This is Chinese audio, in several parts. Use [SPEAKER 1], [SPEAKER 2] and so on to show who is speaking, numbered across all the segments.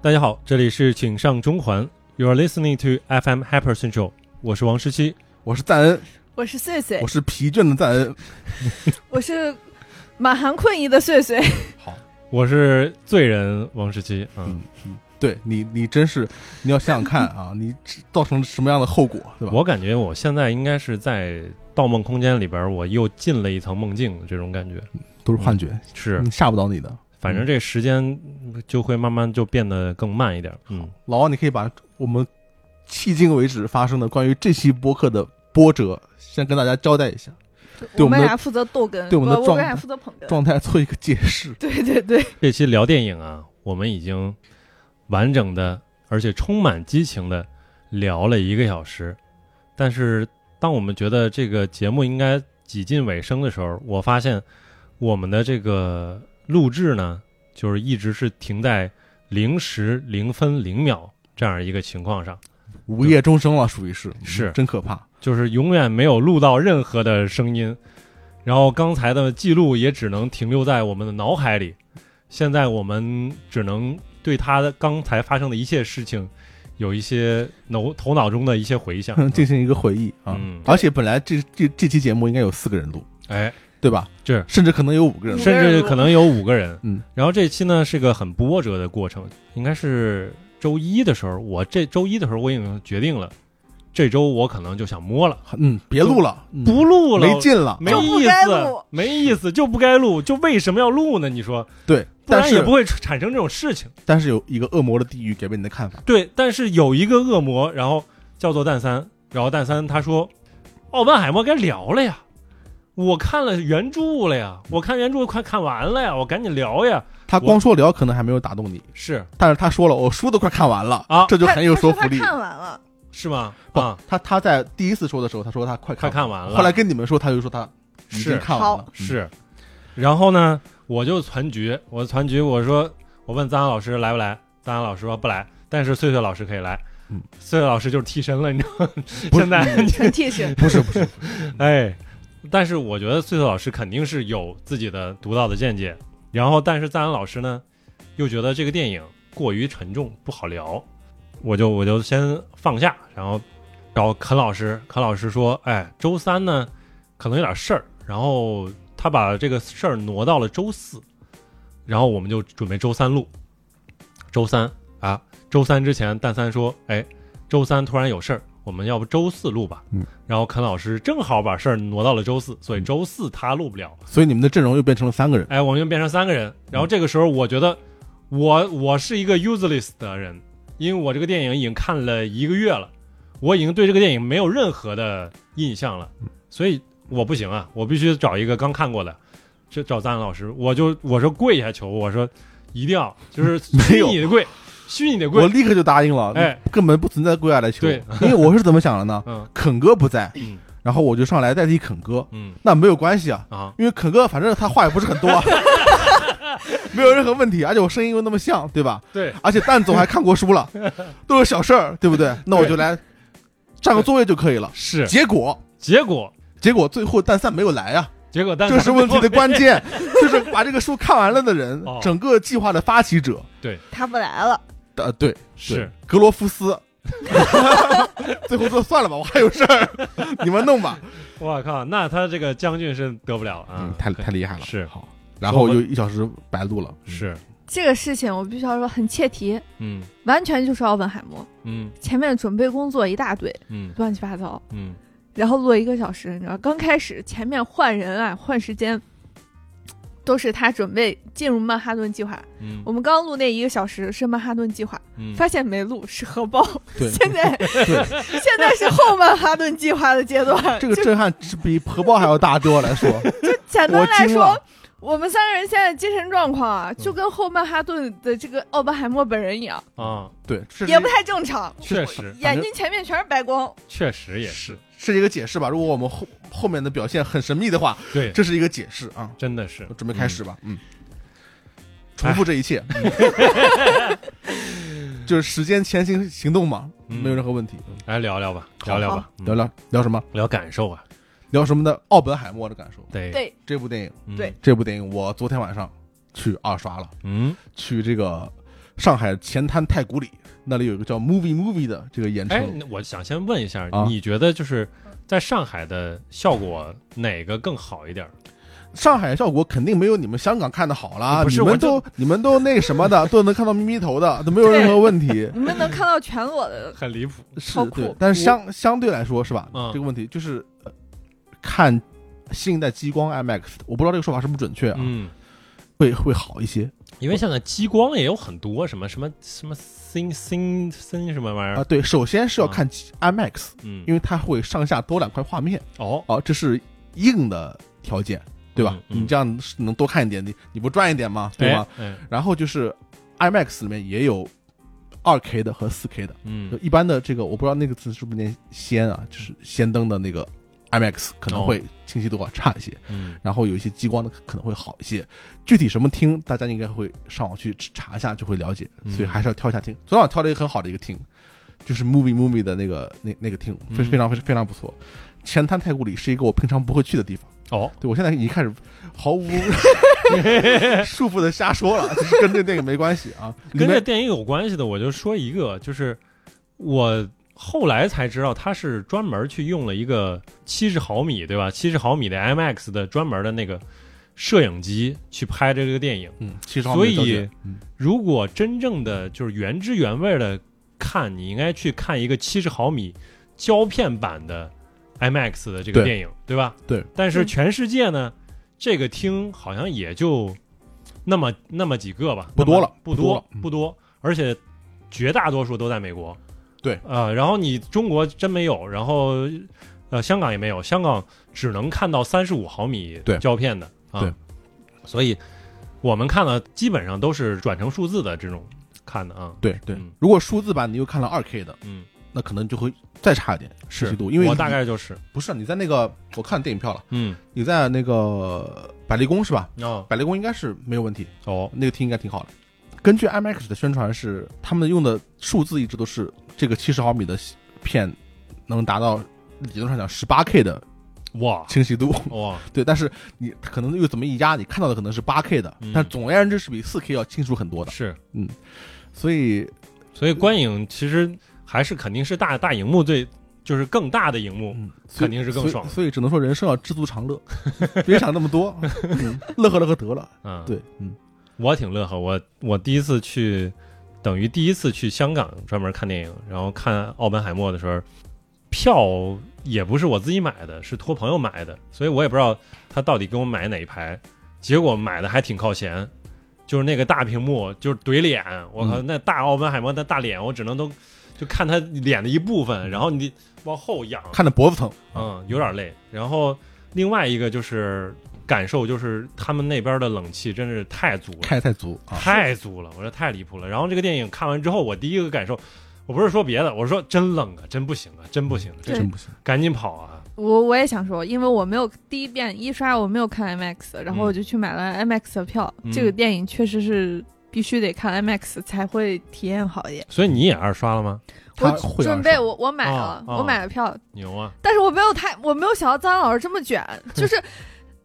[SPEAKER 1] 大家好，这里是请上中环，You are listening to FM Hyper Central，我是王十七。
[SPEAKER 2] 我是赞恩，
[SPEAKER 3] 我是穗穗
[SPEAKER 2] 我，是疲倦的赞恩。
[SPEAKER 3] 我是满含困意的穗穗。
[SPEAKER 1] 我是罪人王十七，嗯，
[SPEAKER 2] 嗯嗯，对你，你真是，你要想想看啊，你造成什么样的后果，对吧？
[SPEAKER 1] 我感觉我现在应该是在《盗梦空间》里边，我又进了一层梦境的这种感觉。
[SPEAKER 2] 都是幻觉，
[SPEAKER 1] 是
[SPEAKER 2] 嗯你，吓不倒你的。
[SPEAKER 1] 反正这时间就会慢慢就变得更慢一点。嗯，
[SPEAKER 2] 老王，你可以把我们迄今为止发生的关于这期播客的波折，先跟大家交代一下，对
[SPEAKER 3] 我
[SPEAKER 2] 我们
[SPEAKER 3] 们
[SPEAKER 2] 的
[SPEAKER 3] 俩负责逗哏，
[SPEAKER 2] 对我们的
[SPEAKER 3] 我
[SPEAKER 2] 状
[SPEAKER 3] 跟俩负责捧哏。
[SPEAKER 2] 状态做一个解释。
[SPEAKER 3] 对对对，
[SPEAKER 1] 这期聊电影啊，我们已经完整的而且充满激情的聊了一个小时，但是当我们觉得这个节目应该几近尾声的时候，我发现我们的这个录制呢，就是一直是停在零时零分零秒这样一个情况上，
[SPEAKER 2] 无业终生了，属于是，嗯
[SPEAKER 1] 是
[SPEAKER 2] 真可怕。
[SPEAKER 1] 就是永远没有录到任何的声音，然后刚才的记录也只能停留在我们的脑海里。现在我们只能对他的刚才发生的一切事情有一些脑头脑中的一些回想。
[SPEAKER 2] 进行一个回忆啊
[SPEAKER 1] 嗯，
[SPEAKER 2] 而且本来这这这期节目应该有四个人录，
[SPEAKER 1] 哎，
[SPEAKER 2] 对吧？
[SPEAKER 1] 是
[SPEAKER 2] 甚至可能有五个人录。
[SPEAKER 1] 甚至可能有五个人。
[SPEAKER 2] 嗯，
[SPEAKER 1] 然后这期呢是个很波折的过程，应该是周一的时候，我这周一的时候我已经决定了，这周我可能就想摸了，
[SPEAKER 2] 嗯，别录了，嗯
[SPEAKER 1] 不录了，
[SPEAKER 2] 没劲了。
[SPEAKER 1] 没
[SPEAKER 3] 就不
[SPEAKER 1] 意
[SPEAKER 3] 该
[SPEAKER 1] 思
[SPEAKER 3] 录，
[SPEAKER 1] 没意思，就不该录，就为什么要录呢？你说，
[SPEAKER 2] 对，
[SPEAKER 1] 不
[SPEAKER 2] 但
[SPEAKER 1] 然
[SPEAKER 2] 是
[SPEAKER 1] 也不会产生这种事情。
[SPEAKER 2] 但是有一个恶魔的地狱改变你的看法。
[SPEAKER 1] 对，但是有一个恶魔，然后叫做蛋三，然后蛋三他说，奥本海默该聊了呀，我看了原著了呀，我看原著快看完了呀，我赶紧聊呀。
[SPEAKER 2] 他光说聊可能还没有打动你，
[SPEAKER 1] 是
[SPEAKER 2] 但是他说了，我书都快看完了
[SPEAKER 1] 啊
[SPEAKER 2] 这就很有说服
[SPEAKER 3] 他
[SPEAKER 2] 力
[SPEAKER 3] 他说他。看完了，
[SPEAKER 1] 是吗？
[SPEAKER 2] 不
[SPEAKER 1] 啊，，
[SPEAKER 2] 他他在第一次说的时候，他说他快
[SPEAKER 1] 快
[SPEAKER 2] 看
[SPEAKER 1] 看完了。
[SPEAKER 2] 后来跟你们说，他就说他已经
[SPEAKER 1] 是
[SPEAKER 2] 看完了，嗯
[SPEAKER 1] 是，然后呢，我就攒局，我攒局，我说我问张老师来不来，张老师说不来，但是岁岁老师可以来。
[SPEAKER 2] 嗯，
[SPEAKER 1] 岁岁老师就是替身了，你知道吗？
[SPEAKER 2] 不是。
[SPEAKER 1] 现在
[SPEAKER 3] 陈替身
[SPEAKER 2] 不是不是，
[SPEAKER 1] 哎，但是我觉得岁岁老师肯定是有自己的独到的见解，然后但是赞恩老师呢，又觉得这个电影过于沉重不好聊，我就我就先放下，然后找肯老师，肯老师说，哎，周三呢可能有点事儿，然后他把这个事儿挪到了周四，然后我们就准备周三录，周三啊，周三之前蛋三说，哎，周三突然有事儿，我们要不周四录吧。然后肯老师正好把事儿挪到了周四，
[SPEAKER 2] 嗯
[SPEAKER 1] 所以周四他录不了。
[SPEAKER 2] 所以你们的阵容又变成了三个人，
[SPEAKER 1] 哎，我们就变成三个人。然后这个时候，我觉得我我是一个 useless 的人，因为我这个电影已经看了一个月了，我已经对这个电影没有任何的印象了，
[SPEAKER 2] 嗯
[SPEAKER 1] 所以我不行啊，我必须找一个刚看过的，就找赞恩老师。我就我说跪下求，我说一定要就是
[SPEAKER 2] 没
[SPEAKER 1] 虚
[SPEAKER 2] 有
[SPEAKER 1] 拟的跪，虚拟的
[SPEAKER 2] 我
[SPEAKER 1] 跪。
[SPEAKER 2] 立刻就答应了，
[SPEAKER 1] 哎，
[SPEAKER 2] 根本不存在跪下来求
[SPEAKER 1] 对，
[SPEAKER 2] 因为我是怎么想的呢？
[SPEAKER 1] 嗯
[SPEAKER 2] 肯哥不在，
[SPEAKER 1] 嗯
[SPEAKER 2] 然后我就上来代替肯哥，
[SPEAKER 1] 嗯
[SPEAKER 2] 那没有关系啊，
[SPEAKER 1] 啊，
[SPEAKER 2] 因为肯哥反正他话也不是很 多啊，没有任何问题，而且我声音又那么像，对吧？
[SPEAKER 1] 对，
[SPEAKER 2] 而且蛋总还看过 书了，都是小事儿，对不对？那我就来占个座位就可以了。
[SPEAKER 1] 是
[SPEAKER 2] 结果，
[SPEAKER 1] 结果
[SPEAKER 2] 结果最后蛋散没有来啊，
[SPEAKER 1] 结果，但
[SPEAKER 2] 这是问题的关 键，就是把这个书看完了的人
[SPEAKER 1] 哦，
[SPEAKER 2] 整个计划的发起者，
[SPEAKER 3] 他不来了，
[SPEAKER 2] 呃，对，
[SPEAKER 1] 是
[SPEAKER 2] 对格罗夫斯。 最后说算了吧，我还有事 儿，你们弄吧。
[SPEAKER 1] 我靠，那他这个将军是得不了啊，
[SPEAKER 2] 嗯，太
[SPEAKER 1] 可
[SPEAKER 2] 太厉害了。
[SPEAKER 1] 是
[SPEAKER 2] 好，嗯然后又一小时白录了。
[SPEAKER 1] 是，
[SPEAKER 3] 这个事情我必须要说很切题，
[SPEAKER 1] 嗯
[SPEAKER 3] 完全就是奥本海默
[SPEAKER 1] 嗯
[SPEAKER 3] 前面准备工作一大堆，
[SPEAKER 1] 嗯
[SPEAKER 3] 乱七八糟，
[SPEAKER 1] 嗯
[SPEAKER 3] 然后录了一个小时，你知道，刚开始前面换人啊，换时间。都是他准备进入曼哈顿计划。
[SPEAKER 1] 嗯
[SPEAKER 3] 我们刚录那一个小时是曼哈顿计划，
[SPEAKER 1] 嗯，
[SPEAKER 3] 发现没录是核爆。
[SPEAKER 2] 对
[SPEAKER 3] 现在
[SPEAKER 2] 对，
[SPEAKER 3] 现在是后曼哈顿计划的阶 段。
[SPEAKER 2] 这个震撼是比核爆还要大，对我来说，
[SPEAKER 3] 简单
[SPEAKER 2] 我
[SPEAKER 3] 来
[SPEAKER 2] 惊
[SPEAKER 3] 说
[SPEAKER 2] 了，。嗯
[SPEAKER 3] 我们三个人现在精神状况啊，就跟后曼哈顿的这个奥本海默本人一样，
[SPEAKER 1] 啊，
[SPEAKER 2] 对，是
[SPEAKER 3] 也不太正常，
[SPEAKER 1] 确实
[SPEAKER 3] 眼睛前面全是 白光。
[SPEAKER 1] 确实也是，
[SPEAKER 2] 是一个解释吧。如果我们后后面的表现很神秘的话，
[SPEAKER 1] 对，
[SPEAKER 2] 这是一个解释啊。
[SPEAKER 1] 真的是
[SPEAKER 2] 我准备开始吧，嗯，重复这 一切，就是时间前行行动嘛，
[SPEAKER 1] 嗯
[SPEAKER 2] 没有任何问题。
[SPEAKER 1] 嗯来聊聊吧，聊聊吧，嗯
[SPEAKER 2] 聊聊聊什么？
[SPEAKER 1] 聊感受啊，
[SPEAKER 2] 聊什么的？奥本海默的感受。
[SPEAKER 1] 对
[SPEAKER 3] 对，
[SPEAKER 2] 这部电影，
[SPEAKER 1] 嗯
[SPEAKER 3] 对
[SPEAKER 2] 这部电影我昨天晚上去二刷了，
[SPEAKER 1] 嗯
[SPEAKER 2] 去这个上海前滩太古里那里有一个叫 Movie Movie 的这个演
[SPEAKER 1] 哎，
[SPEAKER 2] 城，
[SPEAKER 1] 那我想先问一下，
[SPEAKER 2] 啊
[SPEAKER 1] 你觉得就是在上海的效果哪个更好一点？
[SPEAKER 2] 上海效果肯定没有你们香港看的好啦，
[SPEAKER 1] 不
[SPEAKER 2] 你
[SPEAKER 1] 是
[SPEAKER 2] 们
[SPEAKER 1] 我就
[SPEAKER 2] 都你们都那什么 的，都能看到咪咪头的，都没有
[SPEAKER 3] 对
[SPEAKER 2] 任何问题。
[SPEAKER 3] 你们能看到全裸的，
[SPEAKER 1] 很离谱，
[SPEAKER 2] 是
[SPEAKER 3] 超酷
[SPEAKER 2] 对，但是相相对来说是吧？
[SPEAKER 1] 嗯
[SPEAKER 2] 这个问题就是、呃看新一代激光 IMAX，我不知道这个说法是不是准确啊，
[SPEAKER 1] 嗯，
[SPEAKER 2] 会会好一些
[SPEAKER 1] 因为现在激光也有很多，什么什么什么 sin sin sin 什么玩意
[SPEAKER 2] 啊、
[SPEAKER 1] 儿，
[SPEAKER 2] 对，首先是要看 IMAX，、
[SPEAKER 1] 嗯，
[SPEAKER 2] 因为它会上下多两块画面，
[SPEAKER 1] 哦，
[SPEAKER 2] 哦、这是硬的条件，对吧？
[SPEAKER 1] 嗯嗯
[SPEAKER 2] 你这样是能多看一点，你你不赚一点吗？对啊吗？
[SPEAKER 1] 哎？哎
[SPEAKER 2] 然后就是 IMAX 里面也有二 K 的和四 K 的，就
[SPEAKER 1] 嗯，
[SPEAKER 2] 一般的这个我不知道那个词是不是念先啊，就是先登的那个 IMAX 可能
[SPEAKER 1] 哦
[SPEAKER 2] 会清晰度啊差一些。
[SPEAKER 1] 嗯，
[SPEAKER 2] 然后有一些激光的可能会好一些。具体什么厅，大家应该会上网去查一下就会了解，
[SPEAKER 1] 嗯
[SPEAKER 2] 所以还是要挑一下厅。昨天晚上挑了一个很好的一个厅，就是 Movie Movie 的那个那那个厅，
[SPEAKER 1] 嗯
[SPEAKER 2] 非非常非常非常不错。前滩太古里是一个我平常不会去的地方，
[SPEAKER 1] 哦，
[SPEAKER 2] 对我现在已经开始毫 无束缚的瞎说了，就是跟这电影没关系啊。里
[SPEAKER 1] 跟这
[SPEAKER 2] 面
[SPEAKER 1] 电影有关系的，我就说一个，就是我后来才知道，他是专门去用了一个七十毫米，对吧？七十毫米的 IMAX 的专门的那个摄影机去拍这个电影。
[SPEAKER 2] 嗯，其实
[SPEAKER 1] 所以
[SPEAKER 2] 嗯
[SPEAKER 1] 如果真正的就是原汁原味的看，你应该去看一个七十毫米胶片版的 IMAX 的这个
[SPEAKER 2] 对
[SPEAKER 1] 电影，对吧？
[SPEAKER 2] 对。
[SPEAKER 1] 但是
[SPEAKER 3] 嗯
[SPEAKER 1] 全世界呢，这个厅好像也就那么那么几个吧，
[SPEAKER 2] 不多
[SPEAKER 1] 那么
[SPEAKER 2] 了
[SPEAKER 1] 不
[SPEAKER 2] 不多
[SPEAKER 1] 多
[SPEAKER 2] 了嗯
[SPEAKER 1] 不多，而且绝大多数都在美国。
[SPEAKER 2] 对
[SPEAKER 1] 呃，然后你中国真没有，然后呃香港也没有，香港只能看到三十五毫米
[SPEAKER 2] 对
[SPEAKER 1] 胶片的啊，
[SPEAKER 2] 对
[SPEAKER 1] 所以我们看的基本上都是转成数字的这种看的啊，
[SPEAKER 2] 对对
[SPEAKER 1] 嗯，
[SPEAKER 2] 如果数字版你又看了二 K 的，
[SPEAKER 1] 嗯，
[SPEAKER 2] 那可能就会再差一点清晰
[SPEAKER 1] 是
[SPEAKER 2] 度，因为
[SPEAKER 1] 我
[SPEAKER 2] 你
[SPEAKER 1] 大概就是
[SPEAKER 2] 不是你在那个我看电影票了。
[SPEAKER 1] 嗯
[SPEAKER 2] 你在那个百丽宫是吧？
[SPEAKER 1] 哦
[SPEAKER 2] 百丽宫应该是没有问题，
[SPEAKER 1] 哦
[SPEAKER 2] 那个厅应该挺好的。根据 IMAX 的宣传是，他们用的数字一直都是这个七十毫米的片能达到理论上讲十八 K 的
[SPEAKER 1] 哇
[SPEAKER 2] 清晰度，
[SPEAKER 1] 哇
[SPEAKER 2] 对。但是你可能又怎么一压，你看到的可能是八 K 的
[SPEAKER 1] 嗯，
[SPEAKER 2] 但总而言之是比四 K 要清楚很多的。
[SPEAKER 1] 是，
[SPEAKER 2] 所以
[SPEAKER 1] 所以观影其实还是肯定是大大荧幕最就是更大的荧幕，
[SPEAKER 2] 嗯，所以
[SPEAKER 1] 肯定是更爽
[SPEAKER 2] 所以所以只能说人生要知足 常乐，别想那么多，嗯乐呵乐呵得了。
[SPEAKER 1] 嗯，
[SPEAKER 2] 对，嗯，
[SPEAKER 1] 我挺乐呵，我我第一次去，等于第一次去香港专门看电影，然后看《奥本海默》的时候，票也不是我自己买的，是托朋友买的，所以我也不知道他到底给我买哪一排，结果买的还挺靠前，就是那个大屏幕，就是怼脸，我靠，那大奥本海默那大脸，我只能都就看他脸的一部分，然后你往后仰，
[SPEAKER 2] 看着脖子疼。
[SPEAKER 1] 嗯，有点累。然后另外一个就是感受，就是他们那边的冷气真是太足了。
[SPEAKER 2] 开太足啊！
[SPEAKER 1] 太足了，我说太离谱了。然后这个电影看完之后，我第一个感受，我不是说别的，我说真冷啊，真不行啊，真不行、啊，
[SPEAKER 3] 对
[SPEAKER 2] 真不行。
[SPEAKER 1] 赶紧跑啊！
[SPEAKER 3] 我我也想说，因为我没有第一遍一刷我没有看 IMAX，然后
[SPEAKER 1] 嗯
[SPEAKER 3] 我就去买了 IMAX 的票。
[SPEAKER 1] 嗯
[SPEAKER 3] 这个电影确实是必须得看 IMAX 才会体验好一点。
[SPEAKER 1] 所以你也二刷了吗？
[SPEAKER 2] 他
[SPEAKER 3] 我
[SPEAKER 2] 会
[SPEAKER 3] 准备我我买了
[SPEAKER 2] 啊
[SPEAKER 1] 哦，哦
[SPEAKER 3] 我买了票，
[SPEAKER 1] 牛啊！
[SPEAKER 3] 但是我没有太我没有想到张老师这么 卷，就是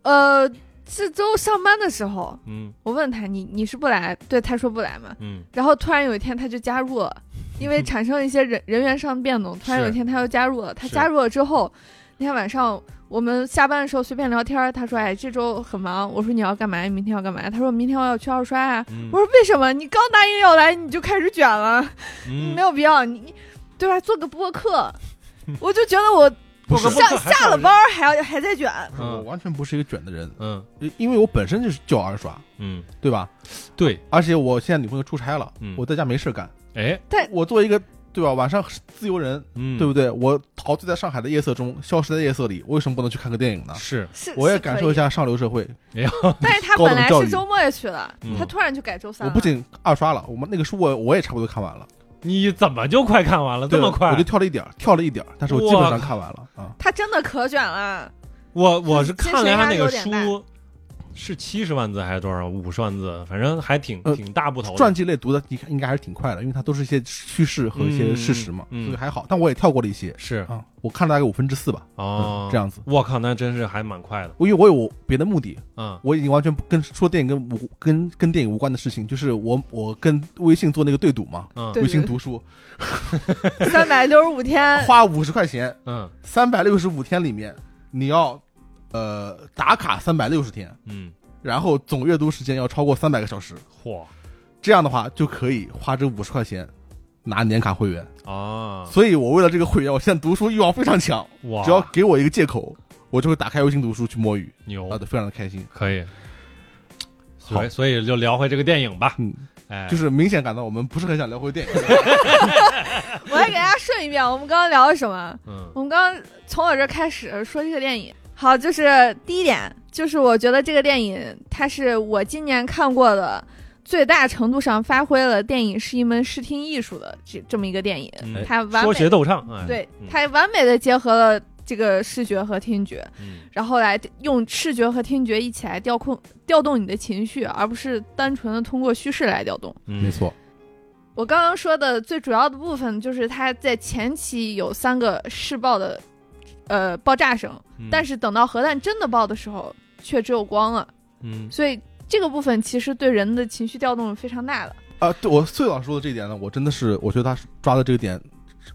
[SPEAKER 3] 呃这周上班的时候，
[SPEAKER 1] 嗯
[SPEAKER 3] 我问他你你是不来，对他说不来嘛，
[SPEAKER 1] 嗯，
[SPEAKER 3] 然后突然有一天他就加入了，因为产生一些人人员上的变动，突然有一天他又加入了。他
[SPEAKER 1] 是
[SPEAKER 3] 加入了之后，那天晚上我们下班的时候随便聊天儿，他说：“哎，这周很忙。”我说：“你要干嘛？明天要干嘛？”他说：“明天我要去二刷啊。”
[SPEAKER 1] 嗯
[SPEAKER 3] 我说：“为什么？你刚答应要来你就开始卷了，
[SPEAKER 1] 嗯
[SPEAKER 3] 没有必要，你你对吧？做个 播客，我就觉得我
[SPEAKER 1] 不是
[SPEAKER 3] 下下了班儿还要还在卷。”
[SPEAKER 1] 嗯
[SPEAKER 2] 我完全不是一个卷的人，
[SPEAKER 1] 嗯
[SPEAKER 2] 呃因为我本身就是就二刷，
[SPEAKER 1] 嗯，
[SPEAKER 2] 对吧？
[SPEAKER 1] 对，
[SPEAKER 2] 而且我现在女朋友出差了，
[SPEAKER 1] 嗯
[SPEAKER 2] 我在家没事干，
[SPEAKER 1] 哎，
[SPEAKER 2] 我作为一个对吧晚上自由人，
[SPEAKER 1] 嗯，
[SPEAKER 2] 对不对？我陶醉在上海的夜色中，消失在夜色里，我为什么不能去看个电影呢？
[SPEAKER 1] 是，
[SPEAKER 3] 是，
[SPEAKER 2] 我也
[SPEAKER 3] 是可
[SPEAKER 2] 感受一
[SPEAKER 3] 以，
[SPEAKER 2] 下上流社会。
[SPEAKER 3] 但是他
[SPEAKER 2] 高
[SPEAKER 3] 本
[SPEAKER 2] 等
[SPEAKER 3] 来
[SPEAKER 2] 教育
[SPEAKER 3] 是周末也去了，
[SPEAKER 1] 嗯
[SPEAKER 3] 他突然就改周三
[SPEAKER 2] 我
[SPEAKER 3] 了。
[SPEAKER 2] 不仅二刷了，我们那个书我我也差不多看完了，
[SPEAKER 1] 你怎么就快看完了？这
[SPEAKER 2] 对
[SPEAKER 1] 么快
[SPEAKER 2] 我就？跳了一点儿，跳了一点儿，但是我基本上看完了啊。
[SPEAKER 3] 他真的可卷了。
[SPEAKER 1] 我我是看了一下那个
[SPEAKER 3] 精神压力有
[SPEAKER 1] 书，是七十万字还是多少五十万字，反正还挺
[SPEAKER 2] 呃
[SPEAKER 1] 挺大部头的。
[SPEAKER 2] 传记类读的你看应该还是挺快的，因为它都是一些叙事和一些事实嘛，
[SPEAKER 1] 嗯嗯
[SPEAKER 2] 所以还好。但我也跳过了一些
[SPEAKER 1] 是
[SPEAKER 2] 啊，我看了大概五分之四吧，
[SPEAKER 1] 哦
[SPEAKER 2] 嗯，这样子。
[SPEAKER 1] 我靠，那真是还蛮快的，
[SPEAKER 2] 因为我有别的目的，
[SPEAKER 1] 嗯
[SPEAKER 2] 我已经完全不跟说电影跟无跟跟电影无关的事情，就是我我跟微信做那个对赌嘛，
[SPEAKER 1] 嗯
[SPEAKER 3] 对呃
[SPEAKER 2] 微信读书
[SPEAKER 3] 三百六十 五天，
[SPEAKER 2] 花五十块钱，
[SPEAKER 1] 嗯
[SPEAKER 2] 三百六十五天里面你要呃打卡三百六十天，
[SPEAKER 1] 嗯，
[SPEAKER 2] 然后总阅读时间要超过三百个小时，
[SPEAKER 1] 嚯
[SPEAKER 2] 这样的话就可以花这五十块钱拿年卡会员。
[SPEAKER 1] 啊
[SPEAKER 2] 所以我为了这个会员，我现在读书欲望非常强，
[SPEAKER 1] 哇，
[SPEAKER 2] 只要给我一个借口，我就会打开微信读书去摸鱼，
[SPEAKER 1] 牛
[SPEAKER 2] 啊，对，非常的开心。
[SPEAKER 1] 可以。
[SPEAKER 2] 好
[SPEAKER 1] 所以所以就聊回这个电影吧，
[SPEAKER 2] 嗯，
[SPEAKER 1] 哎，
[SPEAKER 2] 就是明显感到我们不是很想聊回 电影，
[SPEAKER 3] 我来给大家顺一遍，我们刚刚聊的什么？
[SPEAKER 1] 嗯
[SPEAKER 3] 我们刚刚从我这儿开始说这个电影。好，就是第一点，就是我觉得这个电影它是我今年看过的最大程度上发挥了电影是一门视听艺术的这这么一个电影，
[SPEAKER 1] 嗯
[SPEAKER 3] 它完
[SPEAKER 1] 说
[SPEAKER 3] 美
[SPEAKER 1] 学逗唱，哎，
[SPEAKER 3] 对
[SPEAKER 1] 嗯，
[SPEAKER 3] 它完美的结合了这个视觉和听觉，
[SPEAKER 1] 嗯
[SPEAKER 3] 然后来用视觉和听觉一起来调控调动你的情绪，而不是单纯的通过叙事来调动。
[SPEAKER 1] 嗯
[SPEAKER 2] 没，错，
[SPEAKER 3] 我刚刚说的最主要的部分就是它在前期有三个试爆的，呃，爆炸声，
[SPEAKER 1] 嗯
[SPEAKER 3] 但是等到核弹真的爆的时候，却只有光了，
[SPEAKER 1] 嗯
[SPEAKER 3] 所以这个部分其实对人的情绪调动是非常大的。
[SPEAKER 2] 啊，对我穗老师说的这一点呢，我真的是，我觉得他抓的这个点，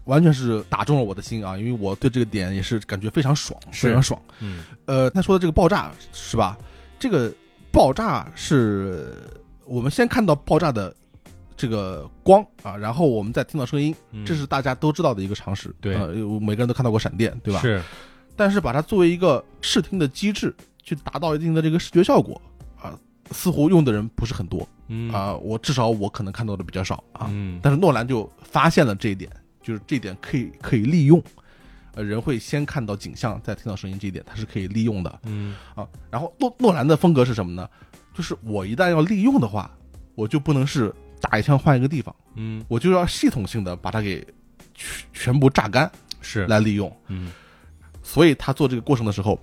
[SPEAKER 2] 完全是打中了我的心啊，因为我对这个点也是感觉非常爽，
[SPEAKER 1] 是
[SPEAKER 2] 非常爽。
[SPEAKER 1] 嗯
[SPEAKER 2] 呃，他说的这个爆炸是吧？这个爆炸是我们先看到爆炸的这个光啊，然后我们再听到声音，
[SPEAKER 1] 嗯，
[SPEAKER 2] 这是大家都知道的一个常识，
[SPEAKER 1] 对
[SPEAKER 2] 呃每个人都看到过闪电，对吧？
[SPEAKER 1] 是
[SPEAKER 2] 但是把它作为一个视听的机制，去达到一定的这个视觉效果啊，似乎用的人不是很多
[SPEAKER 1] 嗯
[SPEAKER 2] 啊。我至少我可能看到的比较少啊。
[SPEAKER 1] 嗯
[SPEAKER 2] 但是诺兰就发现了这一点，就是这一点可以可以利用，呃，人会先看到景象，再听到声音，这一点它是可以利用的
[SPEAKER 1] 嗯
[SPEAKER 2] 啊。然后诺诺兰的风格是什么呢？就是我一旦要利用的话，我就不能是打一枪换一个地方，
[SPEAKER 1] 嗯
[SPEAKER 2] 我就要系统性的把它给全全部榨干
[SPEAKER 1] 是
[SPEAKER 2] 来利用。
[SPEAKER 1] 嗯
[SPEAKER 2] 所以他做这个过程的时候，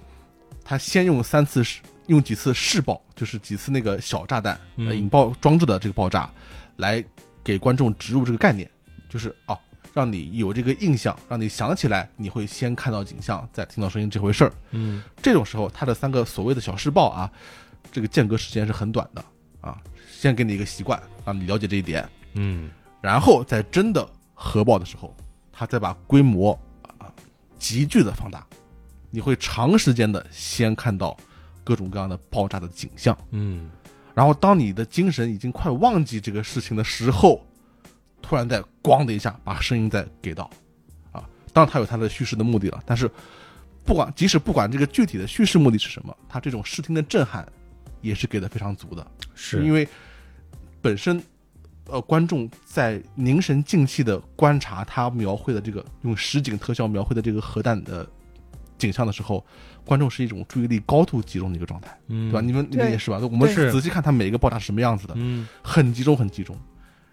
[SPEAKER 2] 他先用三次试，用几次试爆，就是几次那个小炸弹、
[SPEAKER 1] 嗯
[SPEAKER 2] 呃引爆装置的这个爆炸，来给观众植入这个概念，就是哦，让你有这个印象，让你想起来你会先看到景象，再听到声音这回事儿。
[SPEAKER 1] 嗯
[SPEAKER 2] 这种时候，他的三个所谓的小试爆啊，这个间隔时间是很短的啊，先给你一个习惯，让你了解这一点，
[SPEAKER 1] 嗯
[SPEAKER 2] 然后在真的核爆的时候，它再把规模啊急剧的放大，你会长时间的先看到各种各样的爆炸的景象。
[SPEAKER 1] 嗯
[SPEAKER 2] 然后当你的精神已经快忘记这个事情的时候，突然再咣的一下把声音再给到，啊，当然它有它的叙事的目的了，但是不管即使不管这个具体的叙事目的是什么，它这种视听的震撼也是给的非常足的。
[SPEAKER 1] 是
[SPEAKER 2] 因为本身呃观众在凝神静气的观察他描绘的这个用实景特效描绘的这个核弹的景象的时候，观众是一种注意力高度集中的一个状态，
[SPEAKER 1] 嗯
[SPEAKER 2] 对吧？你们你们
[SPEAKER 3] 对
[SPEAKER 2] 也是吧？我们
[SPEAKER 1] 是
[SPEAKER 2] 仔细看它每一个爆炸是什么样子的，
[SPEAKER 1] 嗯
[SPEAKER 2] 很集中，很集中。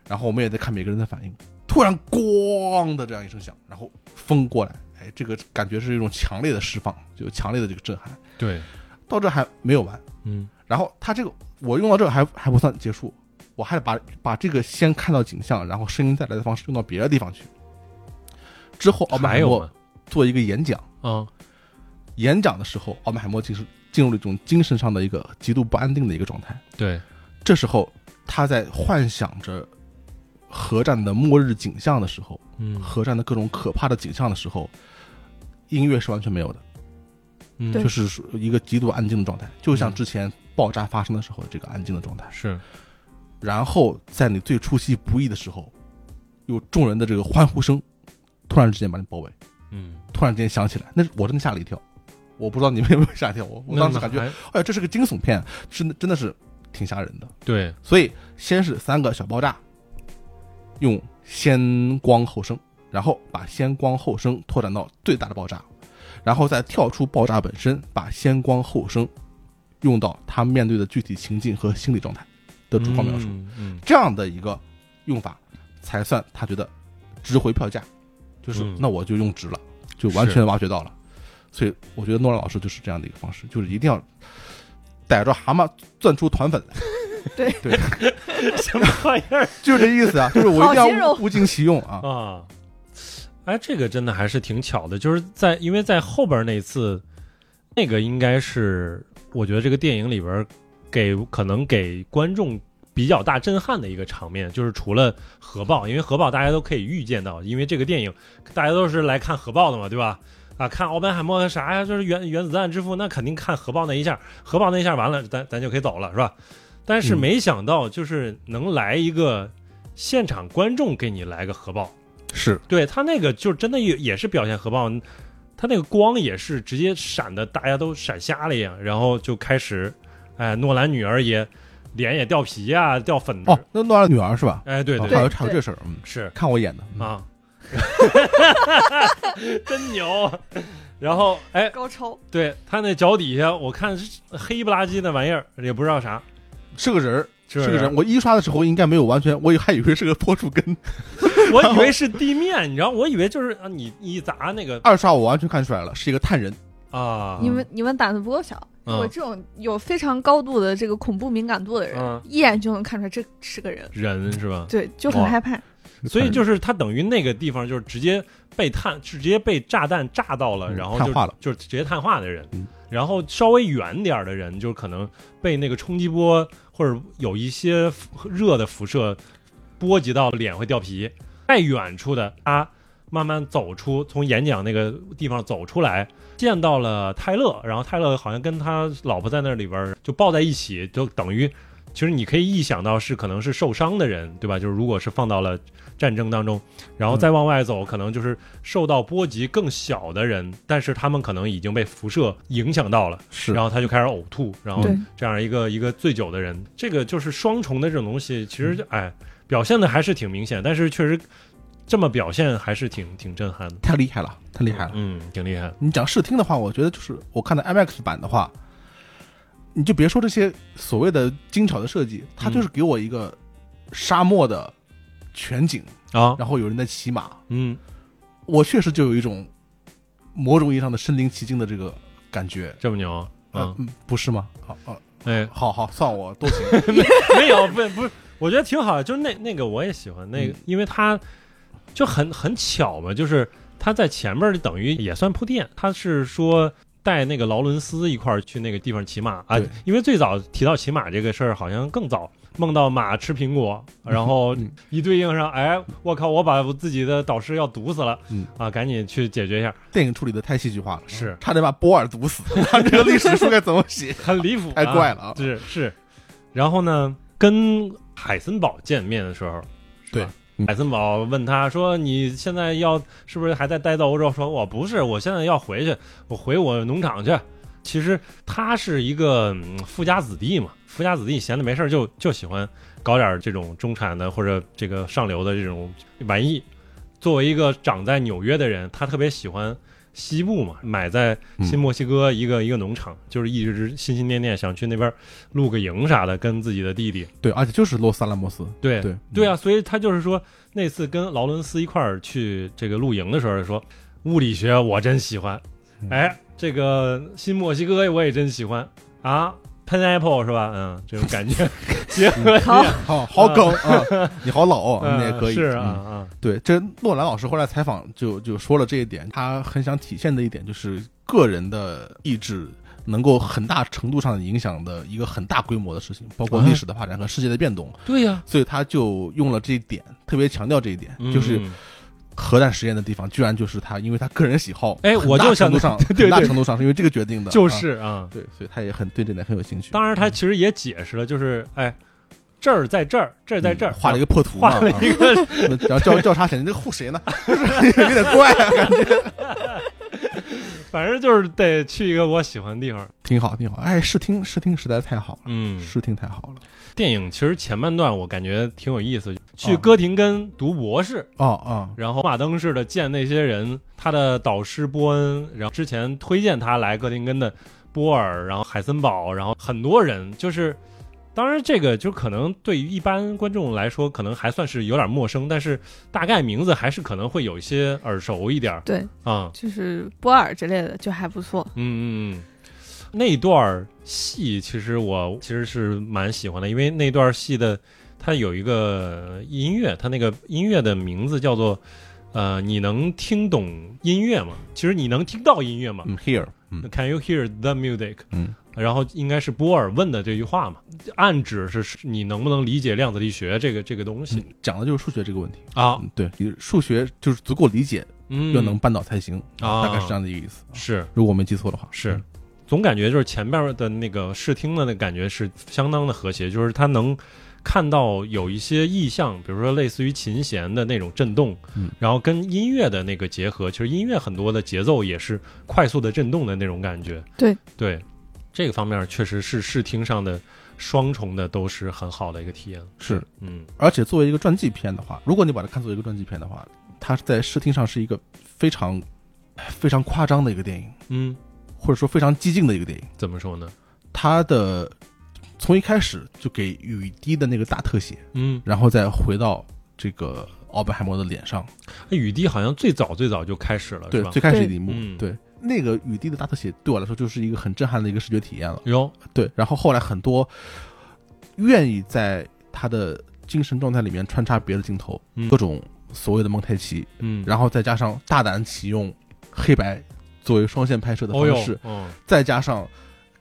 [SPEAKER 2] 然后我们也在看每个人的反应，突然咣的这样一声响，然后风过来，哎，这个感觉是一种强烈的释放，就强烈的这个震撼。
[SPEAKER 1] 对
[SPEAKER 2] 到这还没有完，
[SPEAKER 1] 嗯
[SPEAKER 2] 然后他这个我用到这个还还不算结束，我还得把把这个先看到景象，然后声音再来的方式用到别的地方去。之后奥本
[SPEAKER 1] 还
[SPEAKER 2] 海
[SPEAKER 1] 有
[SPEAKER 2] 默
[SPEAKER 1] 吗
[SPEAKER 2] 做一个演讲，
[SPEAKER 1] 啊
[SPEAKER 2] 演讲的时候奥本海默其实进入了一种精神上的一个极度不安定的一个状态。
[SPEAKER 1] 对
[SPEAKER 2] 这时候他在幻想着核战的末日景象的时候，
[SPEAKER 1] 嗯
[SPEAKER 2] 核战的各种可怕的景象的时候，音乐是完全没有的，
[SPEAKER 1] 嗯
[SPEAKER 3] 对
[SPEAKER 2] 就是属于一个极度安静的状态，就像之前爆炸发生的时候的这个安静的状态。
[SPEAKER 1] 是
[SPEAKER 2] 然后在你最出其不意的时候，有众人的这个欢呼声，突然之间把你包围，
[SPEAKER 1] 嗯
[SPEAKER 2] 突然之间响起来，那是我真的吓了一跳，我不知道你们有没有吓一跳，我我
[SPEAKER 1] 那
[SPEAKER 2] 当时
[SPEAKER 1] 么
[SPEAKER 2] 感觉，
[SPEAKER 1] 还
[SPEAKER 2] 哎呀，这是个惊悚片，真的真的是挺吓人的。
[SPEAKER 1] 对
[SPEAKER 2] 所以先是三个小爆炸，用先光后声，然后把先光后声拓展到最大的爆炸，然后再跳出爆炸本身，把先光后声用到他面对的具体情境和心理状态的主况描述。
[SPEAKER 1] 嗯 嗯
[SPEAKER 2] 这样的一个用法，才算他觉得值回票价，就是、
[SPEAKER 1] 嗯
[SPEAKER 2] 那我就用值了，就完全挖掘到了。所以我觉得诺兰老师就是这样的一个方式，就是一定要逮着蛤蟆攥出团粉来，
[SPEAKER 1] 什么玩意儿
[SPEAKER 2] 就是这意思啊，就是我一定
[SPEAKER 3] 好形
[SPEAKER 2] 要
[SPEAKER 3] 容
[SPEAKER 2] 物物尽其用啊。
[SPEAKER 1] 啊？哎，这个真的还是挺巧的，就是在因为在后边那一次，那个应该是我觉得这个电影里边给可能给观众比较大震撼的一个场面，就是除了核爆，因为核爆大家都可以预见到，因为这个电影大家都是来看核爆的嘛，对吧？啊，看奥本海默啥呀，就是原原子弹之父，那肯定看核爆那一下，核爆那一下完了，咱咱就可以走了，是吧？但是
[SPEAKER 2] 嗯
[SPEAKER 1] 没想到，就是能来一个现场观众给你来个核爆，
[SPEAKER 2] 是，
[SPEAKER 1] 对他那个就真的也也是表现核爆，他那个光也是直接闪的，大家都闪瞎了一样，然后就开始，哎，诺兰女儿也脸也掉皮呀、掉粉的，
[SPEAKER 2] 哦，那诺兰女儿是吧？
[SPEAKER 1] 哎，对对
[SPEAKER 2] 好
[SPEAKER 1] 对，
[SPEAKER 2] 像查过这事儿，嗯，
[SPEAKER 1] 是
[SPEAKER 2] 看我演的，嗯
[SPEAKER 1] 啊， 真牛。然后，哎，
[SPEAKER 3] 高超，
[SPEAKER 1] 对他那脚底下，我看是黑不拉几那玩意儿，也不知道啥，
[SPEAKER 2] 是个人儿，
[SPEAKER 1] 是
[SPEAKER 2] 是
[SPEAKER 1] 不
[SPEAKER 2] 个人。我一刷的时候应该没有完全，我还以为是个破树根，
[SPEAKER 1] 我以为是地面，你知道，我以为就是啊，你一砸那个
[SPEAKER 2] 二刷我完全看出来了，是一个探人。
[SPEAKER 1] 啊，
[SPEAKER 3] 你们你们胆子不够小。
[SPEAKER 1] 嗯
[SPEAKER 3] 我这种有非常高度的这个恐怖敏感度的人，
[SPEAKER 1] 嗯
[SPEAKER 3] 一眼就能看出来这是个人，
[SPEAKER 1] 人是 吧？
[SPEAKER 3] 对，就很
[SPEAKER 1] 哇哦
[SPEAKER 3] 害怕。
[SPEAKER 1] 所以就是他等于那个地方就是直接被碳，直接被炸弹炸到了，
[SPEAKER 2] 嗯
[SPEAKER 1] 然后
[SPEAKER 2] 碳
[SPEAKER 1] 就
[SPEAKER 2] 化了
[SPEAKER 1] 就是直接碳化的人
[SPEAKER 2] 嗯，
[SPEAKER 1] 然后稍微远点儿的人，就是可能被那个冲击波或者有一些辐热的辐射波及到脸会掉皮，再远处的他慢慢走出，从演讲那个地方走出来，见到了泰勒，然后泰勒好像跟他老婆在那里边儿就抱在一起，就等于其实你可以臆想到是可能是受伤的人，对吧？就是如果是放到了战争当中，然后
[SPEAKER 2] 嗯
[SPEAKER 1] 再往外走，可能就是受到波及更小的人，但是他们可能已经被辐射影响到了，
[SPEAKER 2] 嗯是
[SPEAKER 1] 然后他就开始呕吐，然后
[SPEAKER 3] 对
[SPEAKER 1] 这样一个一个醉酒的人，这个就是双重的这种东西，其实就
[SPEAKER 2] 嗯
[SPEAKER 1] 哎表现的还是挺明显，但是确实这么表现还是挺挺震撼的，
[SPEAKER 2] 太厉害了，太厉害了。
[SPEAKER 1] 嗯，挺厉害的，
[SPEAKER 2] 你讲视听的话，我觉得就是我看的 IMAX 版的话，你就别说这些所谓的精巧的设计，它
[SPEAKER 1] 嗯
[SPEAKER 2] 就是给我一个沙漠的全景，
[SPEAKER 1] 啊，
[SPEAKER 2] 然后有人在骑马，
[SPEAKER 1] 嗯
[SPEAKER 2] 我确实就有一种某种意义上的身临其境的这个感觉。
[SPEAKER 1] 这么牛啊。
[SPEAKER 2] 呃嗯，不是吗？好、啊，
[SPEAKER 1] 哎，
[SPEAKER 2] 好好，算我都行。
[SPEAKER 1] 没有，不不是，我觉得挺好，就是那那个我也喜欢那个，
[SPEAKER 2] 嗯
[SPEAKER 1] 因为它就很很巧嘛，就是他在前面儿等于也算铺垫，他是说带那个劳伦斯一块儿去那个地方骑马啊
[SPEAKER 2] 对，
[SPEAKER 1] 因为最早提到骑马这个事儿好像更早。梦到马吃苹 果，然后
[SPEAKER 2] 嗯
[SPEAKER 1] 一对应上，哎，我靠，我把我自己的导师要毒死了，
[SPEAKER 2] 嗯
[SPEAKER 1] 啊，赶紧去解决一下，
[SPEAKER 2] 电影处理的太戏剧化了，
[SPEAKER 1] 是
[SPEAKER 2] 差点把波尔毒死。他这个历史书该怎 么写？
[SPEAKER 1] 很离谱、啊，
[SPEAKER 2] 太怪了啊！
[SPEAKER 1] 是是，然后呢，跟海森堡见面的时候，是
[SPEAKER 2] 对
[SPEAKER 1] 吧
[SPEAKER 2] 嗯
[SPEAKER 1] 海森堡问他说：“你现在要是不是还在待在欧洲？”说：“我不是，我现在要回去，我回我农场去。”其实他是一个、嗯富家子弟嘛，富家子弟闲的没事儿就就喜欢搞点儿这种中产的或者这个上流的这种玩意。作为一个长在纽约的人，他特别喜欢西部嘛，买在新墨西哥一个、一个农场，就是一直心心念念想去那边露个营啥的，跟自己的弟弟。
[SPEAKER 2] 对，而且就是洛斯阿拉莫斯。
[SPEAKER 1] 对
[SPEAKER 2] 对嗯
[SPEAKER 1] 啊，所以他就是说那次跟劳伦斯一块儿去这个露营的时候说，物理学我真喜欢，
[SPEAKER 2] 嗯
[SPEAKER 1] 哎，这个新墨西哥我也真喜欢啊。Pineapple 是吧？嗯，这种感 觉结合
[SPEAKER 3] 好，
[SPEAKER 2] 好好梗啊！你好老哦，
[SPEAKER 1] 嗯
[SPEAKER 2] 那也可以。
[SPEAKER 1] 是
[SPEAKER 2] 嗯
[SPEAKER 1] 啊啊，
[SPEAKER 2] 对，这诺兰老师后来采访就就说了这一点，他很想体现的一点就是个人的意志能够很大程度上影响的一个很大规模的事情，包
[SPEAKER 1] 嗯
[SPEAKER 2] 括历史的发展和世界的变动，
[SPEAKER 1] 对呀，
[SPEAKER 2] 所以他就用了这一点，特别强调这一点，就是
[SPEAKER 1] 嗯
[SPEAKER 2] 核弹实验的地我居然就是他，因为他个人喜好，
[SPEAKER 1] 哎我就想
[SPEAKER 2] 很大程度上
[SPEAKER 1] 对对
[SPEAKER 2] 很大程度上是因为这个决定 的，
[SPEAKER 1] 就
[SPEAKER 2] 啊
[SPEAKER 1] 是啊。
[SPEAKER 2] 对，所以他也很对这点很有兴趣。
[SPEAKER 1] 当然，他其实也解释了，就是哎，这儿在这儿，这儿在这儿，
[SPEAKER 2] 嗯画了一个破图嘛，
[SPEAKER 1] 画了
[SPEAKER 2] 啊
[SPEAKER 1] 一个
[SPEAKER 2] 然后叫叫啥显这个护谁呢？ 有点怪啊，感觉
[SPEAKER 1] 反正就是得去一个我喜欢的地方。
[SPEAKER 2] 挺好挺好。哎，视听视听实在太好了。
[SPEAKER 1] 嗯
[SPEAKER 2] 视听太好了。
[SPEAKER 1] 电影其实前半段我感觉挺有意思，去哥廷根读博士，
[SPEAKER 2] 哦哦，
[SPEAKER 1] 然后马登式的见那些人，他的导师波恩，然后之前推荐他来哥廷根的波尔，然后海森堡，然后很多人就是。当然，这个就可能对于一般观众来说，可能还算是有点陌生，但是大概名字还是可能会有一些耳熟一点儿
[SPEAKER 3] 对，
[SPEAKER 1] 啊、
[SPEAKER 3] 就是波尔之类的就还不错。
[SPEAKER 1] 嗯嗯嗯，那段戏其实我其实是蛮喜欢的，因为那段戏的它有一个音乐，它那个音乐的名字叫做呃，你能听懂音乐吗？其实你能听到音乐吗、
[SPEAKER 2] 嗯，here，
[SPEAKER 1] c a n you hear the music？
[SPEAKER 2] 嗯，
[SPEAKER 1] 然后应该是波尔问的这句话嘛，暗指是你能不能理解量子力学这个这个东西、
[SPEAKER 2] 嗯讲的就是数学这个问题。
[SPEAKER 1] 啊？
[SPEAKER 2] 嗯，对，你数学就是足够理解，
[SPEAKER 1] 嗯，
[SPEAKER 2] 要能办到才行，
[SPEAKER 1] 啊
[SPEAKER 2] 大概是这样的一个意思。
[SPEAKER 1] 是
[SPEAKER 2] 如果我没记错的话，嗯
[SPEAKER 1] 是，嗯总感觉就是前边的那个视听的那感觉是相当的和谐，就是他能看到有一些意象，比如说类似于琴弦的那种震动，
[SPEAKER 2] 嗯
[SPEAKER 1] 然后跟音乐的那个结合，其实音乐很多的节奏也是快速的震动的那种感觉。
[SPEAKER 3] 对
[SPEAKER 1] 对，这个方面确实是视听上的双重的都是很好的一个体验。
[SPEAKER 2] 是，
[SPEAKER 1] 嗯，
[SPEAKER 2] 而且作为一个传记片的话，如果你把它看作一个传记片的话，它在视听上是一个非常非常夸张的一个电影，
[SPEAKER 1] 嗯，
[SPEAKER 2] 或者说非常激进的一个电影。
[SPEAKER 1] 怎么说呢？
[SPEAKER 2] 它的从一开始就给雨滴的那个大特写，
[SPEAKER 1] 嗯，
[SPEAKER 2] 然后再回到这个奥本海默的脸上，
[SPEAKER 1] 哎雨滴好像最早最早就开始了，
[SPEAKER 2] 对
[SPEAKER 1] 是，吧
[SPEAKER 2] 最？开始
[SPEAKER 3] 对
[SPEAKER 2] 一幕，
[SPEAKER 1] 嗯
[SPEAKER 2] 对那个雨滴的大特写对我来说就是一个很震撼的一个视觉体验了。
[SPEAKER 1] 哟，
[SPEAKER 2] 对，然后后来很多愿意在他的精神状态里面穿插别的镜头，
[SPEAKER 1] 嗯
[SPEAKER 2] 各种所谓的蒙太奇，
[SPEAKER 1] 嗯，
[SPEAKER 2] 然后再加上大胆启用黑白作为双线拍摄的
[SPEAKER 1] 哦
[SPEAKER 2] 方
[SPEAKER 1] 哟
[SPEAKER 2] 式，，
[SPEAKER 1] 嗯，
[SPEAKER 2] 再加上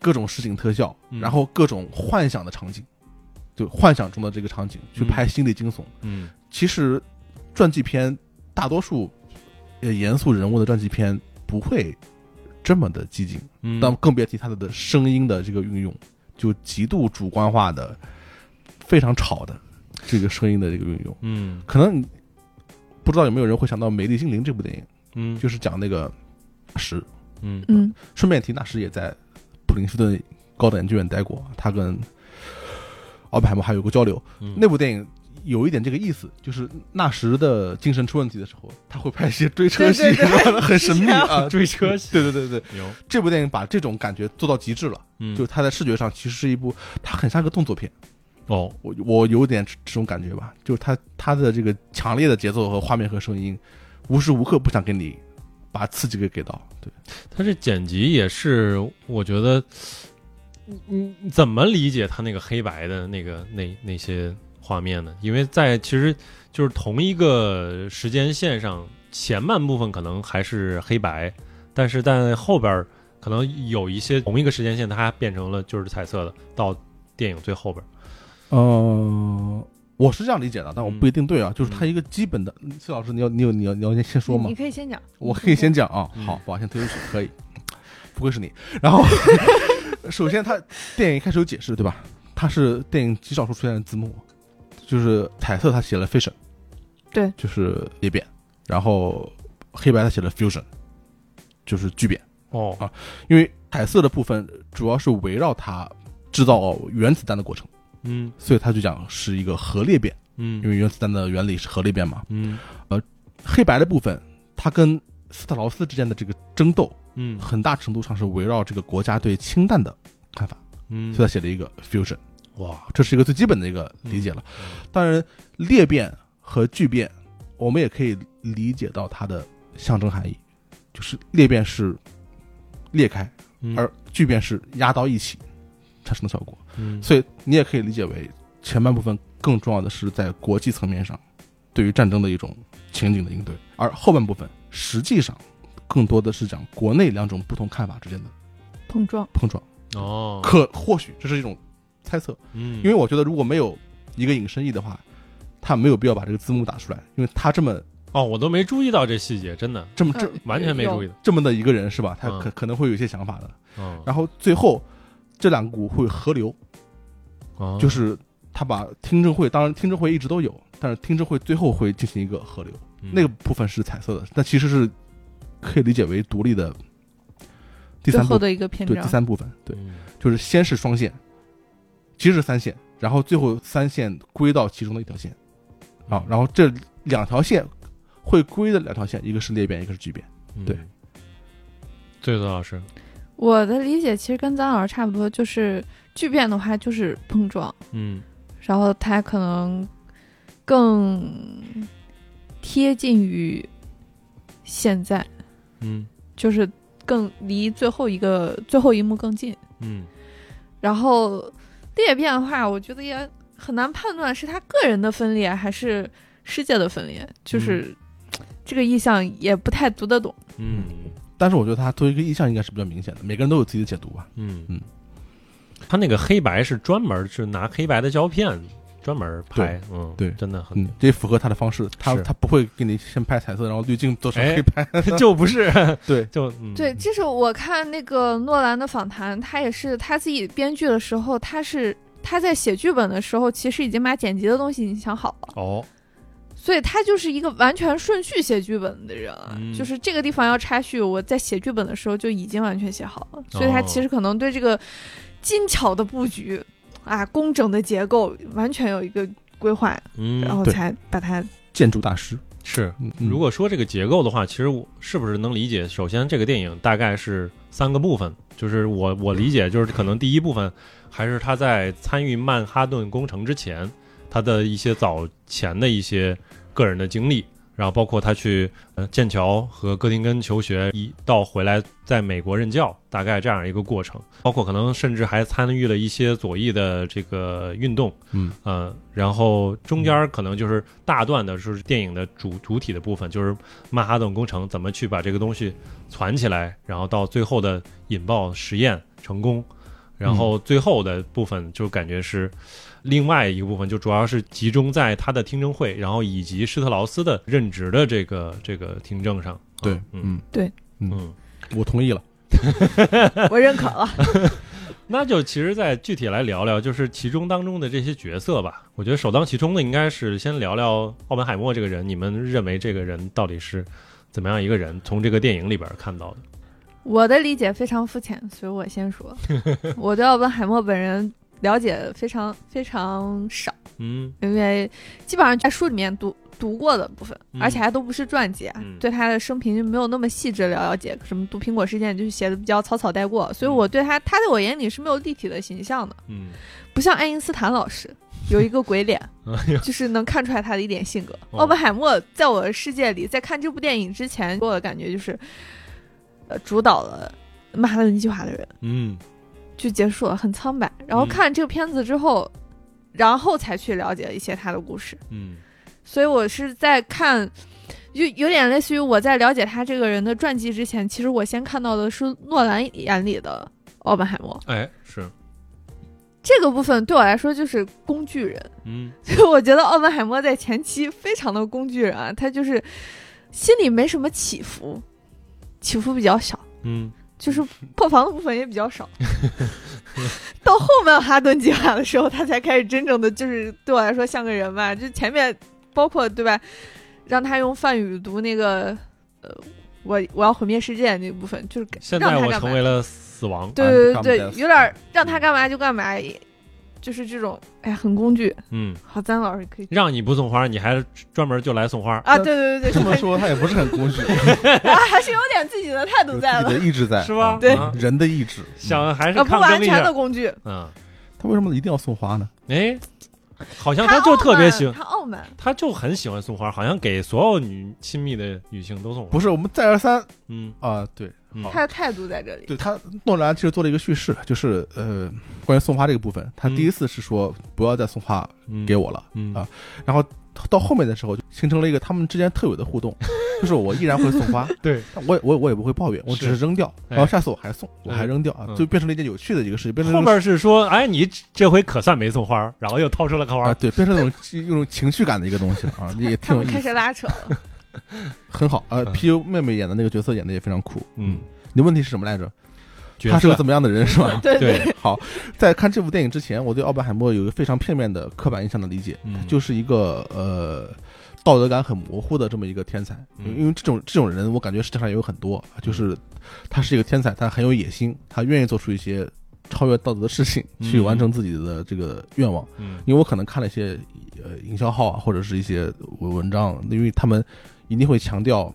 [SPEAKER 2] 各种实景特效，
[SPEAKER 1] 嗯
[SPEAKER 2] 然后各种幻想的场景，就幻想中的这个场景去
[SPEAKER 1] 嗯
[SPEAKER 2] 拍心理惊悚。
[SPEAKER 1] 嗯，
[SPEAKER 2] 其实传记片大多数呃严肃人物的传记片不会这么的激进。
[SPEAKER 1] 嗯，
[SPEAKER 2] 但更别提它的声音的这个运用，就极度主观化的、非常吵的这个声音的这个运用。
[SPEAKER 1] 嗯
[SPEAKER 2] 可能你不知道有没有人会想到《美丽心灵》这部电影，
[SPEAKER 1] 嗯，
[SPEAKER 2] 就是讲那个纳什。
[SPEAKER 1] 嗯
[SPEAKER 3] 嗯，
[SPEAKER 2] 顺便提，纳什也在普林斯顿高等研究院待过，他跟奥本海默还有过交流。
[SPEAKER 1] 嗯
[SPEAKER 2] 那部电影。有一点这个意思，就是纳什的精神出问题的时候，他会拍一些追车戏，
[SPEAKER 3] 对对对
[SPEAKER 2] 很神秘啊，
[SPEAKER 1] 追车戏
[SPEAKER 2] 对对对对，
[SPEAKER 1] 有，
[SPEAKER 2] 这部电影把这种感觉做到极致了。
[SPEAKER 1] 嗯，
[SPEAKER 2] 就是它在视觉上其实是一部，它很像个动作片，
[SPEAKER 1] 哦，
[SPEAKER 2] 我我有点这这种感觉吧，就是它它的这个强烈的节奏和画面和声音，无时无刻不想给你把刺激给给到，对，
[SPEAKER 1] 他这剪辑也是，我觉得，嗯，嗯怎么理解他那个黑白的那个那那些画面呢？因为在其实就是同一个时间线上，前半部分可能还是黑白，但是在后边儿可能有一些同一个时间线，它变成了就是彩色的，到电影最后边儿。
[SPEAKER 2] 呃，我是这样理解的，但我不一定对啊，就是它
[SPEAKER 1] 嗯
[SPEAKER 2] 一个基本的，崔老师你要你有你要你要先先说吗
[SPEAKER 3] 你？可以先讲，
[SPEAKER 2] 我可以先讲啊，
[SPEAKER 1] 嗯
[SPEAKER 2] 好，我先推出去，可以，不愧是你。然后，首先它电影一开始有解释，对吧？它是电影极少数出现的字幕，就是彩色它写了 fission，
[SPEAKER 3] 对，
[SPEAKER 2] 就是裂变，然后黑白它写了 fusion，就是聚变。
[SPEAKER 1] 哦，
[SPEAKER 2] 因为彩色的部分主要是围绕它制造原子弹的过程，
[SPEAKER 1] 嗯
[SPEAKER 2] 所以它就讲是一个核裂变，因
[SPEAKER 1] 嗯
[SPEAKER 2] 为原子弹的原理是核裂变嘛。
[SPEAKER 1] 嗯
[SPEAKER 2] 黑白的部分，它跟斯特劳斯之间的这个争斗。
[SPEAKER 1] 嗯
[SPEAKER 2] 很大程度上是围绕这个国家对氢弹的看法，所以
[SPEAKER 1] 嗯，
[SPEAKER 2] 他写了一个 fusion，
[SPEAKER 1] 哇，
[SPEAKER 2] 这是一个最基本的一个理解了。当然，裂变和聚变，我们也可以理解到它的象征含义，就是裂变是裂开，
[SPEAKER 1] 嗯
[SPEAKER 2] 而聚变是压到一起产生的效果。
[SPEAKER 1] 嗯
[SPEAKER 2] 所以你也可以理解为前半部分更重要的是在国际层面上对于战争的一种情景的应对，而后半部分实际上更多的是讲国内两种不同看法之间的
[SPEAKER 3] 碰撞，
[SPEAKER 2] 碰撞。
[SPEAKER 1] 哦，
[SPEAKER 2] 可或许这是一种猜测，
[SPEAKER 1] 嗯，
[SPEAKER 2] 因为我觉得如果没有一个引申义的话，他没有必要把这个字幕打出来，因为他这么
[SPEAKER 1] 哦，我都没注意到这细节，真的
[SPEAKER 2] 这么这
[SPEAKER 3] 嗯
[SPEAKER 1] 完全没注意。到。
[SPEAKER 2] 这么的一个人是吧？他
[SPEAKER 1] 嗯
[SPEAKER 2] 可可能会有一些想法的。
[SPEAKER 1] 嗯，
[SPEAKER 2] 然后最后这两股会合流，
[SPEAKER 1] 哦
[SPEAKER 2] 就是他把听证会，当然听证会一直都有，但是听证会最后会进行一个合流，
[SPEAKER 1] 嗯
[SPEAKER 2] 那个部分是彩色的，但其实是可以理解为独立的第
[SPEAKER 3] 最
[SPEAKER 2] 三
[SPEAKER 3] 后
[SPEAKER 2] 部分，
[SPEAKER 3] 的一个篇
[SPEAKER 2] 对第
[SPEAKER 3] 章，
[SPEAKER 2] 三部分，对。
[SPEAKER 1] 嗯
[SPEAKER 2] 就是先是双线，其实是三线，然后最后三线归到其中的一条线，啊，
[SPEAKER 1] 嗯
[SPEAKER 2] 然后这两条线会归的两条线，一个是裂变，一个是聚变。
[SPEAKER 1] 嗯
[SPEAKER 2] 对
[SPEAKER 1] 对的老师，
[SPEAKER 3] 我的理解其实跟张老师差不多，就是聚变的话就是碰撞，
[SPEAKER 1] 嗯
[SPEAKER 3] 然后它可能更贴近于现在，
[SPEAKER 1] 嗯
[SPEAKER 3] 就是更离最后一个最后一幕更近。
[SPEAKER 1] 嗯
[SPEAKER 3] 然后裂变的话，我觉得也很难判断是他个人的分裂还是世界的分裂，就是这个意象也不太读得懂。
[SPEAKER 1] 嗯
[SPEAKER 2] 但是我觉得他作为一个意象应该是比较明显的，每个人都有自己的解读啊。
[SPEAKER 1] 嗯
[SPEAKER 2] 嗯，
[SPEAKER 1] 他那个黑白是专门是拿黑白的胶片专门拍，嗯，
[SPEAKER 2] 对
[SPEAKER 1] 真的很
[SPEAKER 2] 嗯，这也符合他的方式，他
[SPEAKER 1] 是
[SPEAKER 2] 他不会给你先拍彩色，然后滤镜做成
[SPEAKER 1] 哎
[SPEAKER 2] 黑白。
[SPEAKER 1] 就不是
[SPEAKER 2] 嗯对
[SPEAKER 1] 就嗯
[SPEAKER 3] 对，这是我看那个诺兰的访谈，他也是他自己编剧的时候，他是他在写剧本的时候，其实已经把剪辑的东西已经想好了，
[SPEAKER 1] 哦
[SPEAKER 3] 所以他就是一个完全顺序写剧本的人啊，
[SPEAKER 1] 嗯
[SPEAKER 3] 就是这个地方要插叙，我在写剧本的时候就已经完全写好了，所以他
[SPEAKER 1] 哦
[SPEAKER 3] 其实可能对这个精巧的布局啊、工整的结构完全有一个规划，然
[SPEAKER 1] 嗯
[SPEAKER 3] 后
[SPEAKER 2] 对
[SPEAKER 3] 才把它
[SPEAKER 2] 建筑大师，
[SPEAKER 1] 是。
[SPEAKER 2] 嗯，嗯
[SPEAKER 1] 如果说这个结构的话，其实我是不是能理解？首先，这个电影大概是三个部分，就是我我理解就是可能第一部分还是他在参与曼哈顿工程之前，他的一些早前的一些个人的经历，然后包括他去呃剑桥和哥廷根求学，一到回来在美国任教，大概这样一个过程，包括可能甚至还参与了一些左翼的这个运动，
[SPEAKER 2] 嗯
[SPEAKER 1] 呃，然后中间儿可能就是大段的是电影的主主体的部分，就是曼哈顿工程怎么去把这个东西攒起来，然后到最后的引爆实验成功，然后最后的部分就感觉是另外一个部分，就主要是集中在他的听证会，然后以及施特劳斯的任职的这个这个听证上。啊
[SPEAKER 2] 对，
[SPEAKER 1] 嗯
[SPEAKER 2] 嗯，
[SPEAKER 1] 嗯，
[SPEAKER 2] 我同意了。
[SPEAKER 3] 我认可 了。
[SPEAKER 1] 那就其实再具体来聊聊，就是其中当中的这些角色吧。我觉得首当其冲的应该是先聊聊奥本海默这个人，你们认为这个人到底是怎么样一个人？从这个电影里边看到的。
[SPEAKER 3] 我的理解非常肤浅，所以我先 说，我对奥本海默本人了解非常非常少，
[SPEAKER 1] 嗯
[SPEAKER 3] 因为基本上在书里面读读过的部分，
[SPEAKER 1] 嗯
[SPEAKER 3] 而且还都不是传记啊，
[SPEAKER 1] 嗯
[SPEAKER 3] 对他的生平就没有那么细致了解，什么毒苹果事件就是写的比较草草带过，所以我对他，他在我眼里是没有立体的形象的，
[SPEAKER 1] 嗯，
[SPEAKER 3] 不像爱因斯坦老师有一个鬼脸，
[SPEAKER 1] 哎呀，
[SPEAKER 3] 就是能看出来他的一点性格。
[SPEAKER 1] 哦
[SPEAKER 3] 奥本海默在我的世界里，在看这部电影之前，给我的感觉就是，呃，主导了曼哈顿计划的人
[SPEAKER 1] 嗯
[SPEAKER 3] 就结束了，很苍白。然后
[SPEAKER 1] 嗯
[SPEAKER 3] 看这个片子之后，然后才去了解一些他的故事。
[SPEAKER 1] 嗯
[SPEAKER 3] 所以我是在看，就有点类似于我在了解他这个人的传记之前，其实我先看到的是诺兰眼里的奥本海默。
[SPEAKER 1] 哎，是，
[SPEAKER 3] 这个部分对我来说就是工具人。
[SPEAKER 1] 嗯
[SPEAKER 3] 就我觉得奥本海默在前期非常的工具人啊，他就是心里没什么起伏，起伏比较小，
[SPEAKER 1] 嗯
[SPEAKER 3] 就是破防的部分也比较少。到后面哈顿计划的时候，他才开始真正的就是对我来说像个人吧，就前面包括对吧，让他用梵语读那个呃，我我要毁灭世界那部分，就是
[SPEAKER 1] 现
[SPEAKER 3] 让
[SPEAKER 1] 在
[SPEAKER 3] 他
[SPEAKER 1] 我
[SPEAKER 3] 干嘛
[SPEAKER 1] 成为了死亡。
[SPEAKER 3] 对
[SPEAKER 2] 啊
[SPEAKER 3] 对
[SPEAKER 2] 干不
[SPEAKER 3] 对对
[SPEAKER 2] 了，
[SPEAKER 3] 有点让他干嘛就干嘛，也就是这种哎呀很工具。
[SPEAKER 1] 嗯，
[SPEAKER 3] 好，咱老师可以
[SPEAKER 1] 让你不送花，你还专门就来送花，
[SPEAKER 3] 啊，对对对
[SPEAKER 2] 这
[SPEAKER 3] 对，
[SPEAKER 2] 么说他也不是很 工具，
[SPEAKER 3] 啊，还是有点自己的态度
[SPEAKER 2] 有自
[SPEAKER 3] 在
[SPEAKER 2] 己
[SPEAKER 3] 的，
[SPEAKER 2] 的意志在，
[SPEAKER 1] 是吧？
[SPEAKER 2] 嗯
[SPEAKER 3] 对
[SPEAKER 1] 啊
[SPEAKER 2] 人的意志。嗯
[SPEAKER 1] 想还是
[SPEAKER 3] 啊，不
[SPEAKER 1] 抗
[SPEAKER 3] 完
[SPEAKER 1] 争一
[SPEAKER 3] 全
[SPEAKER 1] 下
[SPEAKER 3] 的。工具。
[SPEAKER 1] 嗯，
[SPEAKER 2] 他为什么一定要送花呢？
[SPEAKER 1] 哎，好像他就特别喜欢，
[SPEAKER 3] 他傲慢，
[SPEAKER 1] 他就很喜欢送花，好像给所有女亲密的女性都送花。
[SPEAKER 2] 不是，我们再而三
[SPEAKER 1] 嗯，
[SPEAKER 2] 啊、对
[SPEAKER 1] 嗯，
[SPEAKER 3] 他的态度在这里。
[SPEAKER 2] 对，他诺兰其实做了一个叙事，就是呃，关于送花这个部分，他
[SPEAKER 1] 嗯
[SPEAKER 2] 第一次是说不要再送花
[SPEAKER 1] 嗯
[SPEAKER 2] 给，我了，
[SPEAKER 1] 嗯
[SPEAKER 2] 啊到后面的时候就形成了一个他们之间特有 的互动，就是我依然会送花，
[SPEAKER 1] 对，
[SPEAKER 2] 但我也我也我也不会抱怨，我只是扔掉，
[SPEAKER 1] 哎
[SPEAKER 2] 然后下次我还送，我还扔掉啊
[SPEAKER 1] 嗯，
[SPEAKER 2] 就变成了一件有趣的一个事情，变成了
[SPEAKER 1] 后
[SPEAKER 2] 一种
[SPEAKER 1] 面是说，哎，你这回可算没送花，然后又掏出了个
[SPEAKER 2] 啊，
[SPEAKER 1] 花，
[SPEAKER 2] 对，变成那种一种情绪感的一个东西了 啊，也
[SPEAKER 3] 他
[SPEAKER 2] 挺有
[SPEAKER 3] 们
[SPEAKER 2] 意
[SPEAKER 3] 开
[SPEAKER 2] 思，
[SPEAKER 3] 始拉扯了，
[SPEAKER 2] 很好。呃
[SPEAKER 1] 嗯
[SPEAKER 2] ，PU 妹妹演的那个角色演的也非常酷。
[SPEAKER 1] 嗯，
[SPEAKER 2] 你问题是什么来着？
[SPEAKER 1] 角
[SPEAKER 2] 他是
[SPEAKER 1] 色
[SPEAKER 2] 个怎么样的人是吧？
[SPEAKER 3] 对
[SPEAKER 1] 对，
[SPEAKER 2] 好，在看这部电影之前，我对奥本海默有一个非常片面的刻板印象的理解，
[SPEAKER 1] 嗯
[SPEAKER 2] 就是一个呃道德感很模糊的这么一个天才。
[SPEAKER 1] 嗯
[SPEAKER 2] 因为这种这种人，我感觉市场上也有很多，就是他是一个天才，他很有野心，他愿意做出一些超越道德的事情，
[SPEAKER 1] 嗯
[SPEAKER 2] 去完成自己的这个愿望。
[SPEAKER 1] 嗯
[SPEAKER 2] 因为我可能看了一些呃营销号啊，或者是一些文文章，因为他们一定会强调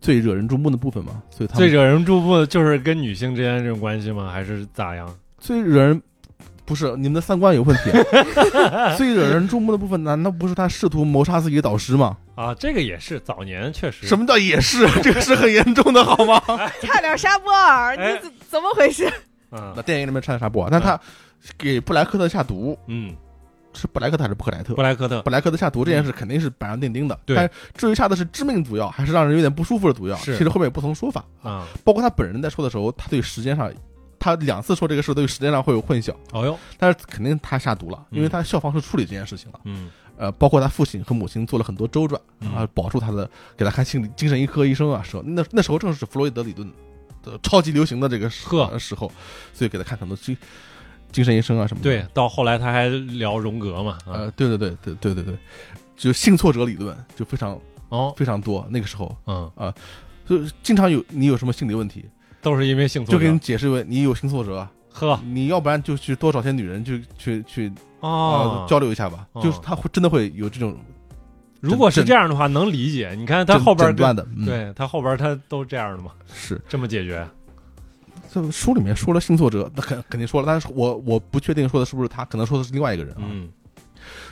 [SPEAKER 2] 最惹人注目的部分嘛，所以他
[SPEAKER 1] 最
[SPEAKER 2] 们
[SPEAKER 1] 惹人注目的就是跟女性之间这种关系吗？还是咋样？
[SPEAKER 2] 最惹人不是你们的三观有问题。啊 最惹人注目的部分，难道不是他试图谋杀自己的导师吗？
[SPEAKER 1] 啊，这个也是早年确实
[SPEAKER 2] 什么叫也是？ 这个是很严重的，好吗？
[SPEAKER 3] 差点杀 波尔，
[SPEAKER 1] 哎
[SPEAKER 3] 你怎怎么回事？
[SPEAKER 1] 啊
[SPEAKER 2] 那电影里面差点啥不？但他给布莱克特下毒，
[SPEAKER 1] 嗯，
[SPEAKER 2] 是布莱克特还是布克嗯莱特
[SPEAKER 1] 布？莱克特
[SPEAKER 2] 布莱克特下毒这件事肯定是板上钉钉的。
[SPEAKER 1] 对
[SPEAKER 2] 但至于下的是致命毒药，还是让人有点不舒服的毒药，
[SPEAKER 1] 是
[SPEAKER 2] 其实后面有不同说法。
[SPEAKER 1] 啊，
[SPEAKER 2] 包括他本人在说的时候，他对时间上，他两次说这个事对时间上会有混淆，
[SPEAKER 1] 哦哟，
[SPEAKER 2] 但是肯定他下毒了，
[SPEAKER 1] 嗯
[SPEAKER 2] 因为他校方是处理这件事情了。
[SPEAKER 1] 嗯
[SPEAKER 2] 呃，包括他父亲和母亲做了很多周转
[SPEAKER 1] 嗯
[SPEAKER 2] 啊，保住他的，给他看心理精神医科医生啊，时候那那时候正是弗洛伊德理论的超级流行的这个时
[SPEAKER 1] 呵
[SPEAKER 2] 时候，所以给他看很多精精神医生啊什么的。
[SPEAKER 1] 对，，到后来他还聊荣格嘛，啊
[SPEAKER 2] 呃，对对对对对对对，就性挫折理论就非常
[SPEAKER 1] 哦，
[SPEAKER 2] 非常多，那个时候
[SPEAKER 1] 嗯，
[SPEAKER 2] 就经常有你有什么心理问题，
[SPEAKER 1] 都是因为性
[SPEAKER 2] 就
[SPEAKER 1] 挫
[SPEAKER 2] 给
[SPEAKER 1] 折
[SPEAKER 2] 你，解释为你有性挫折啊，
[SPEAKER 1] 呵
[SPEAKER 2] 你要不然就去多找些女人去去去
[SPEAKER 1] 哦
[SPEAKER 2] 啊，交流一下吧，
[SPEAKER 1] 哦
[SPEAKER 2] 就是他会真的会有这种
[SPEAKER 1] 如果是
[SPEAKER 2] 诊
[SPEAKER 1] 这样的话，能理解。你看他
[SPEAKER 2] 诊
[SPEAKER 1] 后边
[SPEAKER 2] 诊
[SPEAKER 1] 跟
[SPEAKER 2] 断的，嗯，啊
[SPEAKER 1] 对他后边他都这样的嘛，
[SPEAKER 2] 是。
[SPEAKER 1] 这么解决，
[SPEAKER 2] 这书里面说了性作者，那肯肯定说了，但是我我不确定说的是不是他，可能说的是另外一个人啊。
[SPEAKER 1] 嗯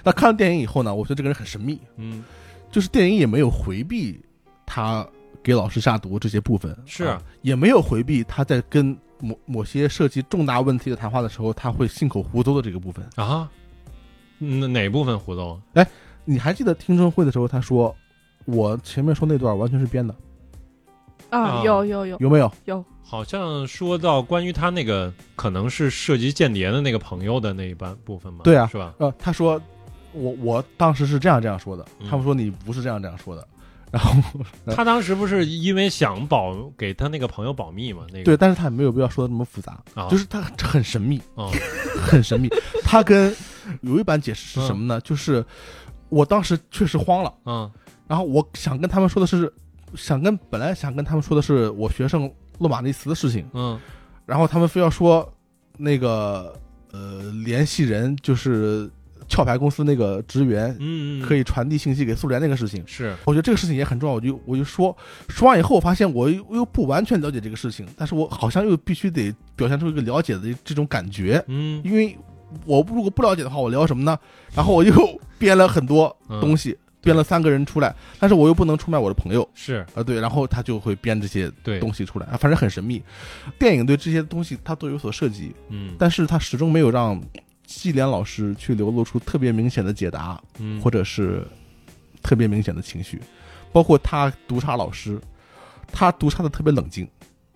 [SPEAKER 2] 那看了电影以后呢，我觉得这个人很神秘，
[SPEAKER 1] 嗯，
[SPEAKER 2] 就是电影也没有回避他给老师下毒这些部分，
[SPEAKER 1] 是
[SPEAKER 2] 啊也没有回避他在跟某某些涉及重大问题的谈话的时候，他会信口胡诌的这个部分。
[SPEAKER 1] 啊，哪
[SPEAKER 2] 嗯
[SPEAKER 1] 哪部分胡诌？
[SPEAKER 2] 你还记得听证会的时候，他说我前面说那段完全是编的，
[SPEAKER 1] 啊
[SPEAKER 3] 啊，有有有，
[SPEAKER 2] 有没有？
[SPEAKER 1] 好像说到关于他那个可能是涉及间谍的那个朋友的那一半部分嘛，
[SPEAKER 2] 对啊
[SPEAKER 1] 是吧？
[SPEAKER 2] 呃，他说我我当时是这样这样说的，
[SPEAKER 1] 嗯哎
[SPEAKER 2] 他们说你不是这样这样说的，然后呃
[SPEAKER 1] 他当时不是因为想保给他那个朋友保密嘛？那个
[SPEAKER 2] 对，但是他也没有必要说的那么复杂，
[SPEAKER 1] 啊，
[SPEAKER 2] 就是他很神秘，
[SPEAKER 1] 哦
[SPEAKER 2] 很神秘。他跟有一版解释是什么呢？就是我当时确实慌了，
[SPEAKER 1] 嗯
[SPEAKER 2] 然后我想跟他们说的是，想跟本来想跟他们说的是我学生洛马内茨的事情，
[SPEAKER 1] 嗯
[SPEAKER 2] 然后他们非要说那个呃联系人就是壳牌公司那个职员
[SPEAKER 1] 嗯，嗯
[SPEAKER 2] 可以传递信息给苏联那个事情。
[SPEAKER 1] 是
[SPEAKER 2] 我觉得这个事情也很重要，我就我就说说完以后，我发现我又我又不完全了解这个事情，但是我好像又必须得表现出一个了解的这种感觉，
[SPEAKER 1] 嗯
[SPEAKER 2] 因为我如果不了解的话，我聊什么呢？然后我又 编了很多东
[SPEAKER 1] 嗯
[SPEAKER 2] 西，编了三个人出来，但是我又不能出卖我的朋友
[SPEAKER 1] 是
[SPEAKER 2] 啊，对，然后他就会编这些
[SPEAKER 1] 对，
[SPEAKER 2] 东西出来，啊反正很神秘。电影对这些东西它都有所涉及，
[SPEAKER 1] 嗯
[SPEAKER 2] 但是它始终没有让季良老师去流露出特别明显的解答，
[SPEAKER 1] 嗯
[SPEAKER 2] 或者是特别明显的情绪，包括他毒杀老师，他毒杀的特别冷静。